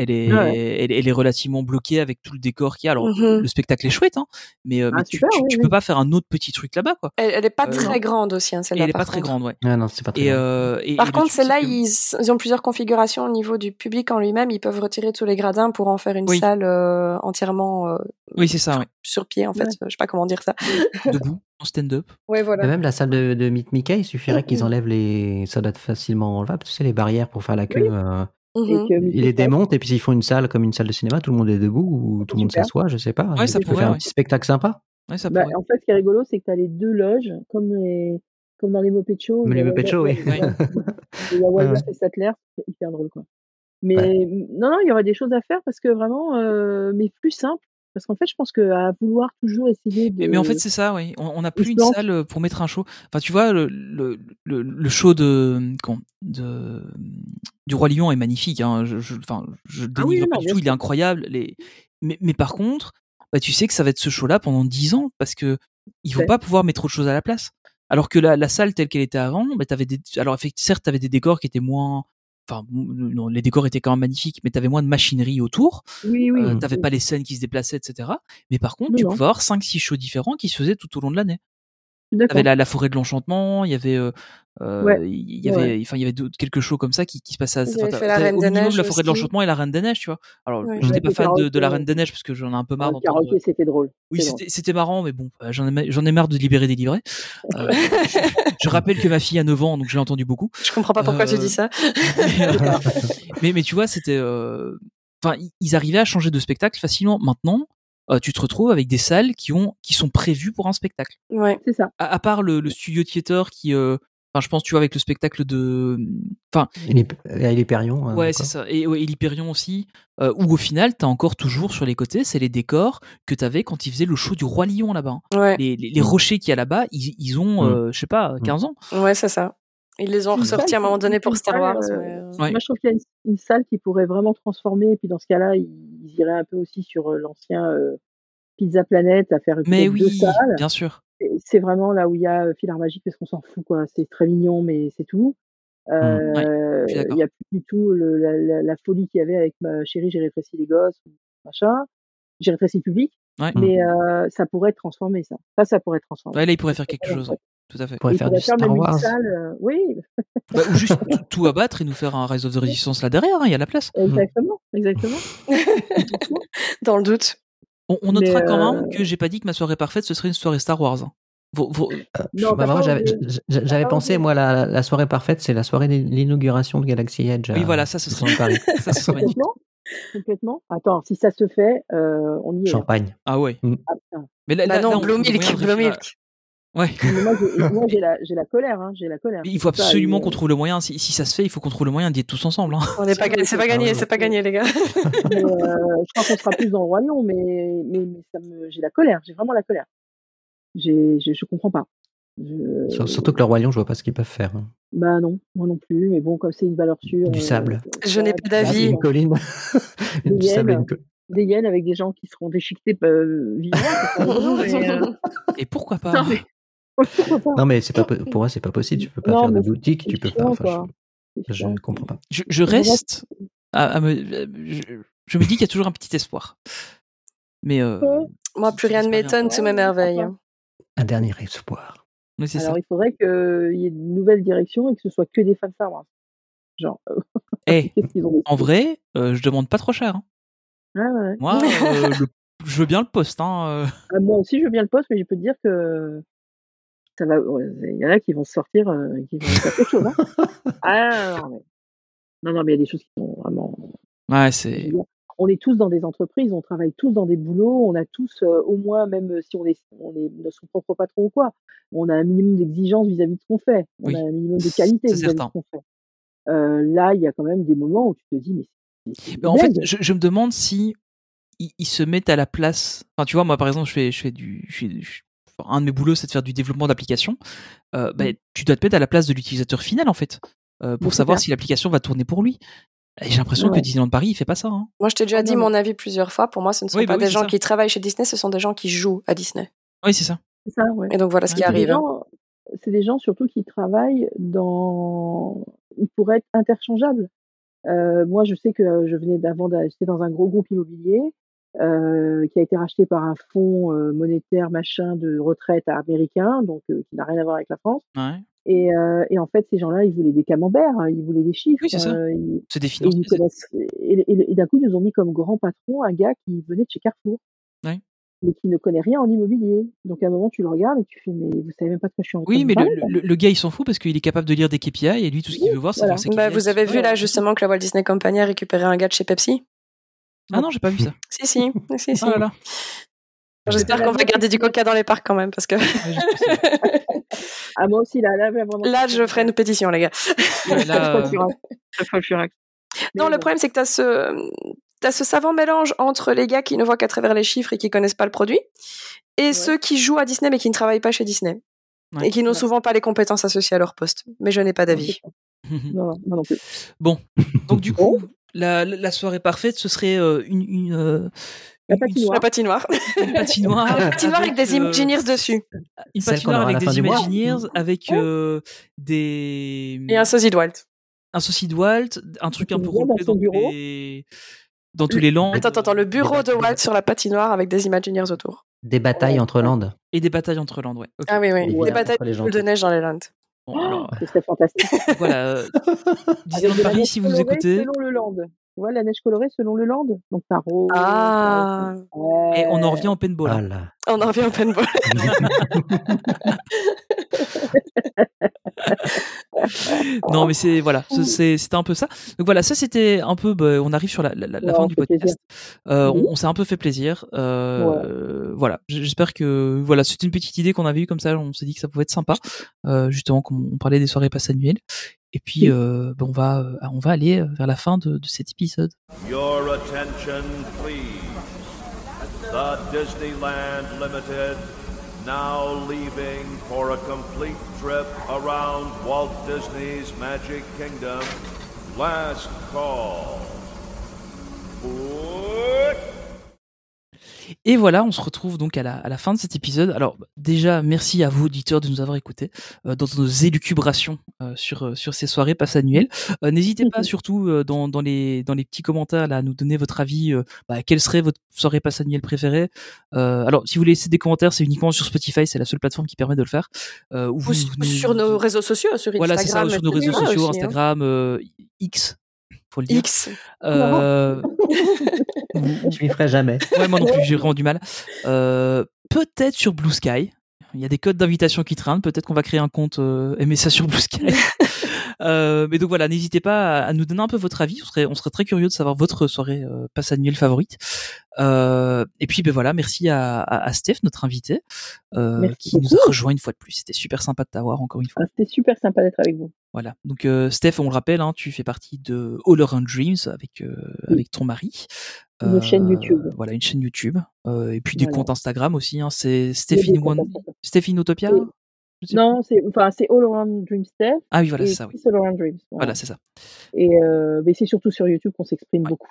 Speaker 1: Elle est,
Speaker 7: Ouais, ouais.
Speaker 1: elle, elle est relativement bloquée avec tout le décor qu'il y a. Alors,
Speaker 11: Mhm.
Speaker 1: le spectacle est chouette, hein, mais, euh, mais
Speaker 7: Ah,
Speaker 1: tu,
Speaker 7: super,
Speaker 1: tu,
Speaker 7: oui,
Speaker 1: tu peux
Speaker 7: oui.
Speaker 1: pas faire un autre petit truc là-bas, quoi.
Speaker 11: Elle, elle est pas
Speaker 1: Euh,
Speaker 11: très
Speaker 1: non.
Speaker 11: grande aussi, hein,
Speaker 1: Et
Speaker 11: celle-là,
Speaker 1: elle est
Speaker 11: par
Speaker 1: pas très
Speaker 11: contre.
Speaker 1: grande, ouais.
Speaker 9: Ah non, c'est pas très
Speaker 1: Et,
Speaker 9: grave.
Speaker 1: euh, et, et
Speaker 11: Par
Speaker 1: le
Speaker 11: contre,
Speaker 1: truc, c'est
Speaker 11: celle-là,
Speaker 1: que.
Speaker 11: ils, ils ont plusieurs configurations au niveau du public en lui-même. Ils peuvent retirer tous les gradins pour en faire une
Speaker 1: Oui.
Speaker 11: salle euh, entièrement euh,
Speaker 1: Oui, c'est ça, ouais.
Speaker 11: <laughs> sur pied, en fait. Euh,
Speaker 7: Ouais.
Speaker 11: Je sais pas comment dire ça.
Speaker 1: Debout, en stand-up.
Speaker 11: Ouais,
Speaker 9: Et
Speaker 11: voilà.
Speaker 9: même la salle de, de Meet Mickey, il suffirait qu'ils enlèvent les. Ça doit être facilement enlevable, tu sais, les barrières pour faire la queue. euh,
Speaker 7: Et
Speaker 11: Mhm.
Speaker 7: que
Speaker 9: ils
Speaker 7: Mickey
Speaker 9: les
Speaker 7: fasse,
Speaker 9: démontent et puis ils font une salle comme une salle de cinéma, tout le monde est debout ou tout le monde
Speaker 7: super.
Speaker 9: s'assoit, je sais pas.
Speaker 1: Ouais,
Speaker 9: et
Speaker 1: ça
Speaker 9: tu peux
Speaker 1: pourrait,
Speaker 9: faire un
Speaker 1: ouais.
Speaker 9: petit spectacle sympa.
Speaker 1: Ouais, ça
Speaker 7: Bah,
Speaker 1: pourrait.
Speaker 7: en fait, ce qui est rigolo, c'est que tu as les deux loges, comme, les, comme dans les Muppet Show.
Speaker 9: Mais
Speaker 7: il y
Speaker 9: les
Speaker 7: a
Speaker 9: Muppet
Speaker 7: Waldorf-
Speaker 9: Show, oui.
Speaker 7: ouais,
Speaker 1: Ouais.
Speaker 7: ouais. Il y a
Speaker 1: Ah
Speaker 9: Ouais, ouais.
Speaker 7: Waldorf et Sattler, c'est hyper drôle, quoi. Mais
Speaker 9: Ouais.
Speaker 7: m- non, non, il y aurait des choses à faire parce que vraiment, euh, mais plus simple. Parce qu'en fait, je pense qu'à vouloir toujours essayer
Speaker 1: Mais, mais en fait,
Speaker 7: de.
Speaker 1: c'est ça, oui. On on n'a
Speaker 7: Ils
Speaker 1: plus
Speaker 7: se
Speaker 1: une
Speaker 7: lancent.
Speaker 1: salle euh, pour mettre un show. Enfin, tu vois, le, le, le, le show de, comment, de, du Roi Lion est magnifique. Hein. Je, je, enfin, je le
Speaker 7: Ah oui,
Speaker 1: dénigre pas
Speaker 7: non, non,
Speaker 1: du
Speaker 7: bien
Speaker 1: tout, il est
Speaker 7: sûr.
Speaker 1: incroyable. Les... Mais, mais par contre, bah, tu sais que ça va être ce show-là pendant 10 ans parce que ils vont
Speaker 7: Ouais.
Speaker 1: pas pouvoir mettre autre chose à la place. Alors que la, la salle telle qu'elle était avant, bah, avais des... alors effect- certes, tu avais des décors qui étaient moins. Enfin, non, les décors étaient quand même magnifiques, mais tu avais moins de machinerie autour.
Speaker 7: Oui,
Speaker 1: Euh,
Speaker 7: oui.
Speaker 1: t'avais pas les scènes qui se déplaçaient, etc. Mais par contre,
Speaker 7: Non,
Speaker 1: tu
Speaker 7: non,
Speaker 1: pouvais avoir 5-6 shows différents qui se faisaient tout au long de l'année.
Speaker 7: je suis
Speaker 1: T'avais
Speaker 7: d'accord.
Speaker 1: la, la forêt de l'enchantement, il y avait, euh,
Speaker 7: Ouais,
Speaker 1: euh, il y
Speaker 7: ouais.
Speaker 1: avait, enfin, il y avait d'autres- quelques shows comme ça qui, qui se passaient. à-
Speaker 11: Ils
Speaker 1: Enfin,
Speaker 11: avaient
Speaker 1: t'as-
Speaker 11: fait la
Speaker 1: t'avais
Speaker 11: Reine
Speaker 1: au
Speaker 11: des
Speaker 1: minimum
Speaker 11: Neiges
Speaker 1: la forêt de
Speaker 11: aussi.
Speaker 1: l'enchantement et la reine des neiges, tu vois. Alors,
Speaker 11: Ouais.
Speaker 1: j'étais
Speaker 7: Avec
Speaker 1: pas
Speaker 7: le
Speaker 1: fan de, de
Speaker 7: karaoké,
Speaker 1: la
Speaker 7: ouais.
Speaker 1: reine des neiges parce que j'en ai un peu
Speaker 7: Ah,
Speaker 1: marre
Speaker 7: le
Speaker 1: d'entendre.
Speaker 7: karaoké, c'était drôle.
Speaker 1: Oui,
Speaker 7: C'est drôle.
Speaker 1: c'était c'était marrant, mais bon, euh, j'en ai, ma- j'en ai marre de libérer, délivrer. Euh, je, je rappelle que ma fille a 9 ans, donc j'ai entendu
Speaker 7: <laughs>
Speaker 1: beaucoup.
Speaker 11: Je comprends pas pourquoi tu
Speaker 1: Euh,
Speaker 11: dis ça.
Speaker 1: mais, euh,
Speaker 7: C'est ça.
Speaker 1: mais, mais tu vois, c'était. euh, Enfin, i- ils arrivaient à changer de spectacle facilement. Maintenant, euh, tu te retrouves avec des salles qui, ont, qui sont prévues pour un spectacle.
Speaker 11: Ouais.
Speaker 7: C'est ça.
Speaker 1: À, à part le, le studio theater qui. euh, Enfin, je pense, tu vois, avec le spectacle de. Enfin,
Speaker 9: Et les- et les Périons, euh,
Speaker 1: ouais, c'est
Speaker 9: quoi.
Speaker 1: ça. Et, ouais, et l'Hyperion aussi. euh, où au final, t'as encore toujours sur les côtés, c'est les décors que t'avais quand ils faisaient le show du Roi Lion là-bas. hein.
Speaker 11: Ouais.
Speaker 1: Les, les- les
Speaker 9: Mm.
Speaker 1: rochers qu'il y a là-bas, ils, ils ont,
Speaker 9: Mm.
Speaker 1: euh, je sais pas,
Speaker 9: Mm.
Speaker 1: 15 ans.
Speaker 11: Ouais, c'est ça. Ils les ont
Speaker 7: C'est une salle
Speaker 11: ressortis à un
Speaker 7: qui,
Speaker 11: moment
Speaker 7: qui
Speaker 11: donné
Speaker 7: fait
Speaker 11: pour
Speaker 7: une
Speaker 11: Star
Speaker 7: salle.
Speaker 11: Wars.
Speaker 7: euh,
Speaker 11: mais, euh,
Speaker 1: Ouais.
Speaker 7: Moi, je trouve qu'il y a une, une salle qui pourrait vraiment transformer. Et puis, dans ce cas-là, ils, ils iraient un peu aussi sur euh, l'ancien euh, Pizza Planet à faire
Speaker 1: Mais
Speaker 7: peut-être deux
Speaker 1: oui,
Speaker 7: salles.
Speaker 1: bien sûr.
Speaker 7: Et C'est vraiment là où il y a euh, Filar Magique parce qu'on s'en fout, quoi. C'est très mignon, mais c'est tout.
Speaker 9: Mm.
Speaker 1: Mmh. Ouais,
Speaker 7: Euh,
Speaker 1: je suis
Speaker 7: Il
Speaker 1: d'accord.
Speaker 7: n'y a plus du tout le- la, la- la folie qu'il y avait avec ma chérie, j'ai rétréci les gosses, ou machin. J'ai rétréci le public,
Speaker 1: Ouais.
Speaker 9: Mm.
Speaker 7: mais euh, ça pourrait être transformé, ça. Ça, ça pourrait être transformé.
Speaker 1: Mmh. Ouais, là, ils pourraient
Speaker 7: C'est
Speaker 1: faire quelque
Speaker 7: très bien, en
Speaker 1: chose, ouais.
Speaker 7: fait.
Speaker 1: tout à fait.
Speaker 9: On pourrait
Speaker 7: Et il
Speaker 9: faire du
Speaker 7: pourrait faire
Speaker 9: Star
Speaker 7: même une
Speaker 9: Wars.
Speaker 7: salle, euh, oui,
Speaker 1: Bah, ou juste tout, tout abattre et nous faire un Rise of the Resistance là derrière, hein, il y a la place.
Speaker 9: Mm.
Speaker 7: exactement, exactement. Franchement,
Speaker 11: Dans le doute.
Speaker 1: On, on
Speaker 7: Mais
Speaker 1: notera quand même
Speaker 7: euh,
Speaker 1: que j'ai pas dit que ma soirée parfaite, ce serait une soirée Star Wars. hein. Vos- vos-
Speaker 9: Euh, je-
Speaker 7: non,
Speaker 9: bah,
Speaker 7: t'as
Speaker 9: moi,
Speaker 7: pas
Speaker 9: j'avais
Speaker 7: osé.
Speaker 9: j-
Speaker 7: T'as
Speaker 9: j'avais
Speaker 7: pas
Speaker 9: pensé,
Speaker 7: osé.
Speaker 9: moi, la, la soirée parfaite, c'est la soirée de l'inauguration de Galaxy Edge
Speaker 1: Oui,
Speaker 9: à
Speaker 1: voilà, ça, ce serait
Speaker 9: Disneyland
Speaker 1: magnifique.
Speaker 9: Paris.
Speaker 1: <laughs> Ça, ce serait <laughs>
Speaker 7: <laughs>
Speaker 1: magnifique.
Speaker 7: Complètement, complètement. Attends, si ça se fait, euh, on y est. hein.
Speaker 9: Champagne.
Speaker 1: Ah ouais.
Speaker 9: Mm.
Speaker 7: Ah, putain.
Speaker 1: Mais là,
Speaker 11: Bah
Speaker 1: là,
Speaker 11: non,
Speaker 1: là, on
Speaker 11: Blue
Speaker 1: trouve le moyen
Speaker 11: Milk,
Speaker 1: de
Speaker 11: Blue
Speaker 1: réfléchir.
Speaker 11: Milk.
Speaker 1: À... Ouais.
Speaker 7: Mais moi, j'ai moi, j'ai
Speaker 1: Mais
Speaker 7: la, j'ai la colère, hein, j'ai la colère.
Speaker 1: il faut
Speaker 7: C'est ça, une-
Speaker 1: absolument qu'on trouve le moyen. Si, si ça se fait, il faut qu'on trouve le moyen d'y être tous ensemble. hein.
Speaker 11: On n'est pas
Speaker 7: Ah
Speaker 11: gagné,
Speaker 7: oui, c'est
Speaker 11: c'est pas
Speaker 7: ça.
Speaker 9: Ah
Speaker 11: gagné,
Speaker 9: ouais.
Speaker 11: c'est pas gagné, les gars.
Speaker 7: Mais euh, je crois qu'on sera plus dans le Roi Lion, mais, mais, mais ça me, j'ai la colère, j'ai vraiment la colère. J'ai, je, je comprends pas.
Speaker 9: Sur-
Speaker 7: Je,
Speaker 9: Surtout que le Roi Lion, je vois pas ce qu'ils peuvent faire. hein.
Speaker 7: bah non, moi non plus, mais bon, comme c'est une valeur sûre,
Speaker 9: Du
Speaker 7: euh,
Speaker 9: sable.
Speaker 11: Je n'ai
Speaker 7: voilà,
Speaker 11: pas
Speaker 7: du
Speaker 9: Ah,
Speaker 7: sable,
Speaker 11: d'avis.
Speaker 9: une colline.
Speaker 7: des
Speaker 9: du sable et
Speaker 7: yens,
Speaker 9: <laughs> une colline.
Speaker 7: des yens avec des gens qui seront déchiquetés euh, vivants, c'est pas
Speaker 11: <laughs>
Speaker 7: rigolo, mais, euh,
Speaker 11: hein.
Speaker 1: Et pourquoi
Speaker 7: non,
Speaker 1: pas hein.
Speaker 7: mais, pourquoi pas?
Speaker 9: Non, mais c'est pas, po- pour moi, c'est pas possible. Tu peux pas
Speaker 7: Non,
Speaker 9: faire de
Speaker 7: mais c'est
Speaker 9: boutique,
Speaker 7: c'est
Speaker 9: tu peux pas.
Speaker 7: chiant,
Speaker 9: Enfin, je,
Speaker 7: quoi. C'est
Speaker 9: je
Speaker 7: chiant.
Speaker 9: comprends pas.
Speaker 1: je, je
Speaker 7: Et bref,
Speaker 1: reste à, à me. Je, je me dis qu'il y a toujours un petit espoir. Mais euh,
Speaker 7: euh,
Speaker 11: Moi,
Speaker 1: c'est
Speaker 11: plus
Speaker 1: c'est
Speaker 11: rien ne
Speaker 1: super bien.
Speaker 11: m'étonne, tout
Speaker 7: ouais, je comprends
Speaker 11: m'émerveille.
Speaker 7: pas.
Speaker 9: Un dernier espoir.
Speaker 1: Mais c'est ça.
Speaker 7: Alors, il faudrait qu'il y ait une nouvelle direction et que ce soit que des fans Star Wars. Genre, <laughs> euh,
Speaker 1: Eh,
Speaker 7: qu'est-ce qu'ils ont
Speaker 1: en
Speaker 7: décidé
Speaker 1: vrai, euh, je demande pas trop cher. hein.
Speaker 7: Ouais, ouais, ouais.
Speaker 1: Moi, euh, le- je veux bien le poste. Hein, euh.
Speaker 7: Ah, Moi aussi, je veux bien le poste, mais je peux te dire que ça va, il y en a qui vont sortir, euh, qui vont faire quelque chose.
Speaker 1: <laughs>
Speaker 7: Hein. ah, non, mais... non, non, mais il y a des choses qui sont vraiment.
Speaker 1: Ouais, c'est.
Speaker 7: On est tous dans des entreprises, on travaille tous dans des boulots, on a tous, euh, au moins, même si on est, on est de son propre patron ou quoi, on a un minimum d'exigence vis-à-vis de ce qu'on fait, on oui. a un minimum de qualité vis-à-vis de ce qu'on fait. Euh, là, il y a quand même des moments où tu te dis, mais.
Speaker 1: mais ben en fait, je, je me demande si ils, ils, se mettent à la place. Enfin, tu vois, moi, par exemple, je fais, je fais du. Je fais, je un de mes boulots, c'est de faire du développement d'applications. Euh,
Speaker 11: Mmh.
Speaker 1: bah, tu dois te mettre à la place de l'utilisateur final, en fait, euh, pour savoir clair. si l'application va tourner pour lui. J'ai l'impression ouais. que Disneyland Paris, il fait pas ça. Hein.
Speaker 11: Moi, je t'ai déjà dit mon avis plusieurs fois. Pour moi, ce ne sont Ah oui, pas bah oui, des gens ça. qui travaillent chez Disney, ce sont des gens qui jouent à Disney.
Speaker 1: Oui, c'est ça.
Speaker 7: ça ouais.
Speaker 11: Et donc, voilà ouais, ce qui arrive. Hein.
Speaker 7: C'est des gens surtout qui travaillent dans. Ils pourraient être interchangeables. Euh, moi, je sais que je venais d'avant d'acheter dans un gros groupe immobilier. Euh, qui a été racheté par un fonds euh, monétaire machin de retraite américain, donc euh, qui n'a rien à voir avec la France.
Speaker 1: Ouais.
Speaker 7: Et, euh, et, en fait, ces gens-là, ils voulaient des camemberts, hein, ils voulaient des chiffres. euh,
Speaker 1: Oui, c'est ça. c'est des
Speaker 7: finances. Et, et, et d'un coup, ils nous ont mis comme grand patron un gars qui venait de chez Carrefour,
Speaker 1: ouais.
Speaker 7: mais qui ne connaît rien en immobilier. Donc à un moment, tu le regardes et tu fais, mais vous savez même pas de quoi je suis en train
Speaker 1: Oui, mais
Speaker 7: de
Speaker 1: le, parler, le, le, gars, il s'en fout parce qu'il est capable de lire des KPI et lui, tout ce qu'il veut voir, c'est
Speaker 11: voilà. bah, Vous avez vu là justement que la Walt Disney Company a récupéré un gars de chez Pepsi
Speaker 1: ah non, j'ai pas vu
Speaker 11: <laughs>
Speaker 1: ça.
Speaker 11: si, si. si, si.
Speaker 1: Oh là là.
Speaker 11: J'espère qu'on va garder du coca dans les parcs quand même, parce que. <laughs>
Speaker 7: ah, moi aussi, là, <laughs> là, vraiment.
Speaker 11: Là, je ferai une pétition, les gars.
Speaker 7: Ouais, là, euh...
Speaker 11: Non, le ouais. problème, c'est que tu as ce. T'as ce savant mélange entre les gars qui ne voient qu'à travers les chiffres et qui connaissent pas le produit, et ouais. ceux qui jouent à Disney mais qui ne travaillent pas chez Disney et qui n'ont souvent pas les compétences associées à leur poste. Mais je n'ai pas d'avis.
Speaker 1: euh, <laughs>
Speaker 7: Non, non, non plus.
Speaker 1: Bon, donc
Speaker 7: <laughs>
Speaker 1: du coup, la, la, soirée parfaite, ce serait euh, une, une, euh,
Speaker 7: la patinoire.
Speaker 11: Une patinoire.
Speaker 1: Une patinoire,
Speaker 11: Ah, <laughs> une patinoire avec, avec, des Imagineers euh, dessus. Mmh.
Speaker 1: Une patinoire avec des Imagineers, avec euh, des.
Speaker 11: Et un sosie de Walt.
Speaker 1: Un sosie de Walt, un truc un peu complet dans, bureau. Les... dans tous les landes.
Speaker 11: Attends, attends, le bureau de Walt sur la patinoire avec des Imagineers autour.
Speaker 9: Des
Speaker 7: Oh.
Speaker 9: batailles entre landes.
Speaker 1: Et des batailles entre landes, ouais. Okay.
Speaker 11: Ah oui, oui. Des batailles de neige dans les landes.
Speaker 7: Bon,
Speaker 1: Oh,
Speaker 7: alors... C'est fantastique.
Speaker 1: voilà.
Speaker 11: <laughs>
Speaker 1: Euh, Disneyland Paris, si vous nous écoutez.
Speaker 7: Selon le land. Tu vois, la neige colorée selon le land. Donc, tarot.
Speaker 11: Ah.
Speaker 1: Et on en revient au paintball. hein.
Speaker 9: Ah là.
Speaker 11: On en revient au paintball.
Speaker 9: Ah
Speaker 1: non, mais c'est voilà, c'était un peu ça. Donc voilà, ça c'était un peu. Bah, on arrive sur la, la, la ouais, fin du podcast. Euh, on, on s'est un peu fait plaisir. Euh, ouais. Voilà, j'espère que voilà, c'était une petite idée qu'on avait eue comme ça. On s'est dit que ça pouvait être sympa, euh, justement, qu'on on parlait des soirées passes annuelles. Et puis, oui. bah, on va on va aller euh, vers la fin de, de cet épisode.
Speaker 12: Your attention, please. The Disneyland Limited. now leaving for a complete trip around Walt Disney's Magic Kingdom. Last call.
Speaker 1: Et voilà, on se retrouve donc à la, à la, fin de cet épisode. Alors déjà, merci à vous auditeurs de nous avoir écoutés euh, dans nos élucubrations euh, sur, sur ces soirées passes annuelles. Euh, N'hésitez
Speaker 11: Mhm.
Speaker 1: pas surtout euh, dans, dans, les, dans les petits commentaires là, à nous donner votre avis. Bah, quelle serait votre soirée passe annuelle préférée Euh, Alors si vous laissez des commentaires, c'est uniquement sur Spotify, c'est la seule plateforme qui permet de le faire. Euh,
Speaker 11: Ou, vous, sur, nous, sur nos réseaux sociaux, sur Instagram. Ah,
Speaker 1: Voilà, c'est ça, sur nos réseaux sociaux, aussi, Instagram, hein. X, faut le dire.
Speaker 11: X. <laughs>
Speaker 1: Euh...
Speaker 9: <laughs> je m'y ferai jamais.
Speaker 1: Ouais, moi non plus, j'ai vraiment du mal. Euh, peut-être sur Blue Sky. Il y a des codes d'invitation qui traînent. Peut-être qu'on va créer un compte euh, MSA sur Blue Sky. Euh, mais donc voilà, n'hésitez pas à nous donner un peu votre avis. On serait, on serait très curieux de savoir votre soirée euh, passe annuelle favorite. Euh, et puis ben voilà, merci à, à, à Steph, notre invité, euh, qui beaucoup. nous a rejoint une fois de plus. C'était super sympa de t'avoir encore une fois.
Speaker 7: Ah, C'était super sympa d'être avec vous.
Speaker 1: Voilà. Donc Steph, on le rappelle, hein, tu fais partie de All Around Dreams avec oui. avec ton mari. Euh,
Speaker 7: Une chaîne YouTube.
Speaker 1: Voilà, une chaîne YouTube. Euh, et puis des voilà. comptes Instagram aussi. Hein, C'est Stéphine, One... Stéphine Utopia. Oui.
Speaker 7: Non, c'est enfin c'est All Around Dream Steph.
Speaker 1: Ah oui, voilà, c'est ça. Oui.
Speaker 7: All Around Dreams.
Speaker 1: Voilà, voilà c'est ça.
Speaker 7: Et euh, mais c'est surtout sur YouTube qu'on s'exprime ouais. beaucoup.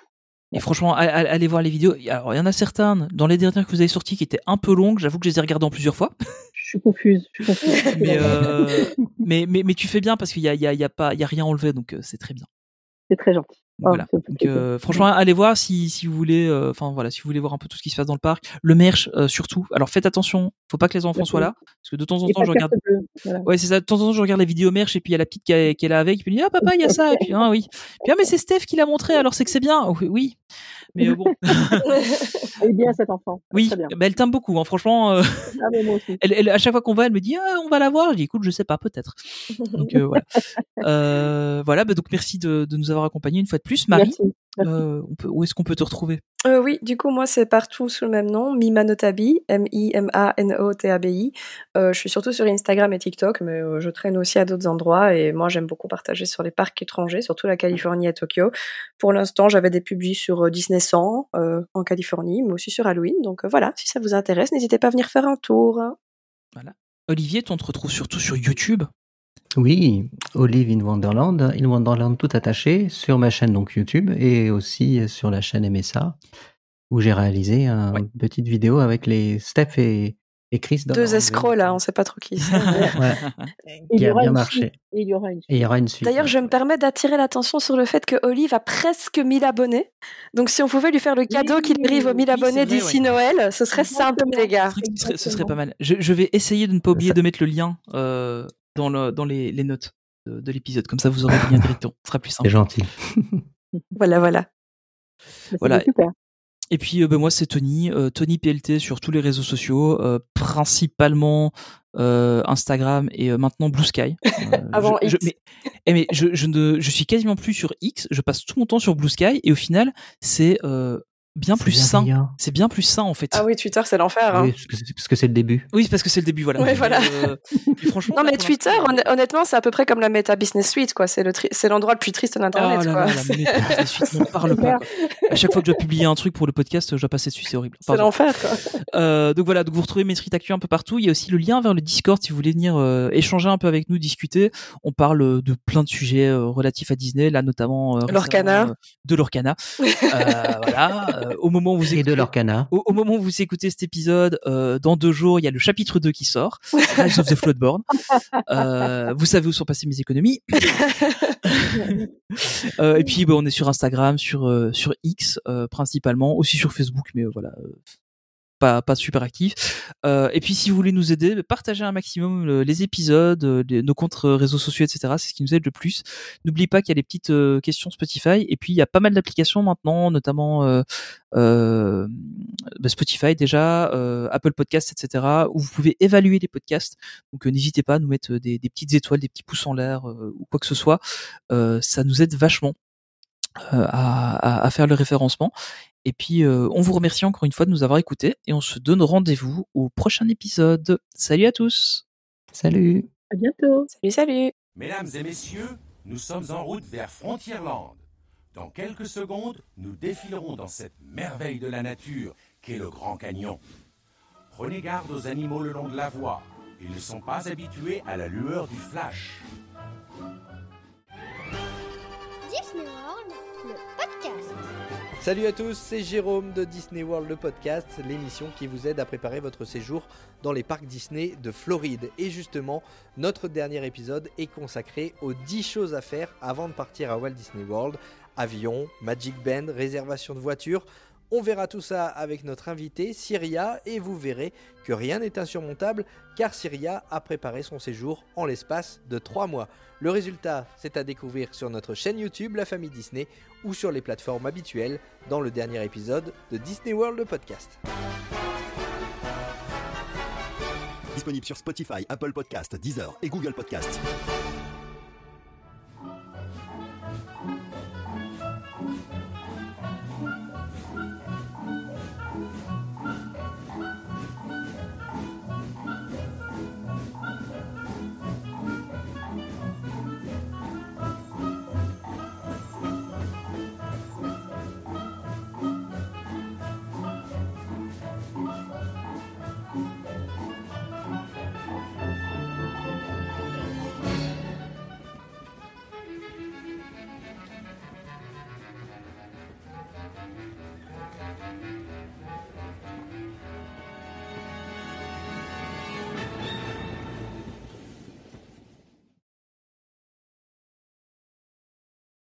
Speaker 1: Et franchement, allez voir les vidéos. Alors, il y en a certaines dans les dernières que vous avez sorties qui étaient un peu longues. J'avoue que je les ai regardées en plusieurs fois.
Speaker 7: Je suis confuse.
Speaker 1: <laughs>
Speaker 7: Je suis confuse.
Speaker 1: mais, euh, mais, mais, mais, tu fais bien parce qu'il n'y a, y a, y a, pas, y a rien enlevé, donc euh, c'est très bien.
Speaker 7: C'est très gentil.
Speaker 1: Voilà. Oh, donc, euh, franchement, allez voir si, si vous voulez, enfin euh, voilà, si vous voulez voir un peu tout ce qui se passe dans le parc, le merch euh, surtout. Alors faites attention, faut pas que les enfants soient là, parce que de temps en temps je regarde.
Speaker 7: Bleu, voilà.
Speaker 1: Ouais, c'est ça. De temps en temps je regarde les vidéos merch et puis il y a la petite qui, a, qui est là avec, et puis elle dit ah papa il y a ça, et puis ah oui, puis ah mais c'est Steph qui l'a montré, alors c'est que c'est bien, oui. Mais euh, <laughs> bon.
Speaker 7: elle est bien cet enfant.
Speaker 1: Oui, mais elle t'aime beaucoup. Hein. Franchement, euh... <laughs> ah, mais moi aussi. Elle, elle, à chaque fois qu'on va, elle me dit ah, on va la voir. Je dis écoute, je sais pas, peut-être. Donc <laughs> voilà. voilà bah, donc merci de, de, nous avoir accompagnés une fois de plus, Marie. Merci. Euh, on peut, où est-ce qu'on peut te retrouver
Speaker 11: euh, Oui, du coup, moi, c'est partout sous le même nom, Mima Notabi, M-I-M-A-N-O-T-A-B-I. Euh, je suis surtout sur Instagram et TikTok, mais euh, je traîne aussi à d'autres endroits. Et moi, j'aime beaucoup partager sur les parcs étrangers, surtout la Californie et Tokyo. Pour l'instant, j'avais des publis sur euh, Disney 100 en Californie, mais aussi sur Halloween. Donc euh, voilà, si ça vous intéresse, n'hésitez pas à venir faire un tour.
Speaker 1: Voilà. Olivier, on te retrouve surtout sur YouTube
Speaker 9: oui, Olive in Wonderland, in Wonderland tout attaché sur ma chaîne donc YouTube et aussi sur la chaîne MSA où j'ai réalisé une ouais. petite vidéo avec les Steph et, et Chris.
Speaker 11: Deux dans escrocs là, on sait pas trop qui. ouais.
Speaker 9: Qui a bien marché.
Speaker 7: Et il y aura une
Speaker 9: suite. suite. suite
Speaker 11: D'ailleurs, je me permets d'attirer l'attention sur le fait que Olive a presque 1000 abonnés. Donc si on pouvait lui faire le cadeau oui, qu'il arrive aux 1000 oui, abonnés d'ici ouais. Noël, ce serait simple les gars.
Speaker 1: Ce serait, ce serait, pas mal. Je, je, vais essayer de ne pas oublier Ça... de mettre le lien. Euh dans, le, dans les, les, notes de, de l'épisode. Comme ça, vous aurez bien directement. Ce sera plus simple.
Speaker 9: C'est gentil.
Speaker 11: voilà, voilà.
Speaker 1: Voilà. Et puis, euh, ben, moi, c'est Tony. Euh, Tony PLT sur tous les réseaux sociaux, euh, principalement euh, Instagram et maintenant Blue Sky. Euh,
Speaker 11: <laughs> Avant
Speaker 1: je,
Speaker 11: X.
Speaker 1: Je, mais, mais je, je, ne, je suis quasiment plus sur X. Je passe tout mon temps sur Blue Sky et au final, c'est euh, bien plus sain. C'est bien plus sain en fait.
Speaker 11: Ah oui, Twitter, c'est l'enfer. Hein.
Speaker 9: Oui, parce que c'est le début.
Speaker 1: Oui, parce que c'est le début, voilà.
Speaker 11: Oui, voilà. Euh, franchement, non, mais Twitter, honnêtement, c'est à peu près comme la Meta Business Suite, quoi. C'est le c'est l'endroit le plus triste d'internet.
Speaker 1: Oh là
Speaker 11: quoi. <laughs>
Speaker 1: Là, la Meta Business Suite, n'en parle pas. À chaque fois que je dois publier un truc pour le podcast, je dois passer dessus, c'est horrible.
Speaker 11: C'est l'enfer.
Speaker 1: Euh, donc voilà, donc vous retrouvez mes tweets actuels un peu partout. Il y a aussi le lien vers le Discord si vous voulez venir euh, échanger un peu avec nous, discuter. On parle euh, de plein de sujets euh, relatifs à Disney, là notamment euh,
Speaker 11: l'Orcana,
Speaker 1: de l'Orcana. Euh, <laughs> voilà euh, au moment où vous
Speaker 9: écoutez, et de leur canard.
Speaker 1: Au, au, moment où vous écoutez cet épisode, euh, dans deux jours, il y a le chapitre 2 qui sort, Rise of the Floodborne. Euh, vous savez où sont passées mes économies. euh, et puis, bah, on est sur Instagram, sur euh, sur X principalement, aussi sur Facebook, mais euh, voilà. Pas, pas, super actif. Euh, et puis si vous voulez nous aider, bah, partagez un maximum le, les épisodes, euh, les, nos comptes réseaux sociaux, etc. C'est ce qui nous aide le plus. N'oubliez pas qu'il y a les petites euh, questions Spotify. Et puis il y a pas mal d'applications maintenant, notamment euh, bah, Spotify déjà, euh, Apple Podcasts, etc. Où vous pouvez évaluer les podcasts. Donc euh, n'hésitez pas à nous mettre des, des, petites étoiles, des petits pouces en l'air euh, ou quoi que ce soit. Euh, ça nous aide vachement. euh, À, à, à faire le référencement et puis, euh, on vous remercie encore une fois de nous avoir écoutés et on se donne rendez-vous au prochain épisode. Salut à tous.
Speaker 9: Salut.
Speaker 7: À bientôt.
Speaker 11: <laughs> Salut, salut.
Speaker 13: Mesdames et messieurs, nous sommes en route vers Frontierland. Dans quelques secondes, nous défilerons dans cette merveille de la nature qu'est le Grand Canyon. Prenez garde aux animaux le long de la voie. Ils ne sont pas habitués à la lueur du flash.
Speaker 14: Disney World, le podcast.
Speaker 15: Salut à tous, c'est Jérôme de Disney World le podcast, l'émission qui vous aide à préparer votre séjour dans les parcs Disney de Floride. Et justement, notre dernier épisode est consacré aux 10 choses à faire avant de partir à Walt Disney World. Avion, Magic Band, réservation de voiture. On verra tout ça avec notre invité Syria et vous verrez que rien n'est insurmontable car Syria a préparé son séjour en l'espace de 3 mois. Le résultat, c'est à découvrir sur notre chaîne YouTube La Famille Disney ou sur les plateformes habituelles dans le dernier épisode de Disney World le podcast.
Speaker 16: Disponible sur Spotify, Apple Podcast, Deezer et Google Podcast.